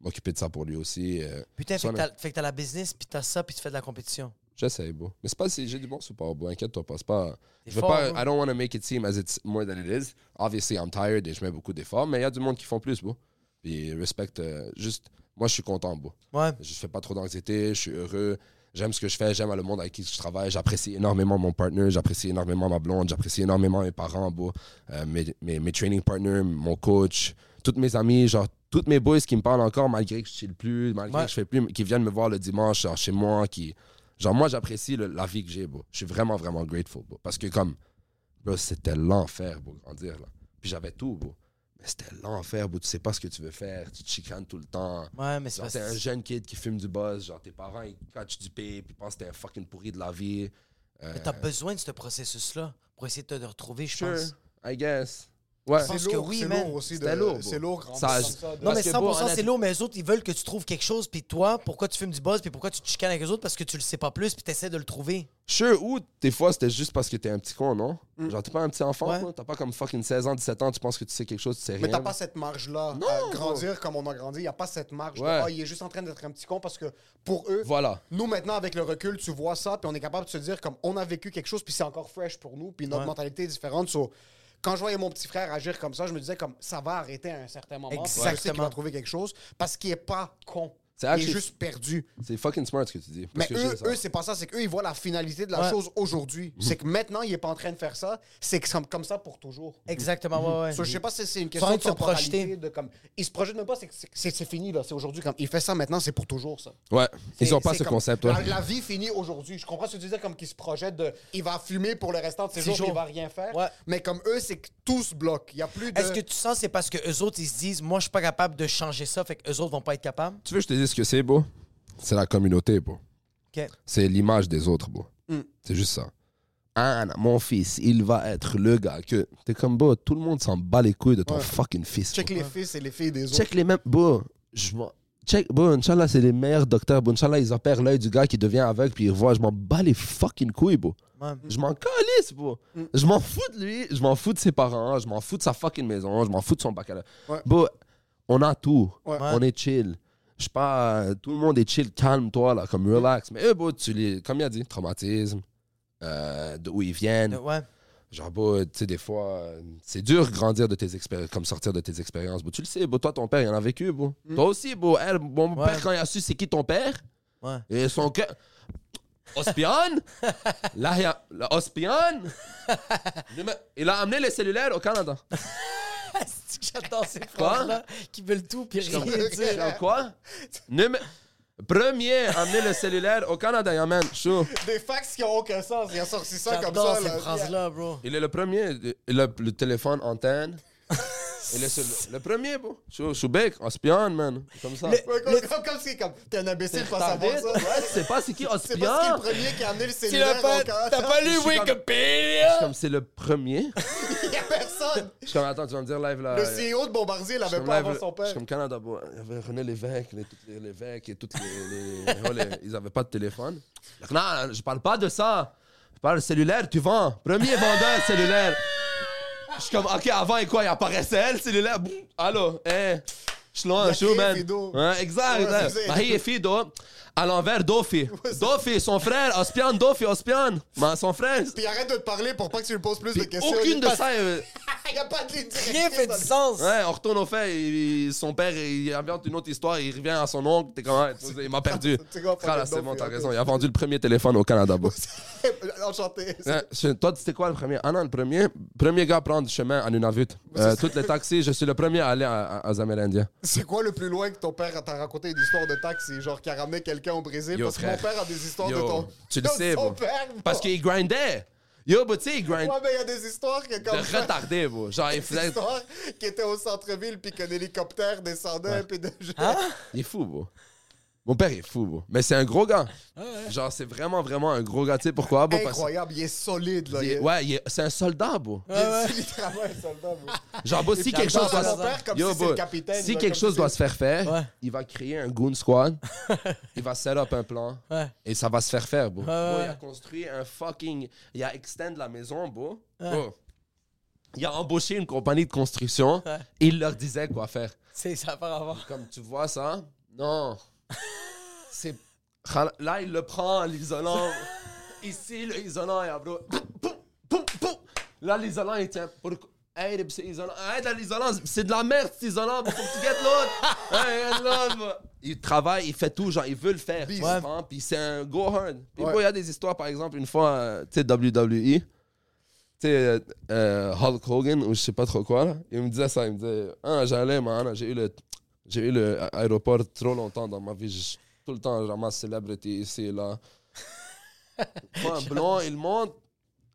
D: m'occuper de ça pour lui aussi. euh,
B: Putain, fait
D: ça,
B: que
D: là.
B: t'as- fait que t'as la business, puis t'as ça, puis tu fais de la compétition.
D: J'essaie, beau. Mais c'est pas si j'ai du bon support, beau. Inquiète-toi pas, c'est pas.
B: T'es
D: Je veux
B: fort,
D: pas.
C: hein.
B: bro.
D: I don't want to make it seem as it's more than it is. Obviously, I'm tired et je mets beaucoup d'efforts, mais il y a du monde qui font plus, beau. Puis respecte euh, juste. Moi, je suis content, beau.
B: Ouais.
D: Je fais pas trop d'anxiété, je suis heureux, j'aime ce que je fais, j'aime le monde avec qui je travaille, j'apprécie énormément mon partner, j'apprécie énormément ma blonde, j'apprécie énormément mes parents, bro, euh, mes, mes, mes training partners, mon coach, toutes mes amis, genre toutes mes boys qui me parlent encore malgré que je chill plus, malgré
B: Ouais.
D: que je fais plus, qui viennent me voir le dimanche genre, chez moi, qui genre moi j'apprécie le- la vie que j'ai, bro. Je suis vraiment vraiment grateful, bro, parce que comme bro, c'était l'enfer pour grandir là. Puis j'avais tout, bro. Mais c'était l'enfer, bro. Tu sais pas ce que tu veux faire, tu te chicanes tout le temps.
B: Ouais, mais c'est
D: Genre, t'es
B: pas
D: un jeune kid qui fume du buzz, genre tes parents ils catchent du pay, puis ils pensent que t'es un fucking pourri de la vie. Euh,
B: Mais t'as besoin de ce processus-là pour essayer de te retrouver, je
D: sure,
B: pense.
D: I guess. Ouais,
B: pense
C: C'est
B: que
C: lourd,
B: oui,
C: c'est
B: man.
C: lourd aussi. de-
D: c'était lourd.
C: C'est lourd, grand.
D: Ça,
B: Non, mais
D: parce que,
B: 100%,
D: bro,
B: c'est
D: honnêtement-
B: lourd, mais eux autres, ils veulent que tu trouves quelque chose, puis toi, pourquoi tu fumes du buzz, puis pourquoi tu te chicanes avec eux autres, parce que tu le sais pas plus, puis t'essaies de le trouver.
C: Mhm.
D: Sure, ou des fois c'était juste parce que t'es un petit con, non?
C: Mm.
D: Genre t'es pas un petit enfant,
B: Ouais.
D: non? t'as pas comme fucking 16 ans, 17 ans, tu penses que tu sais quelque chose, tu sais rien.
C: Mais t'as pas cette marge-là.
D: Non,
C: à grandir comme on a grandi, il a pas cette marge. de,
D: Ouais.
C: Ah, il est juste en train d'être un petit con parce que pour eux,
D: Voilà.
C: nous maintenant, avec le recul, tu vois ça, puis on est capable de se dire comme on a vécu quelque chose, puis c'est encore fresh pour nous, puis notre
B: Ouais.
C: mentalité est différente. So, quand je voyais mon petit frère agir comme ça, je me disais comme ça va arrêter à un certain moment. puis Je sais qu'il
B: Exactement.
C: va trouver quelque chose parce qu'il est pas con.
D: C'est
C: il est
D: actually-
C: juste perdu.
D: C'est fucking smart ce que tu dis.
C: Mais
D: parce que
C: eux,
D: j'ai ça.
C: eux c'est pas ça, c'est qu'eux, ils voient la finalité de la
B: Ouais. Mhm.
C: chose aujourd'hui. C'est que maintenant, il est pas en train de faire ça, c'est que c'est comme ça pour toujours.
B: Exactement, ouais,
C: So,
B: ouais.
C: je sais pas si c'est une
B: sont en train
C: question de
B: de se projeter.
C: temporalité, de comme ils se projettent même pas, c'est que c'est- c'est c'est fini là, c'est aujourd'hui comme il fait ça maintenant, c'est pour toujours ça.
D: Ouais, ils
C: C'est-
D: ont pas
C: c'est
D: ce
C: comme-
D: concept.
C: La,
D: ouais.
C: la vie finit aujourd'hui. Je comprends ce que tu veux dire comme qu'ils se projettent de il va fumer pour le restant de ses
B: Six
C: jours, puis
B: jours.
C: il va rien faire.
B: Ouais.
C: Mais comme eux, c'est que tout se bloque. Il y a plus de
B: Est-ce que tu sens c'est parce que eux autres, ils se disent, moi, je suis pas capable de changer ça, fait que eux autres vont pas être capables?
D: Tu veux que je te dise ce que c'est, beau? C'est la communauté, beau.
B: OK.
D: c'est l'image des autres, bro.
C: Mm.
D: C'est juste ça. Anna, mon fils, il va être le gars que. T'es comme, bro, tout le monde s'en bat les couilles de ton fucking fils.
C: check
D: bro.
C: les fils et les filles des autres.
D: Check les mêmes. Bro, je m'en- Check, bro, Inch'Allah, c'est les meilleurs docteurs. Bro, Inch'Allah, ils opèrent l'œil du gars qui devient aveugle, puis il voit, je m'en bats les fucking couilles, bro.
B: Ouais.
D: Je m'en calisse, bro.
C: Mm.
D: Je m'en fous de lui, je m'en fous de ses parents, je m'en fous de sa fucking maison, je m'en fous de son baccalauréat.
C: Ouais.
D: Bro, on a tout.
C: Ouais.
D: On est chill. Je sais pas, euh, tout le monde est chill, calme-toi, là, comme relax. Mais eux, bro, tu les, comme il a dit, traumatisme, euh, d'où ils
C: Mm.
D: viennent.
B: Ouais.
D: Genre, bro, tu sais, des fois, euh, c'est dur grandir de tes expériences, comme sortir de tes expériences. bro. Tu le sais, bro, toi, ton père, il en a vécu, bro. Toi aussi, bro. Elle, mon
B: Hmm. Ouais.
D: père, quand il a su c'est qui ton père,
B: Ouais.
D: et son cœur. Ospion? là, il a- là, Ospion? Il a amené les cellulaires au Canada.
B: C'est que J'adore ces phrases-là qui veulent tout puis rien dire.
D: Genre quoi? Numé- Premier, amener le cellulaire au Canada, Yaman. Chaud.
C: Des fax qui n'ont aucun sens. Ils ont sorti ça comme
B: J'adore
C: ça.
B: ces
C: là.
B: phrases-là, bro.
D: Il est le premier, il a le téléphone antenne. Il est sur- le premier, bon. Chaud, Choubek, Ospion, man. Comme ça.
C: Ouais, comme, comme, comme si, comme, t'es un imbécile pour savoir ça. Ouais,
D: C'est pas c'est qui
C: c'est parce qu'il est
D: Ospion?
C: le premier qui a amené le
B: Tu
C: cellulaire
B: l'as pas,
C: au Canada.
B: t'as pas
D: Je
B: lu
D: suis comme-
B: Wikipédia?
D: Comme c'est le premier.
C: Il y a personne.
D: Je suis comme, attends, tu vas me dire live là.
C: Le
D: euh,
C: CEO de Bombardier, il
D: Je
C: avait pas
D: suis comme
C: avant
D: là,
C: son
D: je
C: père.
D: suis comme Canada, bon, il y avait René Lévesque, les, toutes les Lévesque et toutes les. les- oh, les- ils n'avaient pas de téléphone. Donc, non, je parle pas de ça. Je parle de cellulaire, tu vends. Premier vendeur cellulaire. Je suis comme, ok, avant, et quoi Il apparaissait, le cellulaire. Boum, allô, eh. Je suis
C: Il
D: loin,
C: a
D: je suis où,
C: créé
D: man.
C: Fido.
D: Hein, exact.
C: Ouais,
D: hein.
C: c'est ça.
D: Marie et Fido, à l'envers, Dofi. Dofi, son frère, Ospian, Dofi, Ospian. Ma- Son frère.
C: Puis arrête de te parler pour pas que tu lui poses plus de questions.
D: Aucune
C: Il
D: de
C: passe-
D: ça. euh,
C: Il n'y a pas de ligne directrice
B: Rien fait du
C: dans le-
B: sens.
D: Ouais, on retourne au fait. il- il- son père, il invente une autre histoire. Il revient à son oncle. T'es comment Il m'a perdu.
C: C'est quoi,
D: Voilà,
C: fucking
D: c'est bon,
C: dope,
D: t'as
C: ok.
D: raison. Il a vendu le premier téléphone au Canada, bro.
C: Enchanté.
D: Ouais, je- Toi, c'était quoi le premier? Ah non, le premier, premier gars à prendre le chemin à Nunavut. Euh, Toutes les taxis, je suis le premier à aller à, à, à Zamérindien.
C: C'est quoi le plus loin que ton père t'a raconté une histoire de taxi, genre qui a ramené quelqu'un au Brésil?
D: Yo,
C: parce que mon
D: frère.
C: père a des histoires de
D: Yo,
C: ton.
D: tu le
C: de
D: sais,
C: son
D: bro.
C: père,
D: Parce
C: bro.
D: qu'il grindait. Yo, but tu sais, il grind.
C: Ouais, mais il y a des histoires que
D: De
C: comme.
D: retardé, bro. Genre, il
C: Des
D: faisait.
C: histoires qui étaient au centre-ville, puis qu'un hélicoptère descendait, puis de.
D: Il est fou, bro. Mon père est fou, bro. Mais c'est un gros gars. Genre, c'est vraiment, vraiment un gros gars. Tu sais pourquoi, bro? Parce-
C: Incroyable, il est solide, là.
D: il est- Ouais, il est- c'est un soldat, bro.
C: il est littéralement un soldat, bro.
D: Genre, bah, si quelque chose
C: parle à
D: doit se
C: mon père comme si c'est
D: bah,
C: le capitaine,
D: si
C: là,
D: quelque
C: comme
D: chose
C: si
D: doit
C: c'est-
D: se faire faire,
B: Ouais.
D: il va créer un goon squad, il va set up un plan
B: Ouais.
D: et ça va se faire faire, bro. Bro,
B: ouais.
D: il a construit un fucking, il a extend la maison, bro. Bro, Il a embauché une compagnie de construction. et Il leur disait quoi faire.
B: C'est ça par rapport.
D: Comme tu vois ça, hein? non. C'est là il le prend l'isolant. Ici l'isolant, ya bro. Poum, poum, poum. Là l'isolant il tient. Pour... Hey, les petits isolants. Hey, dans l'isolant, c'est de la merde cet isolant. Faut que tu guettes l'autre. Hey, guette l'autre. bro. Il travaille, il fait tout, genre il veut le faire. tu
C: Ouais.
D: comprends? Puis c'est un go hard. Puis bro, il y a des histoires, par exemple, une fois, euh, tu sais, WWE tu sais, euh, euh, Hulk Hogan ou je sais pas trop quoi, là, il me disait ça, il me disait, ah, j'allais, man, ah, j'ai eu le, j'ai eu le a- aéroport trop longtemps dans ma vie, je- tout le temps, je ramasse célébrité ici et là. Pas un blond, il monte,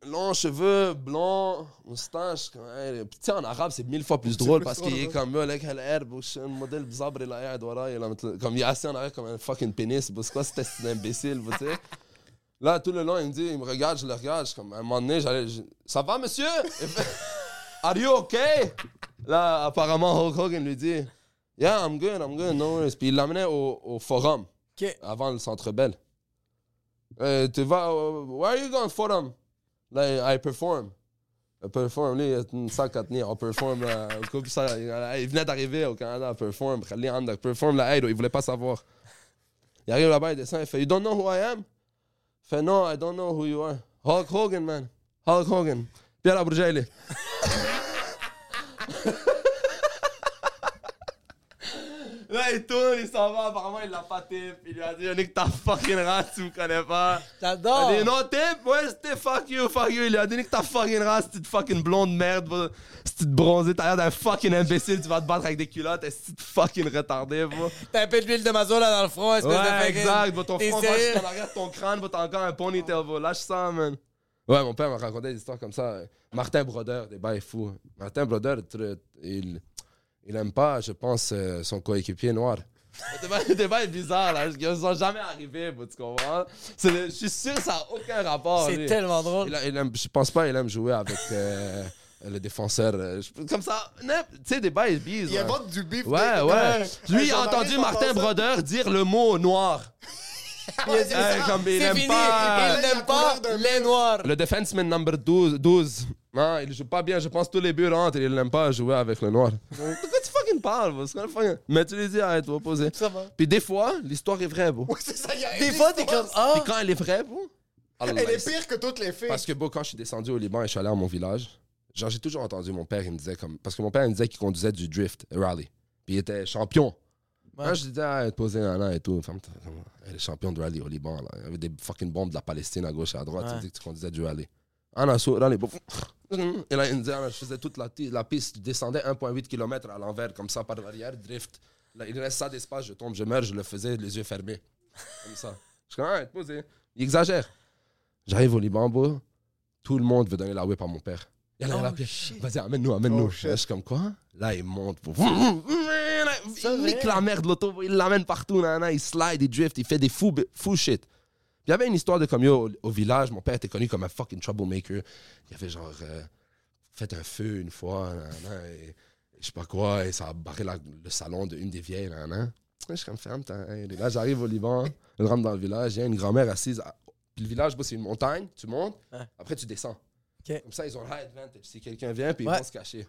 D: long cheveux, blond, moustache, comme, hey, le- tu sais, en arabe, c'est mille fois plus drôle
C: plus
D: parce
C: drôle, hein.
D: qu'il est
C: ouais.
D: comme, yo, like, elle air, bro, je suis un modèle bizarre, il a air, voilà, il a- comme, il est assis en arrière comme un fucking pénis, bro, c'est quoi, c'était un imbécile, bro, tu sais. Là, tout le long, il me dit, il me regarde, je le regarde. Je, suis comme, à un moment donné, j'allais. je- Ça va, monsieur? Il fait, Are you okay? Là, apparemment, Hulk Hogan lui dit, Yeah, I'm good, I'm good, no worries. Puis il l'amenait au, au forum,
B: Ok.
D: avant le centre Bell. Euh, tu vas. au- Where are you going, forum? Là, I perform. I perform, lui, il a une sac à tenir. On perform, là, au coup, ça, il, euh, il venait d'arriver au Canada, perform. Khalil Hamdak, perform, là, hey, il voulait pas savoir. Il arrive là-bas, il descend, il fait You don't know who I am? Il fait Non, I don't know who you are. Hulk Hogan, man. Hulk Hogan. Pierre Abrujali. Là, il tourne, il s'en va. Apparemment, il l'a pas tip. Il lui a dit Nick, ta fucking race, tu me connais pas.
B: J'adore.
D: Il a dit Non, tip, ouais, c'était fuck you, fuck you. Il lui a dit Nick, ta fucking race, petite fucking blonde merde, va- petite bronzée, t'as l'air d'un fucking imbécile, tu vas te battre avec des culottes, petite fucking retardé, va.
B: T'as un peu d'huile de mazola dans le front, espèce de
D: Ouais,
B: fucking-
D: exact. Va ton
B: T'es
D: front va
B: sérieux?
D: juste en arrière de ton crâne, va t'as encore un ponytail, va. Lâche ça, man. Ouais, mon père m'a raconté des histoires comme ça. Martin Brodeur, des bails fous. Martin Brodeur, tr- il, il aime pas, je pense, euh, son coéquipier noir. des bails- des bails bizarres, là. Ils ne sont jamais arrivés, bah, tu comprends? C'est le- Je suis sûr que ça n'a aucun rapport.
B: C'est
D: lui.
B: tellement drôle.
D: Il a- il aime- je pense pas il aime jouer avec euh, le défenseur. euh, je- comme ça, n'imp- tu sais, des bails bizarres.
C: Il invente du bif.
D: Ouais, ouais. Lui, il a entendu Martin Brodeur dire le mot noir. Hey, comme il
B: C'est
D: aime
B: fini.
D: pas.
B: Il
C: Il a la
B: n'aime pas
C: couleur d'un
B: les noirs.
D: Le defenseman number Hein, 12, 12. Non, il joue pas bien. Je pense que tous les buts rentrent. Il n'aime pas jouer avec le noir. Pourquoi tu fucking rien ne parle, bro. C'est rien, fucking- Mais tu lui dis, arrête, tu vas poser.
C: Ça va.
D: Puis des fois, l'histoire est vraie, bro.
C: Oui, c'est ça. il y a
B: Des
C: une
B: fois, t'es comme
C: histoire,
B: Ah!
D: Puis quand elle est vraie, bro, Allah,
C: Elle est
D: c'est-
C: pire que toutes les filles.
D: Parce que, bro, quand je suis descendu au Liban et je suis allé à mon village, genre, j'ai toujours entendu mon père, il me disait comme. Parce que mon père, il me disait qu'il conduisait du drift rally. Puis il était champion. Moi, je disais, ah, te poser un an et tout. Femme, t'es comme, hey, le champion de rallye au Liban, là. Il y avait des fucking bombes de la Palestine à gauche et à droite.
B: Ouais.
D: Tu dis que tu conduisais du rallye. En assaut, dans les bombes. Et là, il me disait, ah, je faisais toute la, ti- la piste. Je descendais 1,8 km à l'envers, comme ça, par l'arrière, drift. Là, il reste ça d'espace, je tombe, je meurs, je le faisais les yeux fermés. Comme ça. Je suis comme, ah, te poser. Il exagère. J'arrive au Liban, bro. Tout le monde veut donner la whip à mon père. Il y a la pierre. Vas-y, amène-nous, amène-nous.
C: Oh, shit.
D: je suis comme quoi Là, il monte. bro. Il nique la merde, l'auto. bro. Il l'amène partout. Nanana, il slide, il drift, il fait des fous, fous shit. Puis Il y avait une histoire de comme yo, au, au village. Mon père était connu comme un fucking troublemaker. Il avait genre euh, fait un feu une fois. nanana, et, et je sais pas quoi. Et ça a barré la- le salon d'une des vieilles. nanana. Je suis comme ferme. ta- hey, Là, j'arrive au Liban. Je rentre dans le village. Il y a une grand-mère assise. à- Puis le village, bon, c'est une montagne. Tu montes. Après, tu descends.
B: Ok.
D: Comme ça, ils ont high advantage. Si quelqu'un vient, puis
B: Ouais.
D: ils vont se cacher.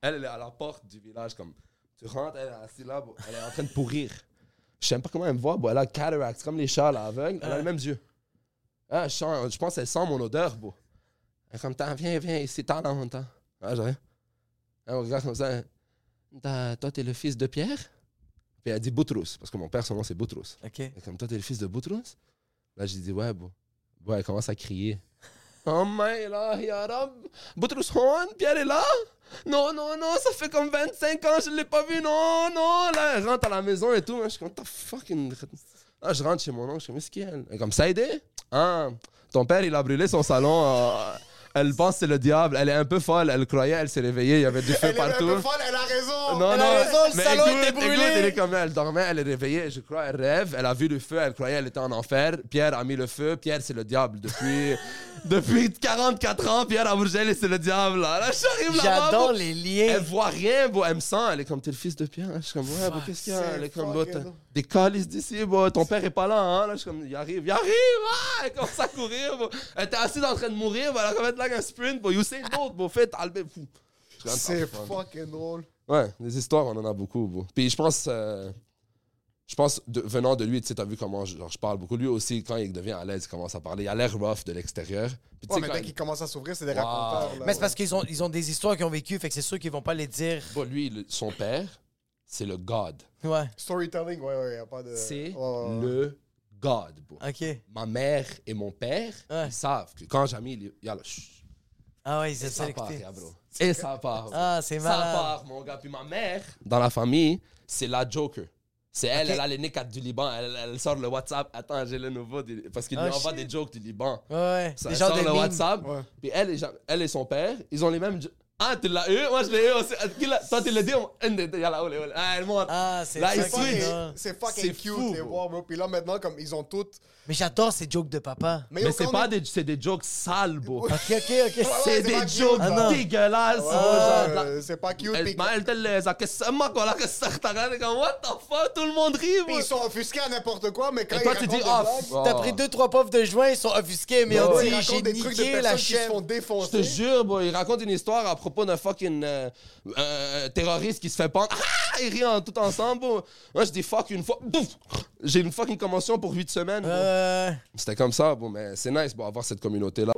D: Elle, elle est à la porte du village. comme Tu rentres, elle est assise là. bon, Elle est en train de pourrir. Je sais même pas comment elle me voit. bon, elle a cataracts, comme les chats là, aveugles. Elle a les mêmes yeux. Ah, je, sens- je pense qu'elle sent mon odeur. bon. Elle est comme, T'en, viens, viens, ici, tant dans mon temps. Ah, j'arrive. Elle me Ah, regarde comme ça. hein. elle, T'as- Toi, t'es le fils de Pierre? Puis elle dit Boutrous, parce que mon père, son nom, c'est Boutrous.
B: ah, Ok.
D: Et comme toi, t'es le fils de Boutros? Là, j'ai dit, ouais, bon. Ouais, elle commence à crier. Oh my là, ya Rab. Boutros Horn, Pierre est là? Non, non, non, ça fait comme 25 ans, je l'ai pas vu, non, non. Là, elle rentre à la maison et tout. hein, Je suis comme, t'as fucking. Là, je rentre chez mon oncle, je suis comme, est-ce qu'elle? Elle est Comme, ça a aidé? Hein? Ton père, il a brûlé son salon. euh, Elle pense que c'est le diable. Elle est un peu folle. Elle croyait, elle s'est réveillée. Il y avait du feu
C: Elle est un
D: partout.
C: peu folle, elle a raison.
D: Non,
B: Oh, Elle
D: non,
B: a raison, le
D: mais
B: salon
D: écoute,
B: était brûlé.
D: écoute, elle est comme elle dormait, elle est réveillée, je crois, elle rêve, elle a vu le feu, elle croyait elle était en enfer. Pierre a mis le feu, Pierre c'est le diable depuis depuis 44 ans, Pierre a bougé, c'est le diable. Ah, Là, là j'arrive là-bas.
B: J'adore
D: bro.
B: les
D: Elle
B: liens.
D: voit rien, bro. elle me sent, elle est comme t'es le fils de Pierre. Je suis comme ouais, bro, qu'est-ce qu'il y a Elle est comme bro, t'as des calices d'ici, bro. ton père est pas là, hein. Là, je suis comme il arrive, il arrive, ah! elle commence à courir. bro. Elle était assise en train de mourir, bro. elle a comme être là avec un sprint, bro. Usain Bolt, bro, fait Albert fou. Je suis comme, ah,
C: C'est
D: Fuck.
C: fucking drôle.
D: Ouais, les histoires, on en a beaucoup. bro. Puis je pense, euh, je pense de- venant de lui, tu sais, t'as vu comment je, genre, je parle beaucoup. Lui aussi, quand il devient à l'aise, il commence à parler. Il a l'air rough de l'extérieur. Puis tu
C: Ouais,
D: sais,
C: mais
D: quand
C: dès
D: il-
C: qu'il commence à s'ouvrir, c'est des raconteurs. là,
B: Mais c'est
C: ouais.
B: parce qu'ils ont, ils ont des histoires qu'ils ont vécues, fait que c'est sûr qu'ils vont pas les dire.
D: Bon, lui, le- son père, c'est le God.
B: Ouais,
C: Storytelling, ouais, ouais, y a pas de.
D: C'est
C: Ouais, ouais, ouais.
D: le God. bro.
B: ok.
D: Ma mère et mon père,
B: Ouais.
D: ils savent que quand Jamie, il est- yalla, chut,
B: Ah ouais, ils ont
D: ça part,
C: hein,
B: sélecté.
D: ya, bro. Et ça part. bro.
B: Ah, c'est
D: Ça
B: malade.
D: part, mon gars. Puis ma mère, dans la famille, c'est la Joker. C'est elle, elle a les nez quatre du Liban. Elle, elle sort le WhatsApp. Attends, j'ai le nouveau. du- Parce qu'il
B: Ah,
D: lui envoie
B: shit.
D: des jokes du Liban.
B: Ouais, ouais.
D: Ça,
B: Des
D: elle
B: genres
D: sort
B: de
D: le
B: mimes.
D: WhatsApp.
C: Ouais.
D: Puis elle et, Ja- elle et son père, ils ont les mêmes. jo- Ah, tu l'as eu? Moi, je l'ai eu aussi. Ah, qui l'a- Toi, tu l'as dit? on- un des deux, yalla, olé, olé. Ah, elle monte.
B: Ah, c'est
D: Là, ils
C: C'est fucking-
D: switch.
B: drôle.
C: C'est
D: C'est
C: fucking cute,
D: fou,
C: les
D: bro.
C: voir, bro. Puis là, maintenant, comme ils ont toutes.
B: Mais j'adore ces jokes de papa.
D: Mais
C: yo,
D: c'est
C: quand
D: pas
C: on est-
D: des, c'est des jokes sales, beau.
B: Ok, ok, ok.
D: C'est
C: c'est
D: des
C: pas cute,
D: jokes
B: Ah, non.
D: dégueulasses. bro, Oh, genre, de la-
C: Euh, C'est pas cute.
D: Elle
C: puis-
D: ما قلت لي اذا كسامك ولا كسرت غيرك وات ذا فاك tout le monde rit
C: Puis
D: moi.
C: ils sont offusqués à n'importe quoi, mais quand
D: Et
C: ils
D: toi tu
C: racontent
D: dis
C: des
D: ah
C: blagues,
D: f-
B: T'as
D: ah.
B: pris deux, trois puffs de joint, ils sont offusqués, mais
D: Non,
B: on
D: ouais,
C: ils
B: dit,
C: racontent
B: j'ai
C: des trucs de
B: niqué
C: personnes
B: la
C: qui se
B: chèvre.
C: font défoncer.
D: Je te jure, bro, il raconte une histoire à propos d'un fucking euh, euh, terroriste qui se fait pendre. Ah, ils rient en- tout ensemble, bro. Moi, je dis fuck une fois. Bouf! J'ai une fucking convention pour 8 semaines. bro.
B: Euh,
D: C'était comme ça, bon, mais c'est nice, bon, avoir cette communauté-là.